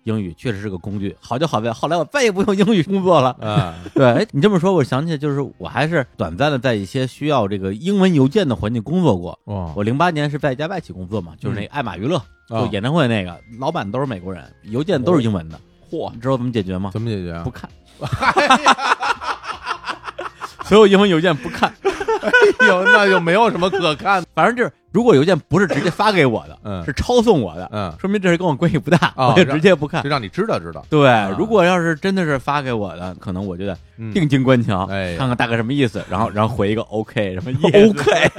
Speaker 1: 英语确实是个工具，好就好在后来我再也不用英语工作 了。
Speaker 2: 啊，
Speaker 1: 对，哎，你这么说，我想起来就是我还是短暂的在一些需要这个英文邮件的环境工作过，
Speaker 2: 哇，
Speaker 1: 我零八年是在家外企工作嘛，就是那个爱玛娱乐、
Speaker 2: 嗯啊哦
Speaker 1: 就演唱会那个，老板都是美国人，邮件都是英文的。
Speaker 3: 嚯
Speaker 1: 你，知道怎么解决吗？
Speaker 2: 怎么解决 啊
Speaker 1: 不？ 看，所有英文邮件不看，
Speaker 2: 哎呦，那就没有什么可看的。
Speaker 1: 反正就是如果邮件不是直接发给我的，
Speaker 2: 嗯
Speaker 1: 是抄送我的，
Speaker 2: 嗯，
Speaker 1: 说明这人跟我关系不大，
Speaker 2: 哦
Speaker 1: 我就直接不看
Speaker 2: 就。让你知道知道。
Speaker 1: 对，如果要是真的是发给我的，可能我就得
Speaker 2: 嗯
Speaker 1: 定睛观瞧，
Speaker 2: 哎呀
Speaker 1: 看看大概什么意思，然后然后回一个 OK 什么 yes, OK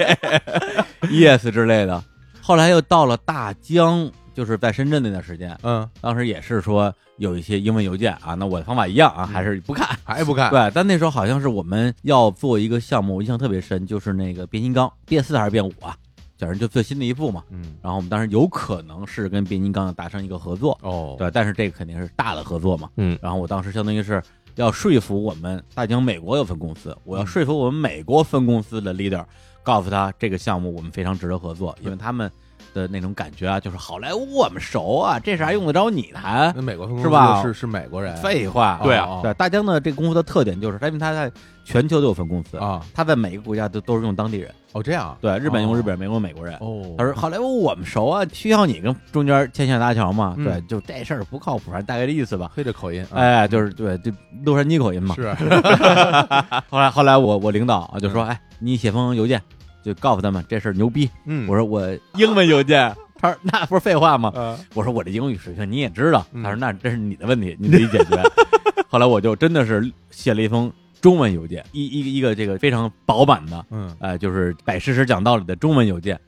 Speaker 1: yes 之类的。后来又到了大疆，就是在深圳那段时间，
Speaker 2: 嗯，
Speaker 1: 当时也是说有一些英文邮件啊，那我的方法一样啊，还是不 看。
Speaker 2: 还不看？
Speaker 1: 对，但那时候好像是我们要做一个项目，我印象特别深，就是那个变形金刚变四还是变五啊，反正就最新的一部嘛。
Speaker 2: 嗯，
Speaker 1: 然后我们当时有可能是跟变形金刚达成一个合作，
Speaker 2: 哦，
Speaker 1: 对，但是这个肯定是大的合作嘛。
Speaker 3: 嗯，
Speaker 1: 然后我当时相当于是要说服我们大疆美国有分公司，我要说服我们美国分公司的 leader，告诉他这个项目我们非常值得合作，因为他们的那种感觉啊，就是好莱坞我们熟啊，这事还用得着你谈？
Speaker 2: 那美国分公司
Speaker 1: 是吧
Speaker 2: 是是美国人。
Speaker 1: 废话，
Speaker 3: 对啊
Speaker 2: 哦
Speaker 1: 对，大疆的这个公司的特点就是，因为它在全球都有分公司，
Speaker 2: 啊，
Speaker 1: 它在每个国家都都是用当地人，
Speaker 2: 哦这样。
Speaker 1: 对，日本用日本人，美国用美国人。
Speaker 2: 哦，
Speaker 1: 他说：“好莱坞我们熟啊，需要你跟中间牵线搭桥嘛？
Speaker 2: 嗯
Speaker 1: 对，就这事儿不靠谱，反正大概的意思吧。
Speaker 2: 黑着口音。啊，
Speaker 1: 哎，就是对，就洛杉矶口音嘛。
Speaker 2: 是，嗯
Speaker 1: 后来后来我我领导啊就说，哎，你写封邮件，就告诉他们这事儿牛逼。
Speaker 2: 嗯，
Speaker 1: 我说我英文邮件， 他说那不是废话吗？
Speaker 2: 啊，
Speaker 1: 我说我这英语水平你也知道，
Speaker 2: 嗯
Speaker 1: 他说那这是你的问题，你自己解决。 后来我就真的是写了一封中文邮件，一一个一个这个非常饱满的，
Speaker 2: 嗯，
Speaker 1: 呃，就是摆事实讲道理的中文邮件，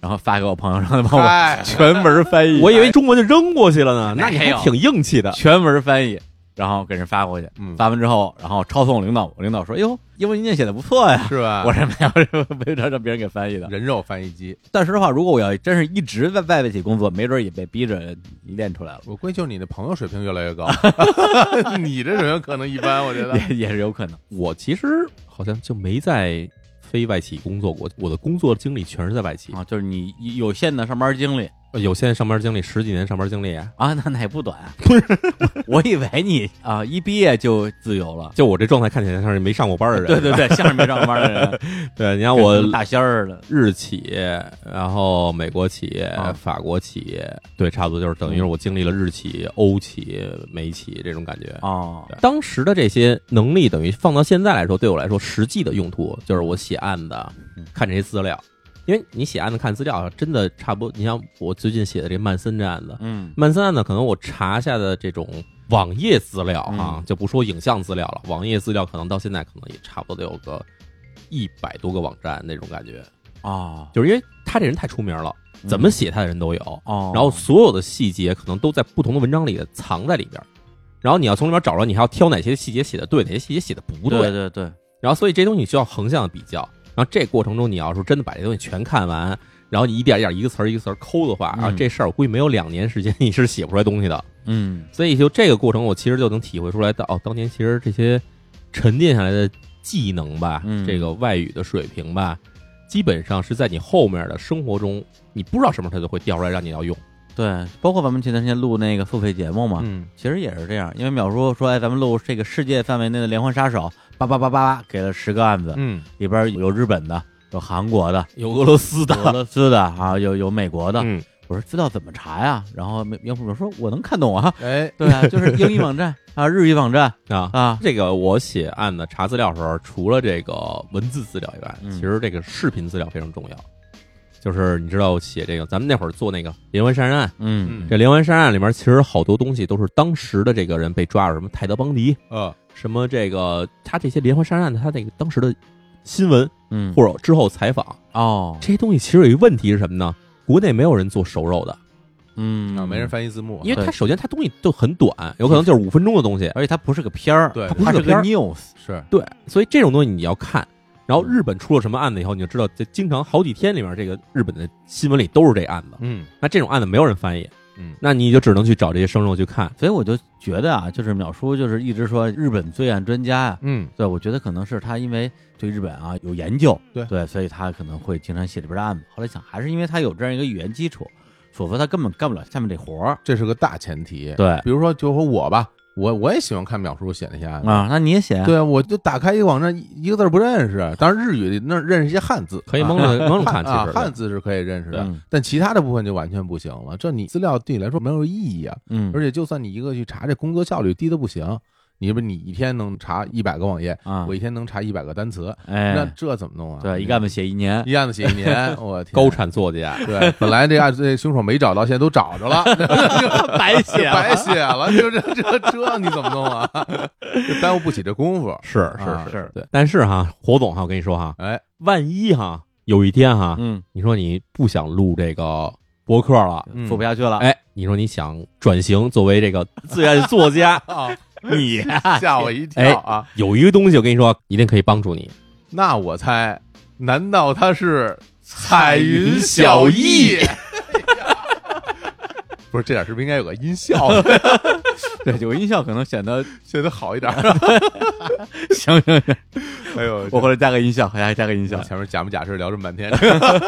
Speaker 1: 然后发给我朋友，让他帮我
Speaker 2: 哎，
Speaker 1: 全文翻译。
Speaker 3: 我以为中文就扔过去了呢，那
Speaker 1: 那
Speaker 3: 你
Speaker 1: 没
Speaker 3: 还
Speaker 1: 有
Speaker 3: 挺硬气的。
Speaker 1: 全文翻译，然后给人发过去。
Speaker 2: 嗯，
Speaker 1: 发完之后，然后抄送我领导，我领导说：“哎呦，英文邮件写的不错呀。”
Speaker 2: 是吧？
Speaker 1: 我是没有没有让别人给翻译的。
Speaker 2: 人肉翻译机，
Speaker 1: 但实话，如果我要真是一直在外围起工作，没准也被逼着练出来了，
Speaker 2: 我归咎你的朋友水平越来越 高，你这水平可能一般，我觉得。
Speaker 1: 也也是有可能。
Speaker 3: 我其实好像就没在非外企工作过，我的工作经历全是在外企。
Speaker 1: 啊，就是你有限的上班经历
Speaker 3: 有现在上班经历十几年上班经历啊，
Speaker 1: 啊，那那也 不短、啊。我以为你啊，一毕业就自由了。
Speaker 3: 就我这状态看起来像是没上过班的人。
Speaker 1: 对对 对，像是没上班的 人，
Speaker 3: 对，你看
Speaker 1: 跟
Speaker 3: 我
Speaker 1: 什么大仙儿的，
Speaker 3: 日企，然后美国企业、
Speaker 1: 啊
Speaker 3: 法国企业，对，差不多就是等于是我经历了日企、欧企、美企这种感觉。
Speaker 1: 哦，
Speaker 3: 对当时的这些能力，等于放到现在来说，对我来说实际的用途就是我写案子
Speaker 1: 嗯，
Speaker 3: 看这些资料。因为你写案子看资料，真的差不多。你像我最近写的这曼森这案子，
Speaker 1: 嗯
Speaker 3: 曼森案呢，可能我查下的这种网页资料啊，
Speaker 1: 嗯
Speaker 3: 就不说影像资料了，网页资料可能到现在可能也差不多得有个一百多个网站那种感觉，
Speaker 1: 哦，
Speaker 3: 就是因为他这人太出名了，
Speaker 1: 嗯
Speaker 3: 怎么写他的人都有，
Speaker 1: 哦，
Speaker 3: 然后所有的细节可能都在不同的文章里藏在里边儿，然后你要从里边找着，你还要挑哪些细节写的对，哪些细节写的不
Speaker 1: 对对对，
Speaker 3: 然后所以这东西需要横向的比较，然后这过程中你要是真的把这东西全看完，然后你一点一点一个词儿一个词儿抠的话，
Speaker 1: 嗯
Speaker 3: 啊，这事儿我估计没有两年时间你是写不出来东西的。
Speaker 1: 嗯
Speaker 3: 所以就这个过程，我其实就能体会出来到，哦，当年其实这些沉淀下来的技能吧，
Speaker 1: 嗯
Speaker 3: 这个外语的水平吧，基本上是在你后面的生活中，你不知道什么时候它就会调出来让你要用。
Speaker 1: 对，包括咱们前段时间录那个付费节目嘛，
Speaker 2: 嗯，
Speaker 1: 其实也是这样，因为淼叔说，哎，咱们录这个世界范围内的连环杀手，叭叭叭叭叭，给了十个案子，
Speaker 2: 嗯，
Speaker 1: 里边有日本的，有韩国的，
Speaker 3: 有俄罗斯
Speaker 1: 有俄罗斯的啊，有有美国的。
Speaker 3: 嗯，
Speaker 1: 我说资料怎么查呀？然后苗副总说我能看懂啊，
Speaker 2: 哎，
Speaker 1: 对啊，就是英语网站啊，日语网站
Speaker 3: 啊，
Speaker 1: 啊，
Speaker 3: 这个我写案子查资料的时候，除了这个文字资料以外，
Speaker 1: 嗯
Speaker 3: 其实这个视频资料非常重要。就是你知道我写这个，咱们那会儿做那个连环杀人案，
Speaker 1: 嗯，
Speaker 3: 这连环杀人案里面其实好多东西都是当时的这个人被抓住，什么泰德邦迪，
Speaker 2: 呃，
Speaker 3: 什么这个他这些连环杀人案的他那个当时的新闻
Speaker 1: 嗯，
Speaker 3: 或者之后采访
Speaker 1: 哦，
Speaker 3: 这些东西，其实有一个问题是什么呢？国内没有人做熟肉的，
Speaker 1: 嗯，
Speaker 2: 啊，没人，翻译字幕啊，
Speaker 3: 因为它
Speaker 1: 对
Speaker 3: 首先它东西就很短，有可能就是五分钟的东西，
Speaker 1: 而且它不是个片儿，
Speaker 2: 对
Speaker 1: 它
Speaker 2: 不
Speaker 3: 是
Speaker 1: 是
Speaker 3: 个片儿
Speaker 1: news，
Speaker 2: 是
Speaker 3: 对，所以这种东西你要看。然后日本出了什么案子以后，你就知道，这经常好几天里面，这个日本的新闻里都是这案子。
Speaker 2: 嗯
Speaker 3: 那这种案子没有人翻译，
Speaker 2: 嗯
Speaker 3: 那你就只能去找这些生肉去看。
Speaker 1: 所以我就觉得啊，就是淼叔就是一直说日本罪案专家呀、啊
Speaker 2: 嗯，
Speaker 1: 对，我觉得可能是他因为对日本啊有研究，
Speaker 2: 对
Speaker 1: 所以他可能会经常写里边的案子。后来想，还是因为他有这样一个语言基础，否则他根本干不了下面这活儿。
Speaker 2: 这是个大前提。
Speaker 1: 对，
Speaker 2: 比如说，就说我吧，我我也喜欢看秒叔写那些案子。
Speaker 1: 啊，那你也写，
Speaker 2: 对啊，我就打开一个网站，一个字儿不认识。当然日语那儿认识一些汉字，
Speaker 3: 可以蒙着蒙着
Speaker 2: 汉
Speaker 3: 看，其
Speaker 2: 啊
Speaker 3: 实
Speaker 2: 汉字是可以认识的
Speaker 1: 嗯，
Speaker 2: 但其他的部分就完全不行了。这你资料对你来说没有意义啊，
Speaker 1: 嗯，
Speaker 2: 而且就算你一个去查，这工作效率低的不行。你不，你一天能查一百个网页，
Speaker 1: 啊
Speaker 2: 我，一天能查一百个单词，那
Speaker 1: 哎，
Speaker 2: 这怎么弄啊？
Speaker 1: 对，一案子写一年，
Speaker 2: 一案子写一 年，我天
Speaker 3: 高产作 家，
Speaker 2: 对，本来这案这凶手没找到，现在都找着了，
Speaker 1: 白写了
Speaker 2: 白写了，就这这这你怎么弄啊？就耽误不起这功夫。
Speaker 3: 是
Speaker 2: 啊
Speaker 3: 是
Speaker 1: 是
Speaker 3: 对。但是哈，火总哈，我跟你说哈，
Speaker 2: 哎，
Speaker 3: 万一哈有一天哈，
Speaker 1: 嗯，
Speaker 3: 你说你不想录这个博客了，
Speaker 2: 嗯，
Speaker 1: 做不下去了，
Speaker 3: 哎，你说你想转型作为这个自愿作家
Speaker 2: 啊，
Speaker 3: 你
Speaker 1: 哎
Speaker 2: 吓我一跳啊！
Speaker 3: 有一个东西，我跟你说，一定可以帮助你。
Speaker 2: 那我猜，难道他是彩
Speaker 3: 云
Speaker 2: 云
Speaker 3: 小
Speaker 2: 小
Speaker 3: 艺
Speaker 2: 艺？ 不是，这点是不是应该有个音效的，
Speaker 1: 对，有音效可能显得
Speaker 2: 显得好一点？
Speaker 1: 行行行，
Speaker 2: 哎 呦，
Speaker 1: 我回来加个音效，还加个音 效
Speaker 2: 我，前面假不假事聊这么半天，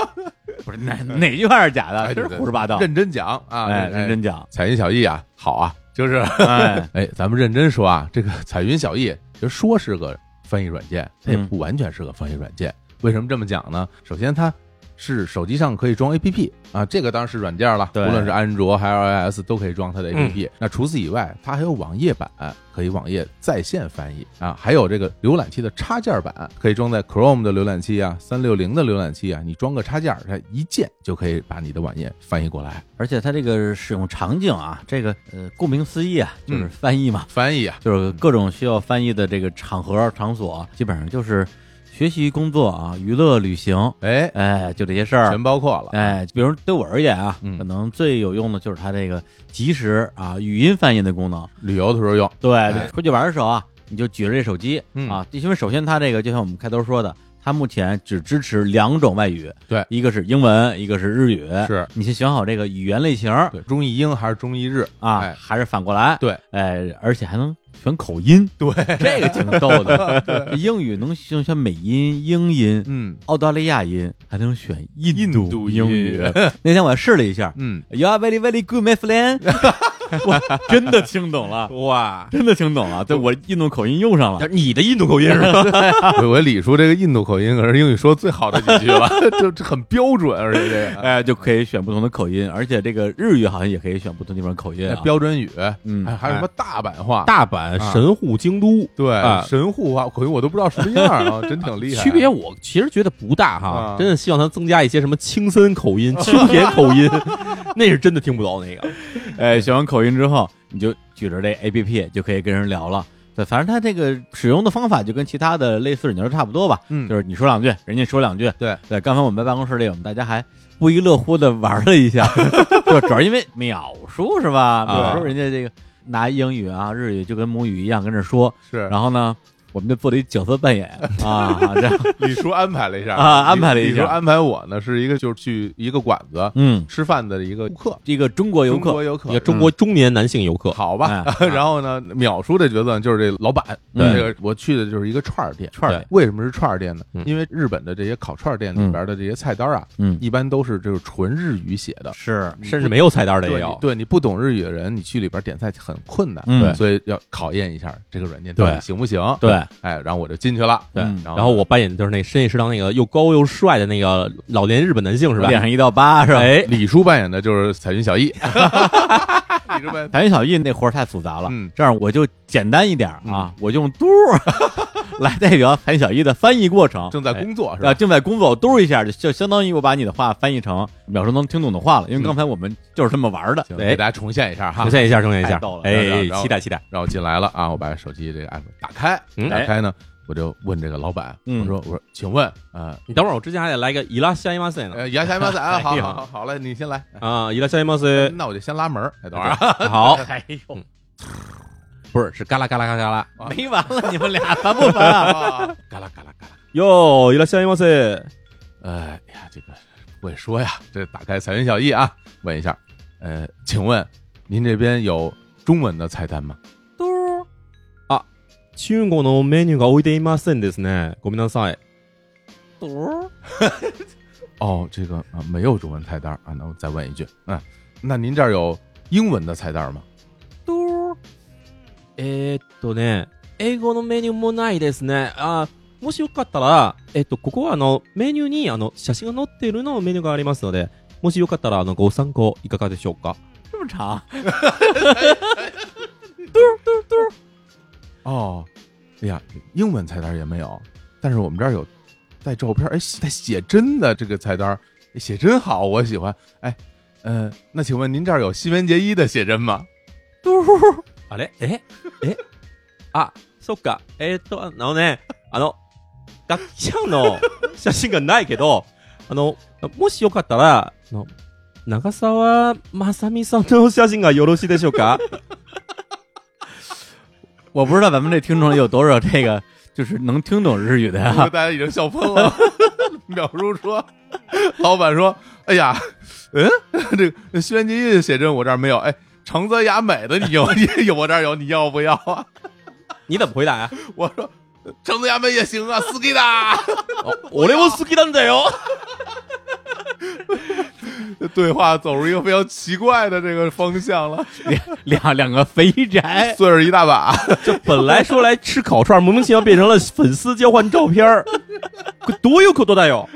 Speaker 1: 不是哪哪句话是假的，
Speaker 2: 哎
Speaker 1: 真是胡说八道，
Speaker 2: 认真讲啊，
Speaker 1: 哎，认真 讲，
Speaker 2: 彩云小艺啊，好啊，就是
Speaker 1: 哎，
Speaker 2: 哎，咱们认真说啊，这个彩云小艺，其实说是个翻译软件，它也
Speaker 1: 嗯
Speaker 2: 不完全是个翻译软件。为什么这么讲呢？首先，它是手机上可以装 APP 啊，这个当然是软件了，无
Speaker 1: 对嗯
Speaker 2: 论是安卓还是 iOS 都可以装它的 APP、那除此以外，它还有网页版可以网页在线翻译啊，还有这个浏览器的插件版可以装在 Chrome 的浏览器啊、三六零的浏览器啊，你装个插件，它一键就可以把你的网页翻译过来。
Speaker 1: 而且它这个使用场景啊，这个呃，顾名思义啊，就是
Speaker 2: 嗯
Speaker 1: 翻译嘛，
Speaker 2: 翻译啊，
Speaker 1: 就是各种需要翻译的这个场合场所，基本上就是学习、工作啊、娱乐、旅行，
Speaker 2: 哎，
Speaker 1: 哎，就这些事儿
Speaker 2: 全。包括了。
Speaker 1: 哎，比如对我而言啊，
Speaker 2: 嗯
Speaker 1: 可能最有用的就是它这个及时啊语音翻译的功能。
Speaker 2: 旅游的时候用，
Speaker 1: 对，
Speaker 2: 哎
Speaker 1: 出去玩的时候啊，你就举着这手机、
Speaker 2: 嗯
Speaker 1: 啊，因为首先它这个就像我们开头说的，它目前只支持两种外语，
Speaker 2: 对
Speaker 1: 一个是英文，一个是日语。
Speaker 2: 是
Speaker 1: 你先选好这个语言类型，
Speaker 2: 对，中译英还是中译日
Speaker 1: 啊，
Speaker 2: 哎
Speaker 1: 还是反过来，
Speaker 2: 对，
Speaker 1: 哎，而且还能选口音，
Speaker 2: 对，
Speaker 1: 这个挺逗 的。英语能选选美音、英音、
Speaker 2: 嗯
Speaker 1: 澳大利亚音，还能选印
Speaker 2: 印度
Speaker 1: 英
Speaker 2: 音
Speaker 1: 语。那天我试了一下
Speaker 2: 嗯，
Speaker 1: ，You are very very good, my friend，我真的听懂了。
Speaker 3: 哇，
Speaker 1: 真的听懂了，对我印度口音用上了，
Speaker 3: 你的印度口音是吧？
Speaker 2: 我我李叔这个印度口音可是英语说最好的几句了， 就这很标准，啊而且这个。
Speaker 1: 哎，就可以选不同的口音，而且这个日语好像也可以选不同地方的口音
Speaker 2: 哎
Speaker 1: 啊。
Speaker 2: 标准语，哎
Speaker 1: 嗯
Speaker 2: 还还有什么大阪
Speaker 1: 啊
Speaker 2: 话？
Speaker 3: 大阪神户京都，
Speaker 2: 对、
Speaker 3: 啊
Speaker 2: 神户话口音我都不知道什么样 啊，真挺厉害。
Speaker 3: 区别我其实觉得不大哈
Speaker 2: 啊，
Speaker 3: 真的希望他增加一些什么青森 口音、青田口音， 那是真的听不懂那个。
Speaker 1: 哎，学完口音之后，你就举着这 A P P 就可以跟人聊了。对，反正它这个使用的方法就跟其他的类似软件差不多吧，
Speaker 2: 嗯
Speaker 1: 就是你说两句，人家说两句。
Speaker 2: 对
Speaker 1: 对，刚才我们在办公室里，我们大家还不亦乐乎的玩了一下， 对，主要因为秒叔是吧？秒叔人家这个拿英语啊、日语就跟母语一样跟这说，
Speaker 2: 是，
Speaker 1: 然后呢，我们就做了一角色扮演啊，这样，
Speaker 2: 李叔安排了一下
Speaker 1: 啊安排了一
Speaker 2: 李
Speaker 1: 下
Speaker 2: 李叔安排我呢是一个就是去一个馆子
Speaker 1: 嗯，
Speaker 2: 吃饭的一个顾客，
Speaker 1: 这个中国游
Speaker 2: 中
Speaker 1: 客
Speaker 2: 国游
Speaker 3: 一个
Speaker 2: 客，
Speaker 3: 中国中年男性游客，
Speaker 2: 好 吧。
Speaker 1: 哎
Speaker 2: 然后呢，淼叔的角色就是这老板，
Speaker 1: 嗯
Speaker 2: 这个我去的就是一个串儿店，
Speaker 1: 串儿
Speaker 3: 对
Speaker 1: 里，
Speaker 2: 为什么是串儿店呢
Speaker 3: 嗯？
Speaker 2: 因为日本的这些烤串儿店里边的这些菜单啊，
Speaker 1: 嗯，
Speaker 2: 一般都是就是纯日语写的。
Speaker 1: 是
Speaker 3: 甚至没有菜单的也
Speaker 2: 对
Speaker 3: 有
Speaker 2: 你。对你不懂日语的人，你去里边点菜很困难，
Speaker 1: 嗯对
Speaker 2: 所以要考验一下这个软件到
Speaker 3: 对
Speaker 2: 底行不行。
Speaker 1: 对，
Speaker 2: 哎，然后我就进去了，
Speaker 1: 对
Speaker 2: 嗯
Speaker 3: 然后我扮演的就是那深夜食堂那个又高又帅的那个老年日本男性是吧？
Speaker 1: 脸上一道疤是吧？
Speaker 3: 哎，
Speaker 2: 李叔扮演的就是彩云小艺，李叔扮演
Speaker 1: 白云小艺那活儿太复杂了，
Speaker 2: 嗯
Speaker 1: 这样我就简单一点儿啊，我用嘟儿 来代表白云小艺的翻译过程。
Speaker 2: 正在工作是
Speaker 1: 啊，
Speaker 2: 吧？
Speaker 1: 正在工作，嘟儿一下就就相当于我把你的话翻译成秒叔能听懂的话了，因为刚才我们就是这么玩儿的。
Speaker 2: 嗯行
Speaker 3: 哎
Speaker 2: 给大家重现一下哈
Speaker 3: 呈。现一下，呈现一
Speaker 1: 太
Speaker 3: 下
Speaker 1: 逗了，
Speaker 2: 然后
Speaker 3: 哎
Speaker 2: 然，后
Speaker 3: 期待期待，
Speaker 2: 然后进来了啊，我把手机这个 app 打开，
Speaker 3: 嗯
Speaker 2: 打开呢，我就问这个老板，
Speaker 1: 嗯
Speaker 2: 我说我说，请问啊，
Speaker 3: 你等会儿，我之前还得来个伊拉夏伊马塞呢
Speaker 2: 呃，牙签马仔啊，好
Speaker 3: 嗯哎呦
Speaker 2: 好好好嘞，你先来，
Speaker 3: 啊，伊拉夏伊马 塞，
Speaker 2: 那我就先拉门儿，哎，等会儿啊，
Speaker 3: 好，嗯
Speaker 1: 哎呦，
Speaker 3: 不是是嘎啦嘎啦嘎啦嘎啦，
Speaker 1: 没完了，你们俩烦不烦啊？
Speaker 2: 啊嘎啦嘎啦嘎啦，
Speaker 3: 哟，伊拉夏伊马塞，
Speaker 2: 哎呀，这个不会说呀，这打开彩云小艺啊，问一下，呃，请问您这边有中文的菜单吗？
Speaker 1: 嘟儿，
Speaker 3: 中国のメニューが置いていませんですね。ごめんなさい。
Speaker 1: 嘟儿，
Speaker 2: 哦，这个啊没有中文菜单啊，那我再问一句，嗯，那您这儿有英文的菜单吗？
Speaker 1: 嘟儿，哎
Speaker 3: とね、英語のメニューもないですね。あもしよかったら、えっと、ここはあの、メニューにあの、写真が載っているのメニューがありますので、もしよかったら、あの、ご参考いかがでしょうか
Speaker 1: 这么长，
Speaker 2: 哦，哎呀，英文菜单也没有，但是我们这儿有带照片，哎，带写真的这个菜单，哎写真好，我喜欢。哎，呃，那请问您这儿有西门结衣的写真吗？
Speaker 3: あれええあ、そっか。えーっと、あのね、あの、楽器ちゃんの写真がないけど、あの、もしよかったら、あの、長澤まさみさんの写真がよろしいでしょうか
Speaker 1: 我不知道咱们这听众里有多少这个就是能听懂日语的啊呀。
Speaker 2: 大 家已经笑疯了。 淼叔说， 老板说，哎呀，嗯， 这个西门结衣的写真我这儿没有，哎。长泽雅美的你有 也有我这儿有，你要不要啊？
Speaker 3: 你怎么回答呀、
Speaker 2: 我说长泽雅美也行啊，斯基达。
Speaker 3: 俺も好きなんだよ
Speaker 2: 对话走入一个非常奇怪的这个方向了，
Speaker 1: 两两两个肥宅，
Speaker 2: 岁数一大把。
Speaker 3: 这本来说来吃烤串，莫名其妙变成了粉丝交换照片儿，多有可多大有。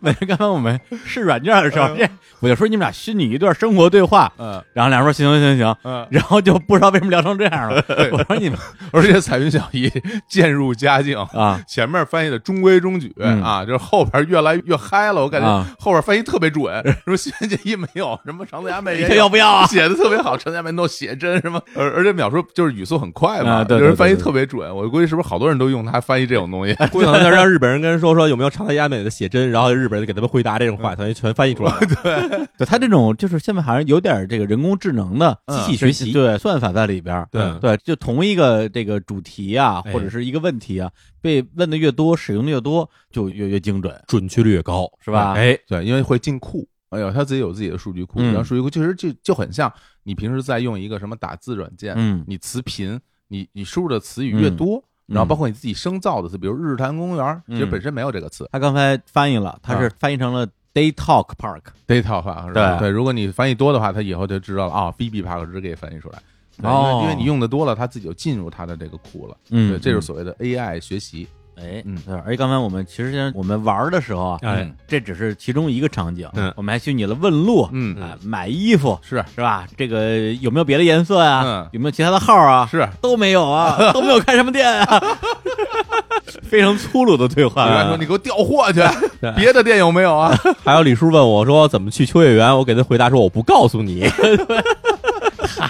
Speaker 1: 那刚刚我们试软件的时候，这我就说你们俩虚拟一段生活对话，
Speaker 2: 嗯
Speaker 1: 然后俩人说行行行行，
Speaker 2: 嗯，
Speaker 1: 然后就不知道为什么聊成这样了。我说你们
Speaker 2: 而且彩云小姨渐入佳境。
Speaker 1: 啊，
Speaker 2: 前面翻译的中规中矩、
Speaker 1: 嗯
Speaker 2: 啊，就是后边越来越嗨了，我感觉
Speaker 1: 啊
Speaker 2: 后边翻译特别准， 什么西门结衣没有，什么长泽雅美也
Speaker 1: 要
Speaker 2: 有，
Speaker 1: 不要啊？
Speaker 2: 写的特别好，长泽雅美弄写真 什么，而而且秒叔就是语速很快嘛，
Speaker 1: 啊对对
Speaker 2: 就是翻译
Speaker 1: 对对
Speaker 2: 特别准，我估计是不是好多人都用它翻译这 种东西？
Speaker 3: 估计可能让日本人跟人说说有没有长泽雅美的写真，然后日本人给他们回答这种话，他就全翻译出来了。
Speaker 1: 对他这种就是现在好像有点这个人工智能的
Speaker 3: 机器学习
Speaker 1: 对算法在里边儿。
Speaker 3: 对
Speaker 1: 对，就同一个这个主题啊，
Speaker 3: 哎
Speaker 1: 或者是一个问题啊，被问的越多，使用的越多，就越越精准。
Speaker 3: 准确率也高，
Speaker 1: 是吧
Speaker 3: 哎，
Speaker 2: 对，因为会进库。哎呦，他自己有自己的数据库，
Speaker 1: 嗯
Speaker 2: 然后数据库其实就就很像你平时在用一个什么打字软件，
Speaker 1: 嗯
Speaker 2: 你词频，你你输入的词语越多，
Speaker 1: 嗯
Speaker 2: 然后包括你自己生造的词，比如日坛公园，其实
Speaker 1: 嗯
Speaker 2: 本身没有这个词
Speaker 1: 他刚才翻译了，他是翻译成了 day talk park。
Speaker 2: ，data 化是
Speaker 1: 对
Speaker 2: 吧？对，如果你翻译多的话，他以后就知道了啊，BB park 直接给翻译出来。对
Speaker 1: 哦
Speaker 2: 因为因为你用的多了，他自己就进入他的这个库了。
Speaker 1: 嗯
Speaker 2: 对，这就是所谓的 AI 学习。
Speaker 1: 哎，
Speaker 2: 嗯
Speaker 1: 对。而且刚才我们其实现在我们玩儿的时候啊，
Speaker 3: 哎
Speaker 2: 嗯
Speaker 1: 这只是其中一个场景，
Speaker 3: 嗯
Speaker 1: 我们还虚拟了问路，
Speaker 2: 嗯
Speaker 1: 啊，买衣服
Speaker 2: 是
Speaker 1: 是吧？这个有没有别的颜色啊？
Speaker 2: 嗯
Speaker 1: 有没有其他的号啊？
Speaker 2: 是，
Speaker 1: 都没有 啊，都没有开什么店啊， 非常粗鲁的对话
Speaker 2: 李
Speaker 1: 啊
Speaker 2: 然说：“你给我调货去
Speaker 1: 呃
Speaker 3: 对，
Speaker 2: 别的店有没 有啊？”
Speaker 3: 还有李叔问我说怎么去秋叶原，我给他回答说我不告诉 你。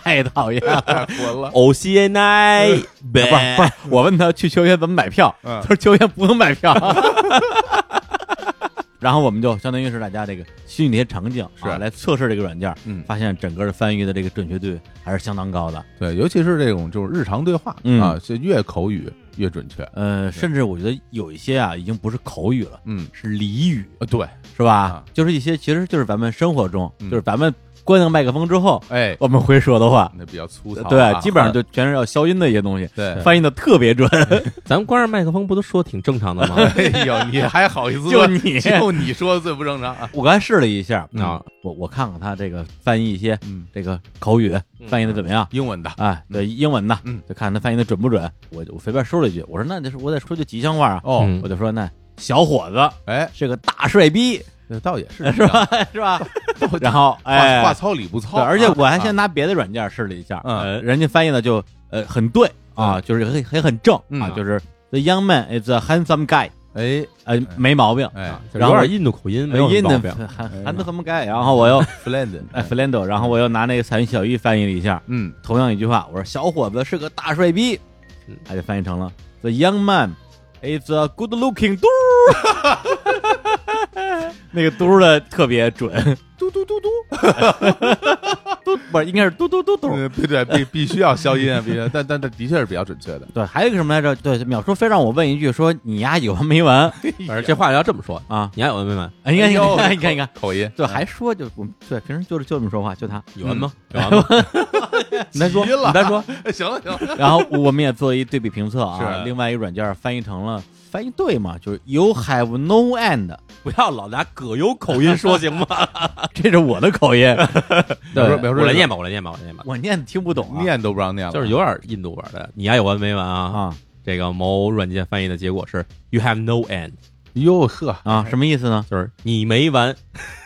Speaker 1: 太讨 厌了。
Speaker 2: 太混了。
Speaker 3: o C N I，不呃
Speaker 1: 不是不是，我问他去秋园怎么买票，
Speaker 2: 嗯
Speaker 1: 他说秋园不能买 票。然后我们就相当于是大家这个虚拟的一些场景
Speaker 2: 是
Speaker 1: 啊，来测试这个软件，
Speaker 2: 嗯
Speaker 1: 发现整个的翻译的这个准确度还是相当高的。
Speaker 2: 对，尤其是这种就是日常对话、
Speaker 1: 嗯
Speaker 2: 啊，就越口语越准确。
Speaker 1: 呃，甚至我觉得有一些啊，已经不是口语了，
Speaker 2: 嗯，
Speaker 1: 是俚语，
Speaker 2: 呃，对，
Speaker 1: 是吧？
Speaker 2: 啊
Speaker 1: 就是一些其实就是咱们生活中，
Speaker 2: 嗯
Speaker 1: 就是咱们关上麦克风之后，
Speaker 2: 哎，
Speaker 1: 我们会说的话，
Speaker 2: 那比较粗糙啊、
Speaker 1: 呃对，基本上就全是要消音的一些东西，
Speaker 2: 对。
Speaker 1: 翻译的特别 准。
Speaker 3: 咱们关上麦克风不都说挺正常的吗？
Speaker 2: 哎呦，你还好意思
Speaker 1: 就
Speaker 2: 说？
Speaker 1: 你
Speaker 2: 就你说的最不正常啊！
Speaker 1: 我刚才试了一下
Speaker 2: 嗯
Speaker 1: 啊，我我看看他这个翻译一些
Speaker 2: 嗯，
Speaker 1: 这个口语翻译的怎么样。
Speaker 2: 英文的，
Speaker 1: 哎，对英文的，
Speaker 2: 嗯
Speaker 1: 就看他翻译的准不准。我我随便说了一句，我说那就是我得说句吉祥话啊，
Speaker 2: 哦，
Speaker 3: 嗯
Speaker 1: 我就说那小伙子
Speaker 2: 哎，
Speaker 1: 是个大帅逼，
Speaker 2: 这倒也 是
Speaker 1: 是？吧？是 吧？
Speaker 2: 倒
Speaker 1: 然后哎
Speaker 2: 嗯话，话糙理不糙
Speaker 1: 对，
Speaker 2: 啊，
Speaker 1: 而且我还先
Speaker 2: 啊
Speaker 1: 拿别的软件试了一下，
Speaker 2: 嗯
Speaker 1: 呃，人家翻译的就呃很对啊，就是很很很正
Speaker 2: 嗯
Speaker 1: 啊，就是 the young man is a handsome guguy，
Speaker 2: 哎
Speaker 1: 呃，没毛病。
Speaker 2: 哎
Speaker 1: 然后
Speaker 3: 有点印度口音，没有
Speaker 1: 音
Speaker 3: 毛
Speaker 1: 的
Speaker 3: 病。
Speaker 1: 韩韩德什么盖，然后我 又
Speaker 2: ，Flend，
Speaker 1: 哎 f l a n d o 然后我又拿那个彩云小玉翻译了一下，
Speaker 2: 嗯，
Speaker 1: 同样一句话，我说小伙子是个大帅逼
Speaker 3: 嗯，
Speaker 1: 他就翻译成了 The young man is a good looking 嘟， 那个嘟的特别准，
Speaker 2: 嘟嘟嘟嘟，
Speaker 1: 嘟不是应该是嘟嘟嘟嘟。
Speaker 2: 嗯对对，必必须要消音啊，必须要，但但但的确是比较准确的。
Speaker 1: 对，还有一个什么来着？对，淼叔非让我问一句，说你丫有完没完
Speaker 3: 反正这话要这么说，
Speaker 1: 啊？
Speaker 3: 你还有完没完？
Speaker 1: 哎你看，你
Speaker 2: 哎哎呦
Speaker 1: 看，你看，你看，
Speaker 2: 口音
Speaker 1: 对，还说就我们对平时就是就这么说话，就他。
Speaker 3: 有完吗？有完吗？
Speaker 1: 你再说，
Speaker 2: 嗯 急了
Speaker 1: 你再说。
Speaker 2: 哎 行了行了，
Speaker 1: 嗯然后我们也做了一对比评测啊，
Speaker 2: 是
Speaker 1: 另外一个软件翻译成了翻译对嘛，就是 You have no end
Speaker 3: 不要老拿葛优口音说行 吗？
Speaker 4: 这是我的口 音。
Speaker 2: 我说
Speaker 4: 对，
Speaker 2: 我
Speaker 3: 我
Speaker 2: 说
Speaker 3: 来念吧，我来念吧，我来念吧，
Speaker 1: 我念听不懂啊，
Speaker 2: 念都不让念了，
Speaker 3: 就是有点印度味儿的。你丫有完没完啊？
Speaker 1: 啊
Speaker 3: 这个某软件翻译的结果是 “You have no end”，
Speaker 2: 哟呵，
Speaker 1: 啊，什么意思呢？
Speaker 3: 就是你没完。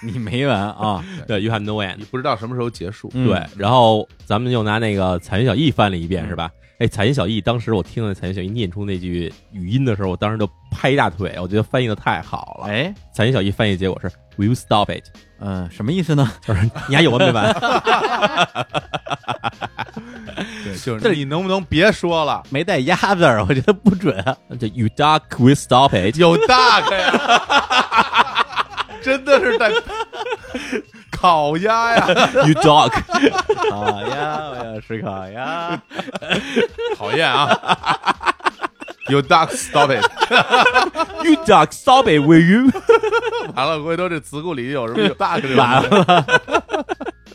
Speaker 1: 你没完 啊？
Speaker 3: 对，“You have no
Speaker 2: 你
Speaker 3: end”。
Speaker 2: 不知道什么时候结束。
Speaker 1: 嗯
Speaker 3: 对，，然后咱们又拿那个彩云小艺翻了一遍，是吧？哎，彩云小艺，当时我听到彩云小艺念出那句语音的时候，我当时就拍大腿，我觉得翻译的太好了。
Speaker 1: 哎，
Speaker 3: 彩云小艺翻译结果是 “Will you stop it”，
Speaker 1: 嗯，什么意思呢？
Speaker 3: 就是你还有完没 完？
Speaker 2: 对，就是
Speaker 1: 这
Speaker 2: 你能不能别说了？
Speaker 1: 没带鸭字儿，我觉得不准。啊
Speaker 3: 这 “You duck, will stop it”，
Speaker 2: 有大个呀，真的是 在烤鸭呀，
Speaker 3: You dog，
Speaker 1: 烤鸭，我要吃烤 鸭。
Speaker 2: 讨厌啊！ 有大 stop it！
Speaker 3: you dog, stop it, will you？
Speaker 2: 完了，回头这词库里有什么有大个
Speaker 1: 完
Speaker 2: 了？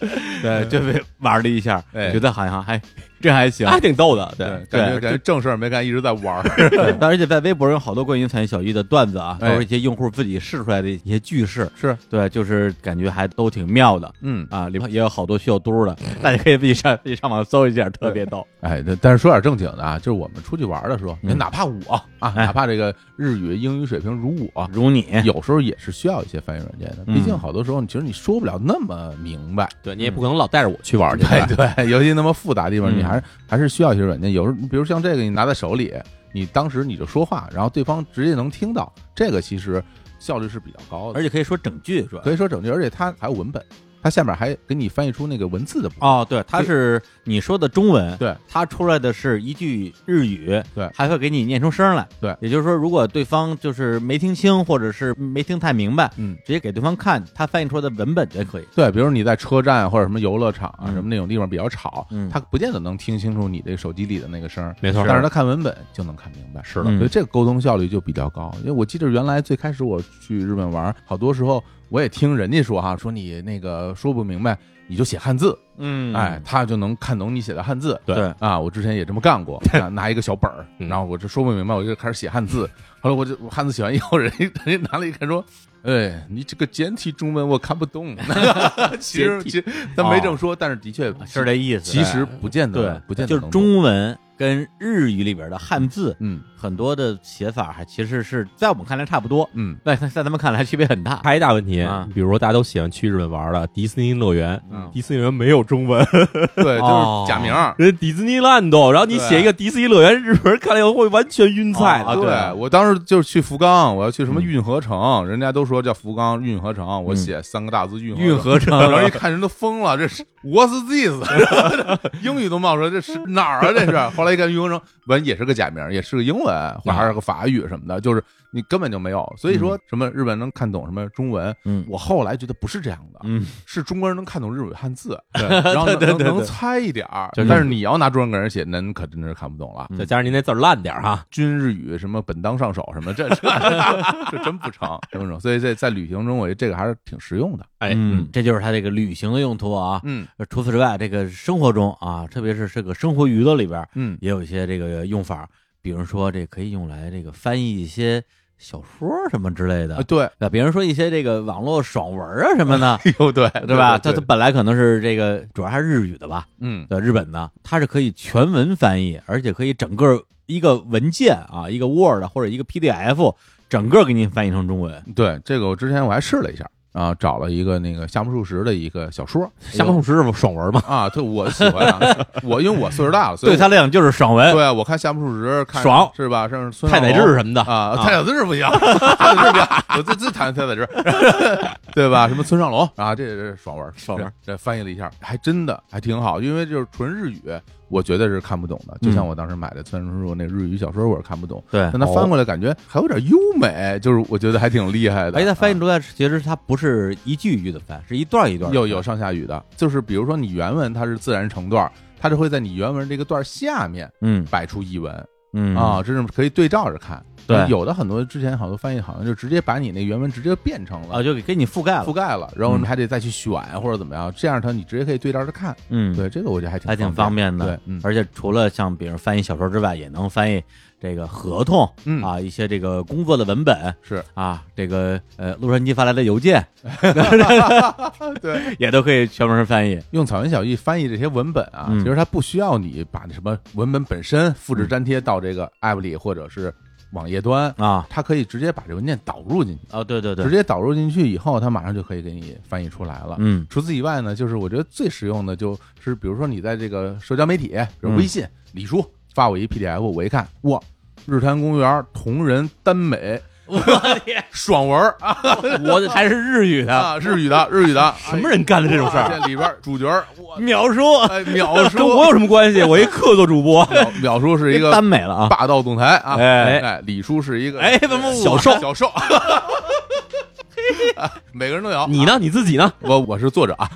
Speaker 1: 对，就被玩了一下，
Speaker 2: 哎
Speaker 1: 觉得好像还这还行。
Speaker 3: 还挺逗的，对。
Speaker 2: 对， 感觉感觉正事儿没干，一直在玩儿。
Speaker 1: 对而且在微博上有好多关于彩云小玉的段子啊，都
Speaker 2: 哎
Speaker 1: 是一些用户自己试出来的一些句式，
Speaker 2: 是，
Speaker 1: 对，就是感觉还都挺妙的
Speaker 2: 嗯，
Speaker 1: 啊。里面也有好多秀嘟的，大家可以自己上自己上网搜一下，特别逗。
Speaker 2: 哎，但但是说点正经的啊，就是我们出去玩的时候，
Speaker 1: 嗯
Speaker 2: 哪怕我啊，哎
Speaker 1: 哎
Speaker 2: 哪怕这个日语、英语水平 如我，
Speaker 1: 如你，
Speaker 2: 有时候也是需要一些翻译软件的。
Speaker 1: 嗯
Speaker 2: 毕竟好多时候，其实你说不了那么明白。
Speaker 3: 对你也不可能老带着我去玩儿去，吧
Speaker 2: 对对，尤其那么复杂的地方，
Speaker 1: 嗯
Speaker 2: 你还是还是需要一些软件。有时候，比如像这个，你拿在手里，你当时你就说话，然后对方直接能听到，这个其实效率是比较高的
Speaker 1: 而。且可以说整句是吧？
Speaker 2: 可以说整句，而且它还有文本，它下面还给你翻译出那个文字的部分。
Speaker 1: 哦，对，它
Speaker 2: 对
Speaker 1: 是你说的中文，
Speaker 2: 对，
Speaker 1: 它出来的是一句日语，
Speaker 2: 对
Speaker 1: 还会给你念出声来，
Speaker 2: 对
Speaker 1: 也就是说，如果对方就是没听清，或者是没听太明白，
Speaker 2: 嗯，
Speaker 1: 直接给对方看他翻译出来的文本就可以。
Speaker 2: 对，比如你在车站或者什么游乐场啊，
Speaker 1: 嗯
Speaker 2: 什么那种地方比较吵，
Speaker 1: 嗯
Speaker 2: 他不见得能听清楚你这手机里的那个声儿，
Speaker 3: 没错
Speaker 2: 但是他看文本就能看明白。
Speaker 3: 是
Speaker 1: 嗯
Speaker 3: 的，
Speaker 2: 所以这个沟通效率就比较高。因为我记得原来最开始我去日本玩，好多时候我也听人家说哈，说你那个说不明白，你就写汉字，
Speaker 1: 嗯
Speaker 2: 哎，，他就能看懂你写的汉字。
Speaker 3: 对
Speaker 1: 对
Speaker 2: 啊，我之前也这么 干过，拿拿一个小本儿，
Speaker 3: 嗯
Speaker 2: 然后我这说不明白，我就开始写汉字。后来我就我汉字写完以后，人家人家拿了一看说。哎，你这个简体中文我看不懂。 其实
Speaker 3: 简体
Speaker 2: 其实他没这么说，但是的确
Speaker 1: 哦是这意思。哎
Speaker 2: 其实不见
Speaker 1: 对
Speaker 2: 得，，嗯不见得
Speaker 1: 就是
Speaker 2: 能懂
Speaker 1: 中文跟日语里边的汉字，
Speaker 2: 嗯
Speaker 1: 很多的写法还其实是在我们看来差不多，
Speaker 2: 嗯
Speaker 1: 在在他们看来区别很大。
Speaker 3: 还有一大问题
Speaker 1: 啊，
Speaker 3: 比如说大家都喜欢去日本玩儿了，迪士尼乐园，
Speaker 1: 嗯
Speaker 3: 迪士尼乐园没有中文，
Speaker 2: 对，
Speaker 1: 哦
Speaker 2: 就是假名儿。
Speaker 3: 人家迪士尼 land，然后你
Speaker 2: 对哦
Speaker 3: 写一个迪士尼乐园，日本人看了以后会完全晕菜
Speaker 1: 啊
Speaker 3: 的。
Speaker 1: 对嗯
Speaker 2: 我当时就是去福冈，我要去什么运河城，人家都说叫福冈运河城，我写三个大字运河
Speaker 1: 运河城
Speaker 2: 然后一看人都疯了，这是 What's this？英语都冒出来，这是哪儿啊？这是。后来一看运河城，完也是个假名，也是个英文，
Speaker 1: 啊
Speaker 2: 或者还是个法语什么的，就是你根本就没有。所以说什么日本能看懂什么中文，
Speaker 1: 嗯
Speaker 2: 我后来觉得不是这样的，
Speaker 1: 嗯，
Speaker 2: 是中国人能看懂日语汉 字，然后能
Speaker 1: 对对
Speaker 2: 能
Speaker 1: 对
Speaker 2: 能
Speaker 1: 对
Speaker 2: 猜一点儿
Speaker 1: 就，是
Speaker 2: 但是你要拿中文给人写，那你可真是看不懂了。
Speaker 1: 嗯
Speaker 3: 再加上您那字儿烂点儿哈，
Speaker 2: 军日语什么本当上手什么，这 这这真不成，真不成。所以在在旅行中，我觉得这个还是挺实用的。
Speaker 3: 哎，
Speaker 1: 嗯，这就是它这个旅行的用途啊。
Speaker 2: 嗯
Speaker 1: 除此之外，这个生活中啊，特别是这个生活娱乐里边，
Speaker 2: 嗯，
Speaker 1: 也有一些这个用法，比如说这可以用来这个翻译一些小说什么之类的
Speaker 2: 啊，对，
Speaker 1: 对，比如说一些这个网络爽文啊什么的，
Speaker 2: 哟对，
Speaker 1: 对吧？它
Speaker 2: 哎对
Speaker 1: 它本来可能是这个，主要还是日语的吧，
Speaker 2: 嗯
Speaker 1: 对，日本的，它是可以全文翻译，而且可以整个一个文件啊，一个 Word 或者一个 PDF，整个给您翻译成中文。
Speaker 2: 对，这个我之前我还试了一下啊，找了一个那个夏目漱石的一个小说
Speaker 3: 夏目漱石是不是爽文嘛？
Speaker 2: 啊，对我喜欢啊， 我因为我岁数大了，所以
Speaker 1: 对他来讲就是爽文，
Speaker 2: 对啊我看夏目漱石看
Speaker 1: 爽
Speaker 2: 是吧？像是孙
Speaker 3: 太宰
Speaker 2: 尚龙
Speaker 3: 治 什么的，
Speaker 2: 啊，
Speaker 3: 啊
Speaker 2: 太宰治不行，太宰治不行，我最最讨厌太宰治， 对吧？什么村上龙啊，这是爽文，
Speaker 1: 爽文
Speaker 2: 这，这翻译了一下，还真的还挺好，因为就是纯日语，我觉得是看不懂的。
Speaker 1: 嗯
Speaker 2: 就像我当时买的村上树那日语小说，我是看不懂，
Speaker 1: 对
Speaker 2: 但他翻过来感觉还有点优美，就是我觉得还挺厉害的。
Speaker 1: 而且它哎翻
Speaker 2: 啊
Speaker 1: 译出来，其实它不是一句一句的翻，是一段一段的翻。
Speaker 2: 有有上下语的，就是比如说你原文它是自然成段儿，它就会在你原文这个段儿下面
Speaker 1: 嗯
Speaker 2: 摆出译文
Speaker 1: 嗯
Speaker 2: 啊，这是可以对照着看。
Speaker 1: 对
Speaker 2: 有的很多之前好多翻译好像就直接把你那原文直接变成
Speaker 1: 啊，
Speaker 2: 了。
Speaker 1: 就给给你覆盖
Speaker 2: 覆
Speaker 1: 了，
Speaker 2: 盖了，然后
Speaker 1: 嗯
Speaker 2: 你还得再去选或者怎么样，这样它你直接可以对照着看。
Speaker 1: 嗯，
Speaker 2: 对，这个我觉得还挺
Speaker 1: 还挺方
Speaker 2: 便
Speaker 1: 便的。
Speaker 2: 对，嗯，
Speaker 1: 而且除了像比如翻译小说之外，也能翻译这个合同
Speaker 2: 嗯
Speaker 1: 啊，一些这个工作的文本
Speaker 2: 是
Speaker 1: 啊，这个呃洛杉矶发来的邮件
Speaker 2: 对，
Speaker 1: 也都可以全文翻译。
Speaker 2: 用草原小艺翻译这些文本啊，
Speaker 1: 嗯
Speaker 2: 其实它不需要你把那什么文本本身复制粘贴到这个 app 里或者是网页端，
Speaker 1: 啊
Speaker 2: 它可以直接把这文件导入进去，
Speaker 1: 啊，对对对
Speaker 2: 直，接导入进去以后，它马上就可以给你翻译出来了。
Speaker 1: 嗯
Speaker 2: 除此以外呢，就是我觉得最实用的就是，比如说你在这个社交媒体，比如
Speaker 1: 嗯
Speaker 2: 微信，李叔发我一 PDF，我一看，哇，日坛公园同人耽美，我天，爽文儿啊
Speaker 4: 我还是日语 的，
Speaker 2: 啊，日语的，日语的，
Speaker 4: 什么人干的这种事
Speaker 2: 哎？
Speaker 4: 儿？
Speaker 2: 这里边儿主角儿，我
Speaker 4: 秒叔，
Speaker 2: 哎，淼
Speaker 4: 跟我
Speaker 2: 叔，
Speaker 4: 有什么关系？我一客座主播，
Speaker 2: 淼淼叔是一个
Speaker 1: 耽美了啊，
Speaker 2: 霸道总裁啊，
Speaker 4: 哎
Speaker 2: 哎，李叔是一个
Speaker 4: 哎怎么我
Speaker 2: 小瘦小瘦， 啊每个人都有。
Speaker 3: 你呢？你自己呢？
Speaker 2: 我我是作 者啊，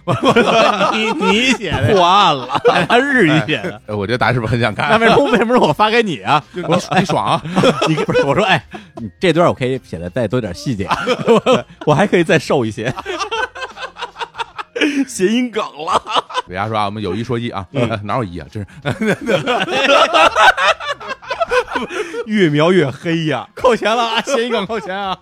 Speaker 4: 你你写的，
Speaker 1: 破案了，
Speaker 4: 他日语写的。
Speaker 2: 哎我觉得大家是不是很想
Speaker 4: 啊那
Speaker 2: 看？
Speaker 4: 为什么为什么是我发给你啊？
Speaker 2: 我你爽啊！
Speaker 1: 你不是我说哎，你这段我可以写的再多点细节，
Speaker 3: 我还可以再瘦一些。
Speaker 4: 谐音梗了，
Speaker 2: 给大家说啊，我们有一说一啊，哎
Speaker 4: 嗯
Speaker 2: 哪有一啊？真是
Speaker 3: 越描越黑 呀！
Speaker 4: 扣钱了啊！谐音梗扣钱 啊！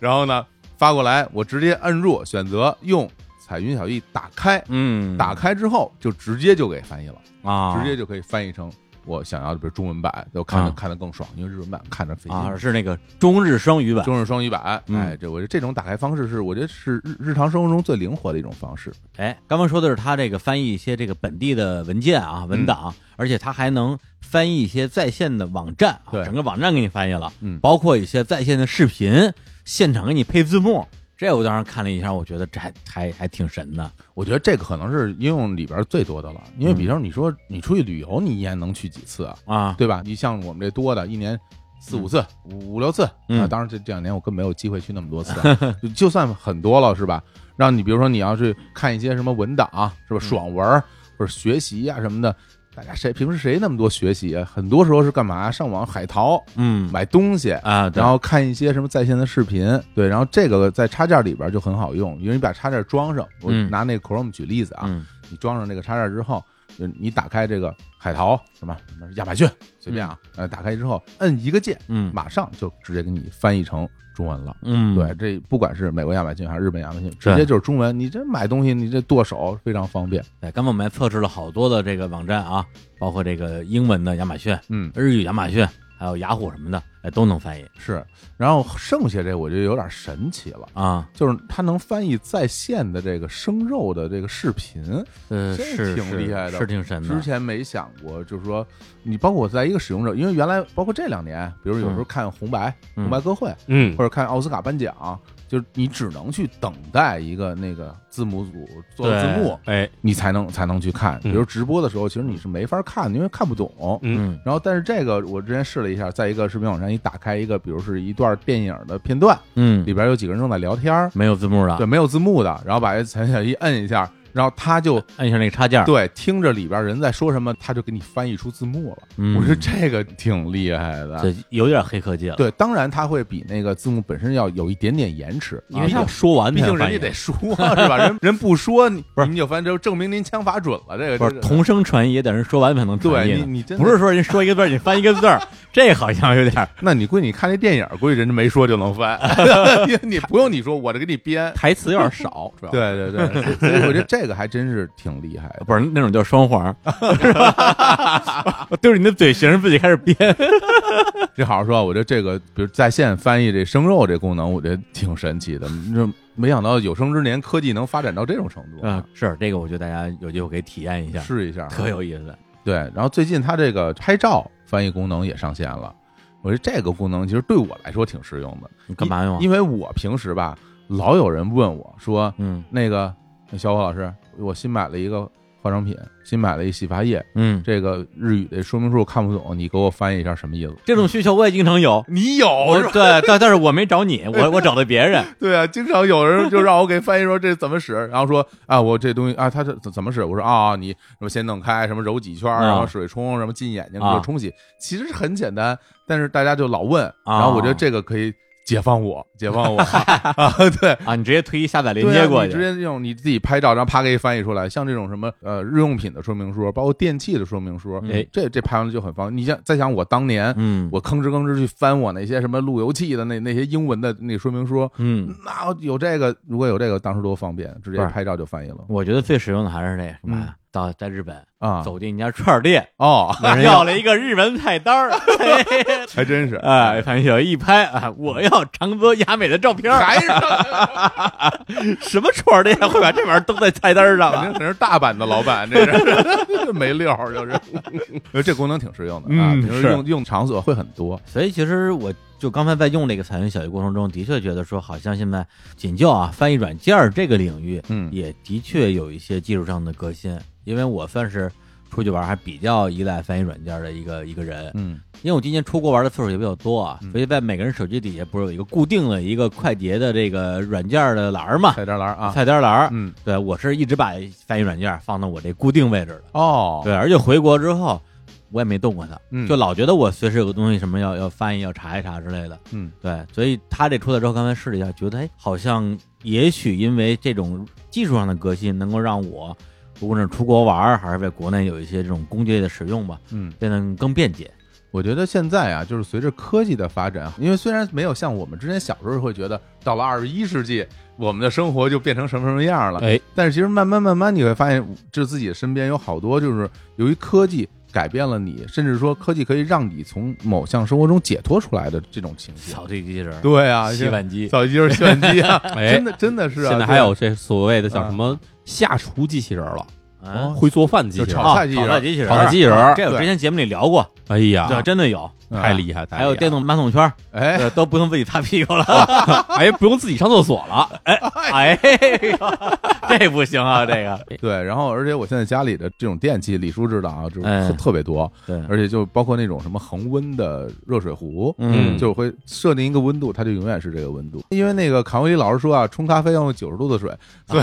Speaker 2: 然后呢，发过来，我直接摁住选择用彩云小艺打开，
Speaker 1: 嗯
Speaker 2: 打开之后就直接就给翻译了，
Speaker 1: 啊，
Speaker 2: 直接就可以翻译成我想要的，比如中文版，就看着
Speaker 1: 啊
Speaker 2: 看着更爽，因为日文版看着费
Speaker 1: 啊
Speaker 2: 劲。
Speaker 1: 是那个中日双语版
Speaker 2: 中日双语版，
Speaker 1: 嗯
Speaker 2: 哎，这我觉得这种打开方式是，我觉得是日日常生活中最灵活的一种方式。
Speaker 1: 哎，刚刚说的是他这个翻译一些这个本地的文件
Speaker 2: 嗯
Speaker 1: 啊、文档，而且他还能翻译一些在线的网站啊，
Speaker 2: 对
Speaker 1: 整个网站给你翻译了，
Speaker 2: 嗯
Speaker 1: 包括一些在线的视频，现场给你配字幕。这我当时看了一下，我觉得这还还还挺神的。
Speaker 2: 我觉得这个可能是应用里边最多的了，因为比方
Speaker 1: 嗯
Speaker 2: 说你说你出去旅游，你一年能去几次啊？
Speaker 1: 啊，
Speaker 2: 对吧？你像我们这多的，一年四五次、五五六次啊。
Speaker 1: 嗯
Speaker 2: 当然这这两年我更没有机会去那么多次啊， 就就算很多了，是吧？让你比如说你要去看一些什么文档、是
Speaker 1: 嗯
Speaker 2: 吧？爽文儿或者学习呀、什么的，大家谁平时谁那么多学习啊？很多时候是干嘛？上网海淘、
Speaker 1: 嗯
Speaker 2: 买东西。
Speaker 1: 啊，对
Speaker 2: 然后看一些什么在线的视频，对，然后这个在插件里边就很好用，因为你把插件装上，我
Speaker 1: 嗯
Speaker 2: 拿那 Chrome 举例子啊，
Speaker 1: 嗯
Speaker 2: 你装上这个插件之后，呃你打开这个海淘什么什么亚马逊，随便啊，呃，打开之后摁一个键，
Speaker 1: 嗯
Speaker 2: 马上就直接给你翻译成中文了。
Speaker 1: 嗯，
Speaker 2: 对，这不管是美国亚马逊还是日本亚马逊，直接就是中文。你这买东西，你这剁手非常方便。
Speaker 1: 对，哎刚刚我们还测试了好多的这个网站啊，包括这个英文的亚马逊、
Speaker 2: 嗯，
Speaker 1: 日语亚马逊，还有雅虎什么的，哎，都能翻译
Speaker 2: 是。然后剩下这我就有点神奇了，
Speaker 1: 啊。
Speaker 2: 就是它能翻译在线的这个生肉的这个视频，
Speaker 1: 呃，
Speaker 2: 这
Speaker 1: 是
Speaker 2: 挺
Speaker 1: 是
Speaker 2: 厉害的
Speaker 1: 是挺神的。
Speaker 2: 之前没想过，就是说你包括我在一个使用者，因为原来包括这两年，比如有时候看红白、
Speaker 1: 嗯
Speaker 2: 红白歌会，
Speaker 3: 嗯
Speaker 2: 或者看奥斯卡颁奖，就是你只能去等待一个那个字幕组做
Speaker 1: 对
Speaker 2: 字幕，
Speaker 3: 哎，
Speaker 2: 你才能才能去看。比
Speaker 3: 嗯
Speaker 2: 如直播的时候，其实你是没法看的，因为看不懂。
Speaker 3: 嗯
Speaker 1: 嗯
Speaker 2: 然后，但是这个我之前试了一下，在一个视频网站一打开一个，比如是一段电影的片段，
Speaker 1: 嗯，
Speaker 2: 里边有几个人正在聊天儿，
Speaker 1: 没有字幕啊的，
Speaker 2: 对，没有字幕的，然后把陈小一摁一下，然后他就
Speaker 1: 按一下那个插件儿。
Speaker 2: 对听着里边人在说什么，他就给你翻译出字幕了。
Speaker 1: 嗯
Speaker 2: 我说这个挺厉害的。
Speaker 1: 这有点黑科技了。
Speaker 2: 对，当然它会比那个字幕本身要有一点点延迟，
Speaker 3: 因为
Speaker 2: 啊
Speaker 3: 要说完
Speaker 2: 毕
Speaker 3: 才
Speaker 2: 竟
Speaker 3: 能翻
Speaker 2: 人
Speaker 3: 译，
Speaker 2: 家得说是吧？ 人人不说，你啊不是你就反正证明您枪法准了，这个
Speaker 1: 不是
Speaker 2: 这个
Speaker 1: 同声传译，也得人说完才能传
Speaker 2: 对
Speaker 1: 译
Speaker 2: 你
Speaker 1: 呢。
Speaker 2: 你真的
Speaker 1: 不是，说人说一个字儿你翻一个字 儿，这好像有点儿
Speaker 2: 那你估计你看那电影，估计人家没说就能翻， 你你不用你说，我这给你编。
Speaker 3: 台词有点 少，主要。
Speaker 2: 对对对， 所以我觉得这个还真是挺厉害的。
Speaker 1: 不是那种叫双簧 儿， 是吧？我对着你的嘴学生自己开始编。
Speaker 2: 这好好说，啊我觉得这个，比如在线翻译这生肉这功能，我觉得挺神奇的。这没想到有生之年科技能发展到这种程度，啊
Speaker 1: 嗯，是这个，我觉得大家有机会可以体验一下，
Speaker 2: 试一下啊，
Speaker 1: 特有意思。
Speaker 2: 对，然后最近它这个拍照翻译功能也上线了，我觉得这个功能其实对我来说挺实用的。
Speaker 1: 你干嘛用啊？
Speaker 2: 因为我平时吧，老有人问我说，
Speaker 1: 嗯
Speaker 2: 那个那小伙老师，我新买了一个化妆品，新买了一洗发液，
Speaker 1: 嗯，
Speaker 2: 这个日语的说明书我看不懂，你给我翻译一下什么意思？
Speaker 1: 这种需求我也经常有。
Speaker 2: 你有
Speaker 1: 我对，但但是我没找你，我我找的别人。
Speaker 2: 对啊，经常有人就让我给翻译说这怎么使，然后说啊，我这东西啊，它这怎么使？我说啊，你什么先弄开，什么揉几圈，
Speaker 1: 啊
Speaker 2: 然后水冲，什么进眼睛
Speaker 1: 啊
Speaker 2: 就冲洗，其实是很简单，但是大家就老问，
Speaker 1: 啊
Speaker 2: 然后我觉得这个可以解放我，解放 我啊！对，
Speaker 4: 啊，你直接推一下载链
Speaker 2: 对
Speaker 4: 接
Speaker 2: 啊
Speaker 4: 过
Speaker 2: 你直
Speaker 4: 去，
Speaker 2: 接用你自己拍照，然后啪给你翻译出来。像这种什么呃日用品的说明书，包括电器的说明书，
Speaker 1: 嗯
Speaker 3: 哎，
Speaker 2: 这这拍完了就很方便。你想再想我当年，
Speaker 1: 嗯
Speaker 2: 我吭哧吭哧去翻我那些什么路由器的那那些英文的那说明书，
Speaker 1: 嗯，
Speaker 2: 那有这个如果有这个，当时多方便，直接
Speaker 1: 是
Speaker 2: 拍照就翻译了
Speaker 1: 我觉得最实用的还是这个什么呀？到在日本
Speaker 2: 啊。
Speaker 1: 走进一家串儿店，
Speaker 2: 哦，
Speaker 4: 要了一个日文菜单儿，
Speaker 2: 还真是，
Speaker 4: 哎，樊小一拍啊， 我要长泽雅美的照片儿，
Speaker 2: 还是
Speaker 4: 什么串儿店会把这玩意儿登在菜单儿上
Speaker 2: 肯
Speaker 4: 啊？
Speaker 2: 定是大阪的老板，这是这没料儿，就是呃这功能挺实用的啊，
Speaker 4: 嗯
Speaker 2: 平时
Speaker 4: 是
Speaker 2: 用用场所会很多。
Speaker 1: 所以其实我就刚才在用这个彩云小鱼过程中，的确觉得说，好像现在仅就啊翻译软件儿这个领域，
Speaker 2: 嗯
Speaker 1: 也的确有一些技术上的革新。因为我算是出去玩儿还比较依赖翻译软件儿的一个一个人，
Speaker 2: 嗯
Speaker 1: 因为我今年出国玩的次数也比较多啊，所以在每个人手机底下不是有一个固定的一个快捷的这个软件儿的栏儿嘛，
Speaker 2: 菜单栏儿啊，
Speaker 1: 菜单栏儿。
Speaker 2: 嗯
Speaker 1: 对我是一直把翻译软件儿放到我这固定位置的。
Speaker 2: 哦，
Speaker 1: 对，而且回国之后我也没动过它，
Speaker 2: 嗯
Speaker 1: 就老觉得我随时有个东西什么要要翻译、要查一查之类的。
Speaker 2: 嗯，
Speaker 1: 对，所以它这出来之后，刚才试了一下，觉得哎，好像也许因为这种技术上的革新，能够让我无论是出国玩儿还是在国内有一些这种工具类的使用吧，
Speaker 2: 嗯，
Speaker 1: 变得更便捷。
Speaker 2: 我觉得现在啊，就是随着科技的发展，因为虽然没有像我们之前小时候会觉得，到了二十一世纪，我们的生活就变成什么什么样了，
Speaker 3: 哎，
Speaker 2: 但是其实慢慢慢慢你会发现，就自己身边有好多就是由于科技。改变了你，甚至说科技可以让你从某项生活中解脱出来的这种情景。
Speaker 1: 扫地机器人儿，
Speaker 2: 对啊，
Speaker 4: 洗碗机，
Speaker 2: 扫地就是洗碗机啊，
Speaker 3: 哎
Speaker 2: 真的真的是啊。
Speaker 3: 现
Speaker 2: 对
Speaker 3: 在还有这所谓的叫
Speaker 2: 啊
Speaker 3: 什么下厨机器人了，
Speaker 1: 嗯，
Speaker 3: 会做饭机
Speaker 2: 就
Speaker 3: 器人
Speaker 2: 炒
Speaker 3: 了，
Speaker 2: 菜机器
Speaker 1: 炒
Speaker 2: 人
Speaker 1: 菜机啊器人
Speaker 3: 炒
Speaker 1: 儿
Speaker 3: 菜，机器人儿，
Speaker 1: 这我之前节目里聊过，
Speaker 3: 哎
Speaker 1: 对，
Speaker 3: 呀，
Speaker 1: 真的有，
Speaker 3: 太厉害，太厉害
Speaker 1: 还有电，动马桶圈儿，
Speaker 2: 哎，
Speaker 1: 对，都不用自己擦屁股了。
Speaker 3: 哎，不用自己上厕所了，
Speaker 4: 哎呦，这不行啊，这个
Speaker 2: 对，然后而且我现在家里的这种电器，李叔知道啊，就是
Speaker 1: 哎
Speaker 2: 特特别多，
Speaker 1: 对，
Speaker 2: 而且就包括那种什么恒温的热水壶，
Speaker 1: 嗯，
Speaker 2: 就会设定一个温度，它就永远是这个温度。因为那个卡威老师说啊，冲咖啡要用九十度的水， 所以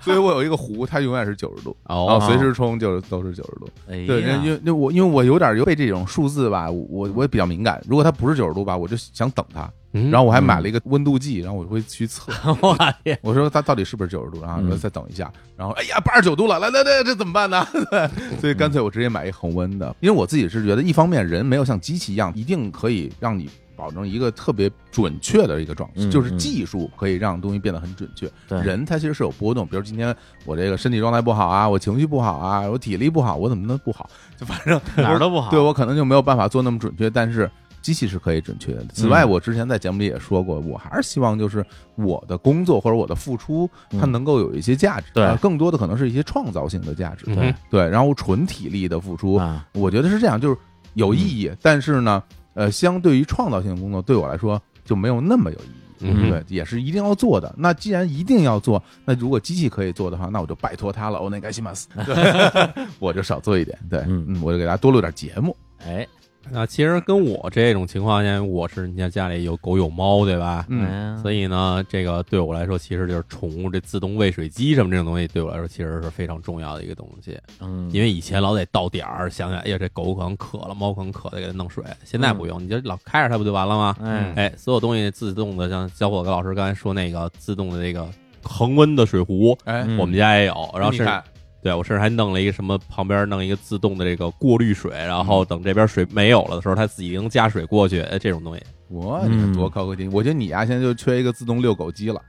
Speaker 2: 所以我有一个壶，它永远是九十度，然后
Speaker 3: 哦，
Speaker 2: 随时冲就是都是九十度。
Speaker 1: 哎呀
Speaker 2: 对，因为因为我因为我有点儿被这种数字吧，我我我也比较敏感，如果它不是九十度吧，我就想等它。
Speaker 1: 嗯
Speaker 3: 然
Speaker 2: 然后我还买了一个温度计，然后我会去测，
Speaker 1: 我天，
Speaker 2: 我说它到底是不是九十度，然后
Speaker 1: 嗯
Speaker 2: 说再等一下，然后哎呀八十九度了，来来来，这怎么办呢？ 对所以干脆我直接买一恒温的，因为我自己是觉得，一方面人没有像机器一样，一定可以让你。保证一个特别准确的一个状态，
Speaker 1: 嗯
Speaker 2: 就是技术可以让东西变得很准确。
Speaker 1: 对
Speaker 2: 人他其实是有波动，比如今天我这个身体状态不好啊，我情绪不好啊，我体力不好，我怎么能不好？就反 正
Speaker 4: 哪儿都
Speaker 1: 啊
Speaker 4: 不好。
Speaker 2: 对我可能就没有办法做那么准确，但是机器是可以准确的。此外，
Speaker 1: 嗯
Speaker 2: 我之前在节目里也说过，我还是希望就是我的工作或者我的付出，它
Speaker 1: 嗯
Speaker 2: 能够有一些价值，
Speaker 1: 对嗯
Speaker 2: 呃更多的可能是一些创造性的价值，
Speaker 3: 对，
Speaker 2: 对。然后纯体力的付出，
Speaker 1: 啊，
Speaker 2: 我觉得是这样，就是有意义，但是呢，
Speaker 1: 嗯
Speaker 2: 呃，相对于创造性的工作，对我来说就没有那么有意义。
Speaker 3: 嗯
Speaker 2: 对，也是一定要做的。那既然一定要做，那如果机器可以做的话，那我就拜托它了。欧内盖西马斯， 对我就少做一点。对，
Speaker 1: 嗯
Speaker 2: 嗯，我就给大家多录点节目。
Speaker 1: 哎，
Speaker 3: 那其实跟我这种情况下，我是你看家里有狗有猫，对吧？
Speaker 2: 嗯，
Speaker 3: 所
Speaker 1: 以
Speaker 3: 以呢，这个对我来说，其实就是宠物这自动喂水机什么这种东西，对我来说其实是非常重要的一个东西。
Speaker 1: 嗯，
Speaker 3: 因为以前老得到点儿，想想哎呀，这狗可能渴了，猫可能渴了，给它弄水。现在不用，你就老开着它不就完了吗？
Speaker 1: 哎
Speaker 3: 哎，所有东西自动的，像小伙子老师刚才说那个自动的那个恒温的水壶，
Speaker 2: 哎，
Speaker 1: 嗯
Speaker 3: 我们家也有。然后
Speaker 2: 你
Speaker 3: 甚至
Speaker 2: 看
Speaker 3: 对我甚至还弄了一个什么，旁边弄一个自动的这个过滤水，然后
Speaker 2: 嗯
Speaker 3: 等这边水没有了的时候，它自己能加水过去。哎，这种东西，
Speaker 2: 我
Speaker 1: 嗯
Speaker 2: 你看多高科技！我觉得你呀、现在就缺一个自动遛狗机了。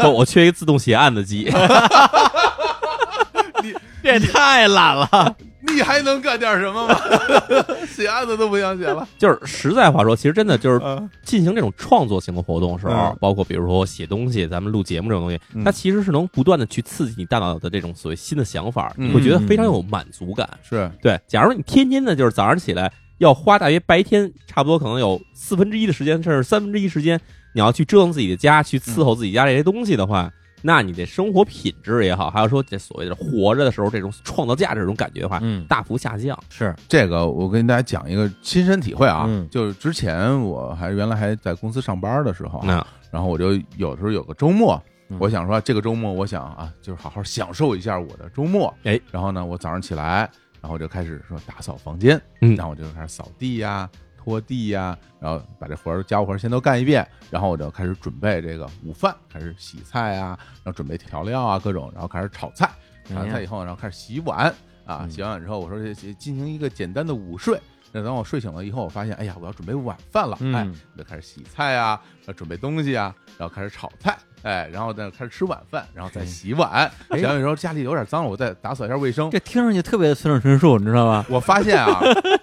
Speaker 3: 不我缺一个自动结案的 机。
Speaker 4: 这也太懒 了，
Speaker 2: 你还能干点什么吗？ 写案子都不想写了。
Speaker 3: 就是实在话说，其实真的就是
Speaker 2: 嗯
Speaker 3: 进行这种创作型的活动的时候
Speaker 2: 嗯，
Speaker 3: 包括比如说写东西，咱们录节目这种东西
Speaker 2: 嗯，
Speaker 3: 它其实是能不断的去刺激你大脑的这种所谓新的想法，
Speaker 2: 嗯
Speaker 3: 你会觉得非常有满足感。
Speaker 2: 是，
Speaker 3: 对，假如你天天的就是早上起来要花大约白天差不多可能有四分之一的时间，甚至三分之一时间，你要去折腾自己的家，去伺候自己家这些东西的话。那你的生活品质也好，还有说这所谓的活着的时候这种创造价值这种感觉的话，
Speaker 1: 嗯
Speaker 3: 大幅下降。
Speaker 1: 是
Speaker 2: 这个我跟大家讲一个亲身体会啊，
Speaker 1: 嗯
Speaker 2: 就是之前我还原来还在公司上班的时候啊，
Speaker 3: 那
Speaker 2: 然后我就有时候有个周末
Speaker 1: 嗯，
Speaker 2: 我想说这个周末我想啊，就是好好享受一下我的周末。
Speaker 3: 哎，
Speaker 2: 然后呢，我早上起来，然后就开始说打扫房间，
Speaker 3: 嗯
Speaker 2: 然后我就开始扫地呀、拖地呀、然后把这活儿家务活儿先都干一遍，然后我就开始准备这个午饭，开始洗菜啊，然后准备调料啊各种，然后开始炒菜，炒
Speaker 1: 哎
Speaker 2: 完菜以后，然后开始洗碗啊，
Speaker 1: 嗯
Speaker 2: 洗完碗之后，我说这这进行一个简单的午睡。那等我睡醒了以后，我发现，哎呀，我要准备晚饭了，
Speaker 1: 嗯
Speaker 2: 哎，我就开始洗菜啊，要准备东西啊，然后开始炒菜，哎，然后再开始吃晚饭，然后再洗碗。洗完碗之后家里有点脏了，我再打扫一下卫生。
Speaker 1: 哎这听上去特别村上春树，你知道吗？
Speaker 2: 我发现啊，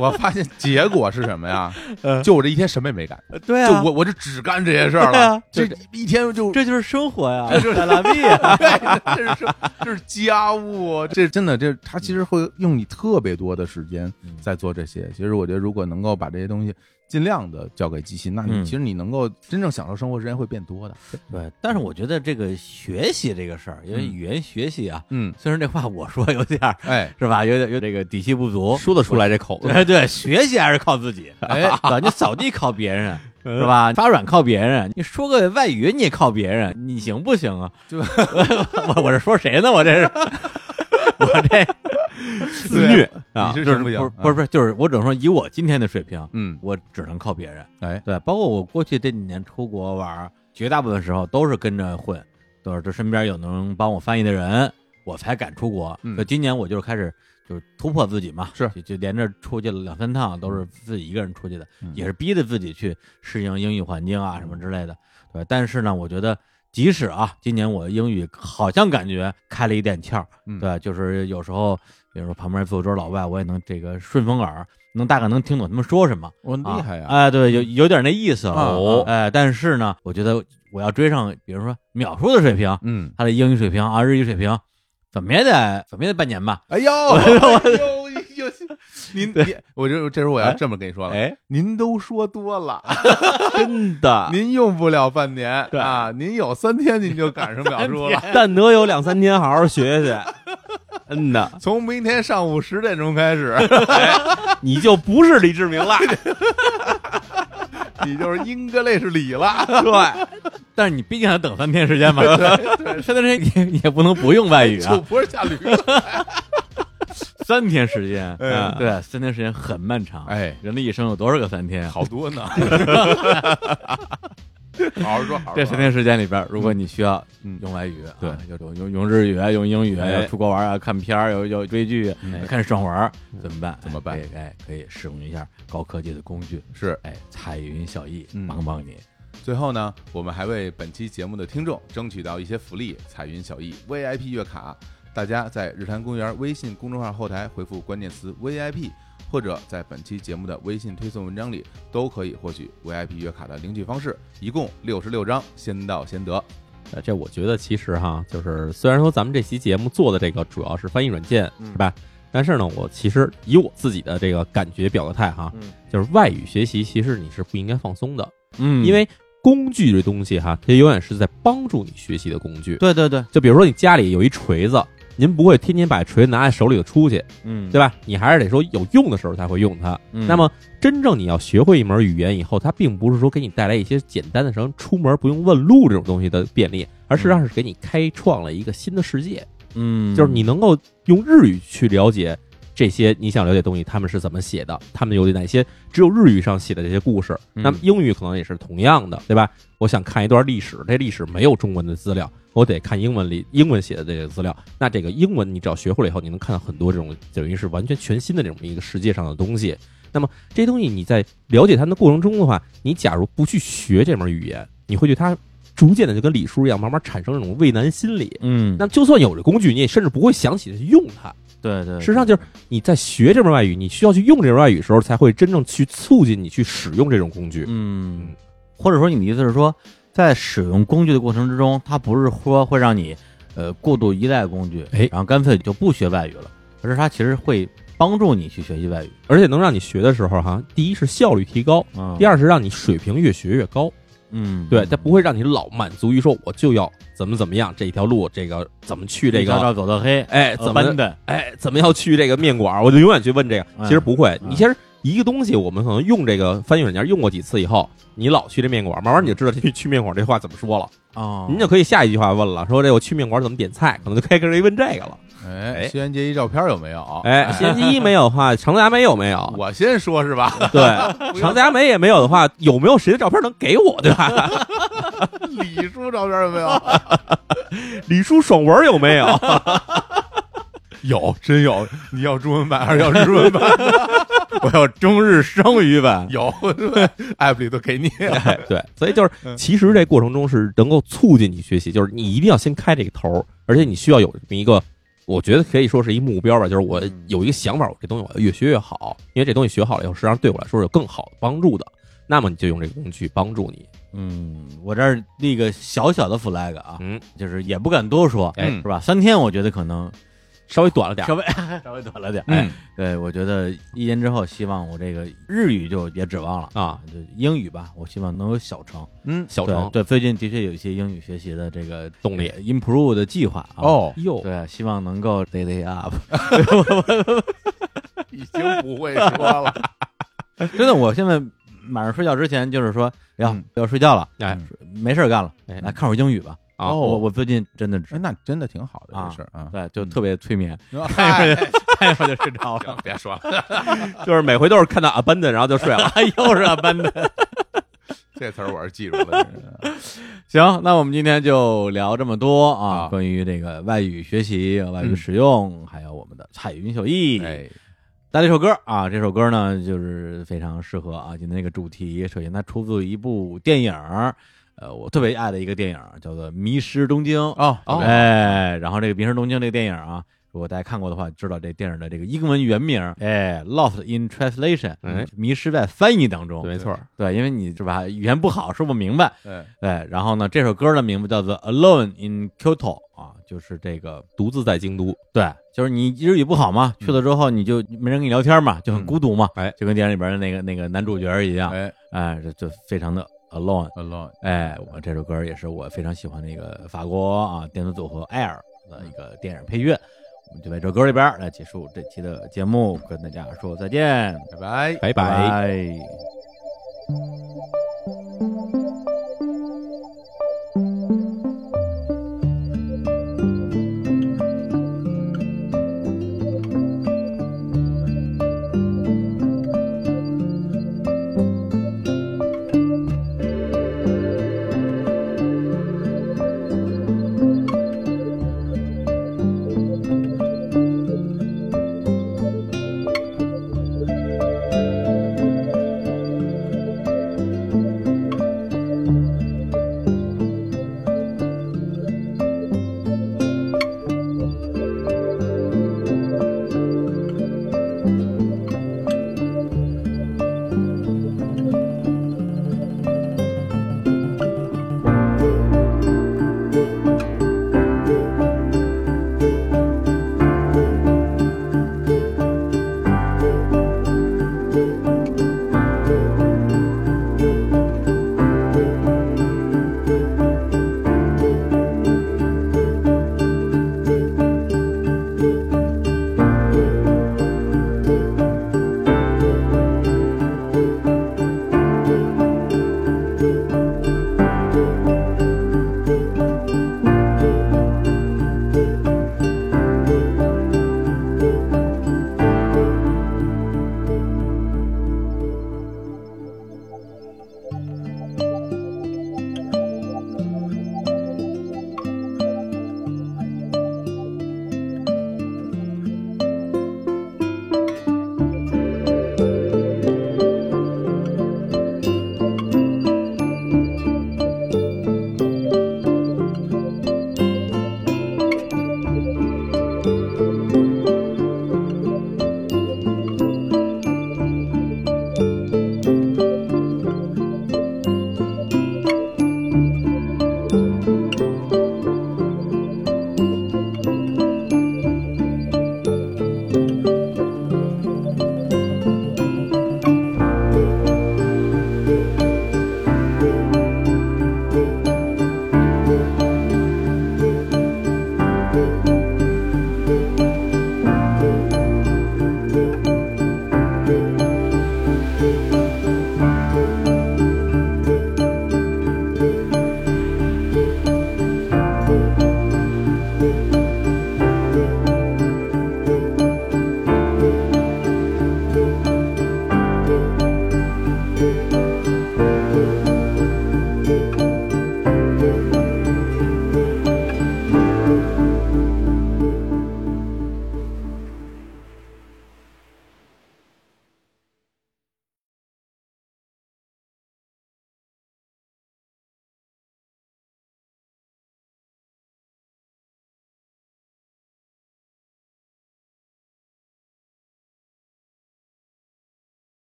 Speaker 2: 我发现结果是什么呀？
Speaker 1: 嗯
Speaker 2: 就我这一天什么也没干，
Speaker 1: 呃对啊
Speaker 2: 就我我就只干这些事儿
Speaker 1: 对
Speaker 2: 了
Speaker 1: 啊，
Speaker 2: 这一天就
Speaker 1: 这就是生活呀，在拉比啊，
Speaker 2: 对，这是这是家务，啊这嗯真的这他其实会用你特别多的时间
Speaker 1: 嗯
Speaker 2: 在做这些。其实我觉得，如果能够把这些东西尽量的交给机器，那你
Speaker 1: 嗯
Speaker 2: 其实你能够真正享受生活时间会变多的。
Speaker 1: 对，但是我觉得这个学习这个事儿，因为
Speaker 2: 嗯
Speaker 1: 语言学习啊，
Speaker 2: 嗯，
Speaker 1: 虽然这话我说有点儿
Speaker 2: 哎
Speaker 1: 是吧，有点有这个底气不足，
Speaker 3: 说得出来这口 子，
Speaker 1: 对对，学习还是靠自 己，嗯
Speaker 2: 哎
Speaker 1: 对吧？你扫地靠别人是吧？发软靠别人，你说个外语你也靠别人，你行不行啊？
Speaker 2: 对
Speaker 1: 我我是说谁呢？我这 是我这
Speaker 2: 自
Speaker 3: 虐
Speaker 1: 啊，
Speaker 2: 你是
Speaker 1: 就
Speaker 2: 行不行
Speaker 1: 不是不是不是，就是我只能说以我今天的水平，
Speaker 2: 嗯，
Speaker 1: 我只能靠别人。
Speaker 2: 哎，
Speaker 1: 对，包括我过去这几年出国玩儿，绝大部分时候都是跟着混，都是这身边有能帮我翻译的人，我才敢出国。
Speaker 2: 嗯
Speaker 1: 所以今年我就是开始就是突破自己嘛，
Speaker 2: 是
Speaker 1: 就就连着出去了两三趟，都是自己一个人出去的，
Speaker 2: 嗯
Speaker 1: 也是逼着自己去适应英语环境啊什么之类的。对，但是呢，我觉得即使啊，今年我英语好像感觉开了一点窍，
Speaker 2: 嗯
Speaker 1: 对，就是有时候，比如说旁边坐桌老外，我也能这个顺风耳，能大概能听懂他们说什么。
Speaker 2: 我很厉害啊
Speaker 1: 呀！
Speaker 2: 呀，
Speaker 1: 哎，对，有有点那意思
Speaker 2: 啊
Speaker 1: 哦。哎，但是呢，我觉得我要追上，比如说淼叔的水平，
Speaker 2: 嗯，
Speaker 1: 他的英语水平啊，日语水平，怎么也得怎么也得半年吧。
Speaker 2: 哎呦，哎呦，哎呦您您，我这这时候我要这么跟你说了，
Speaker 3: 哎，
Speaker 2: 您都说多了，
Speaker 3: 真的。
Speaker 2: 您用不了半年
Speaker 3: 啊对
Speaker 2: 啊，您有三天您就赶上表述了。
Speaker 3: 但得有两三天好好学学。嗯呐，
Speaker 2: 从明天上午十点钟开始，
Speaker 3: 你就不是李志明了。
Speaker 2: 你就是英格雷是理 了。
Speaker 3: 对，
Speaker 1: 但是你毕竟还等三天时 间吧，三天时间你也不能不用外语
Speaker 2: 就
Speaker 1: 啊，
Speaker 2: 不是下驴了。
Speaker 1: 三天时间，
Speaker 2: 哎
Speaker 1: 嗯对，三天时间很漫长。
Speaker 2: 哎
Speaker 1: 人的一生有多少个三天啊？
Speaker 2: 好多呢。好好说，好好说。
Speaker 1: 这三天时间里边，如果你需要
Speaker 2: 啊嗯
Speaker 1: 用外语，啊
Speaker 3: 对，
Speaker 1: 就用用用日语啊，用英语啊，
Speaker 3: 哎
Speaker 1: 要出国玩啊，看片儿，要要追剧，啊
Speaker 2: 嗯
Speaker 1: 要哎看爽文儿，怎么办？
Speaker 2: 怎么办
Speaker 1: 哎可以哎，可以使用一下高科技的工具，
Speaker 2: 是
Speaker 1: 哎，彩云小艺
Speaker 2: 嗯
Speaker 1: 帮帮你。
Speaker 2: 最后呢，我们还为本期节目的听众争取到一些福利：彩云小艺 VIP 月卡。大家在日坛公园微信公众号后台回复关键词 VIP，或者在本期节目的微信推送文章里，都可以获取 VIP 月卡的领取方式，一共六十六张，先到先得。
Speaker 3: 呃这我觉得其实哈，就是虽然说咱们这期节目做的这个主要是翻译软件，
Speaker 1: 嗯
Speaker 3: 是吧？但是呢，我其实以我自己的这个感觉表个态哈，
Speaker 1: 嗯
Speaker 3: 就是外语学习其实你是不应该放松的，
Speaker 1: 嗯
Speaker 3: 因为工具这东西哈，它永远是在帮助你学习的工具。
Speaker 1: 对对对，
Speaker 3: 就比如说你家里有一锤子，您不会天天把锤子拿在手里头出去，
Speaker 1: 嗯
Speaker 3: 对吧？你还是得说有用的时候才会用它。
Speaker 1: 嗯
Speaker 3: 那么，真正你要学会一门语言以后，它并不是说给你带来一些简单的什么出门不用问路这种东西的便利，而实际上是给你开创了一个新的世界，
Speaker 1: 嗯，
Speaker 3: 就是你能够用日语去了解这些你想了解的东西，他们是怎么写的，他们有哪些只有日语上写的这些故事。
Speaker 1: 嗯
Speaker 3: 那么英语可能也是同样的，对吧？我想看一段历史，这历史没有中文的资料，我得看英文里英文写的这个资料。那这个英文你只要学会了以后，你能看到很多这种等于是完全全新的这种一个世界上的东西。那么这些东西你在了解它们的过程中的话，你假如不去学这门语言，你会对它逐渐的就跟李叔一样，慢慢产生这种畏难心理。
Speaker 1: 嗯，
Speaker 3: 那就算有这工具，你也甚至不会想起去用它。
Speaker 1: 对对，
Speaker 3: 实际上就是你在学这门外语，你需要去用这门外语的时候，才会真正去促进你去使用这种工具。
Speaker 1: 嗯
Speaker 3: 嗯，
Speaker 1: 或者说你的意思是说，在使用工具的过程之中，它不是说会让你呃过度依赖工具，
Speaker 3: 哎
Speaker 1: 然后干脆就不学外语了，而是它其实会帮助你去学习外语。
Speaker 3: 而且能让你学的时候，哈，第一是效率提高，
Speaker 1: 嗯，
Speaker 3: 第，二是让你水平越学越高。
Speaker 1: 嗯，
Speaker 3: 对，它不会让你老满足于说我就要怎么怎么样这一条路，这个怎么去这
Speaker 1: 一条
Speaker 3: 个，
Speaker 1: 道走到黑，
Speaker 3: 哎，怎么
Speaker 1: 呃奔的？
Speaker 3: 哎，怎么要去这个面馆儿？我就永远去问这个。
Speaker 1: 嗯
Speaker 3: 其实不会，
Speaker 1: 嗯
Speaker 3: 你其实一个东西，我们可能用这个翻译软件用过几次以后，你老去这面馆儿，慢慢你就知道去去面馆儿这话怎么说了。
Speaker 1: 哦，
Speaker 3: 您就可以下一句话问了，说这我去面馆儿怎么点菜，可能就可以跟人问这个了。
Speaker 2: 哎，
Speaker 4: 哎
Speaker 2: 西元结衣照片有没有？
Speaker 3: 哎，仙姬没有的话，长泽雅美有没有？
Speaker 2: 哦我先说是吧？
Speaker 3: 对，长泽雅美也没有的话，有没有谁的照片能给我，对吧？
Speaker 2: 李叔照片有没有？
Speaker 3: 李叔爽文有没有？
Speaker 2: 有，真有。你要中文版还是要日文版？
Speaker 4: 我要中日双语版。
Speaker 2: 有对，app 里都给你。
Speaker 3: 哎，对，所以
Speaker 2: 嗯
Speaker 3: 就是，其实这过程中是能够促进你学习，就是你一定要先开这个头儿，而且你需要有这么一个，我觉得可以说是一目标吧，就是我
Speaker 2: 嗯
Speaker 3: 有一个想法，我这东西我要越学越好，因为这东西学好了以后，实际上对我来说是有更好的帮助的。那么你就用这个东西去帮助你，
Speaker 1: 嗯，我这儿立个小小的 flag 啊，
Speaker 3: 嗯，
Speaker 1: 就是也不敢多说，
Speaker 3: 哎
Speaker 1: 是
Speaker 2: 嗯
Speaker 1: 吧？三天我觉得可能
Speaker 3: 稍微短了点儿
Speaker 1: 稍，微稍微短了点，哎，对我觉得一年之后，希望我这个日语就别指望了。
Speaker 3: 啊，
Speaker 1: 就英语吧，我希望能有小成。
Speaker 2: 嗯，
Speaker 3: 小程
Speaker 1: 对对，最近的确有一些英语学习的这个
Speaker 3: 动力
Speaker 1: 呃 improve 的计划啊。，
Speaker 2: 哦，
Speaker 3: 哎哟，
Speaker 1: 对，希望能够 day day up。
Speaker 2: 已经不会说了。
Speaker 1: 真的，我现在晚上睡觉之前就是说，要
Speaker 2: 嗯
Speaker 1: 要睡觉了，
Speaker 3: 哎
Speaker 1: 没事儿干了，
Speaker 3: 哎
Speaker 1: 来看会儿英语吧。
Speaker 3: 啊，
Speaker 1: 我我最近真的
Speaker 2: 哎，
Speaker 1: 是，
Speaker 2: 那真的挺好的这事儿啊。
Speaker 1: 对，就特别催眠，
Speaker 2: 嗨
Speaker 1: 看一会儿就睡着了。
Speaker 2: 行别说了，
Speaker 3: 就是每回都是看到 abandon 然后就睡 了，
Speaker 1: 又是班的。
Speaker 2: 这词儿我是记住了。真是
Speaker 1: 行，那我们今天就聊这么多啊，
Speaker 2: 好
Speaker 1: 关于这个外语学习、外语使用，还有我们的彩云秀艺。
Speaker 2: 哎，
Speaker 1: 带来一首歌啊，这首歌呢就是非常适合啊今天这个主题。首先，它出自一部电影儿，呃，我特别爱的一个电影儿叫做《迷失东京》
Speaker 2: 哦，哎
Speaker 1: 哎，然后这个《迷失东京》这个电影啊，如果大家看过的话，知道这电影的这个英文原名，哎，Lost in Translation，
Speaker 3: 哎
Speaker 1: 迷失在翻译当中。
Speaker 3: 对没错儿，
Speaker 1: 对，因为你是吧，语言不好，说不明白。
Speaker 2: 哎
Speaker 1: 哎，然后呢，这首歌的名字叫做《Alone in Kyoto》啊，就是这个
Speaker 3: 独自在京都，
Speaker 1: 对，就是你日语不好嘛，去
Speaker 2: 嗯
Speaker 1: 了之后你就没人跟你聊天嘛，就很孤独嘛，
Speaker 3: 嗯哎
Speaker 1: 就跟电影里边的那个那个男主角一样，
Speaker 2: 哎
Speaker 1: 哎，这就非常的 alone。
Speaker 2: ，alone，
Speaker 1: 哎，我这首歌也是我非常喜欢的一个法国啊电子组合 Air 的一个电影配乐。我们就在这歌里边儿来结束这期的节目，跟大家说再见，
Speaker 2: 拜拜。
Speaker 3: 拜拜。
Speaker 1: 拜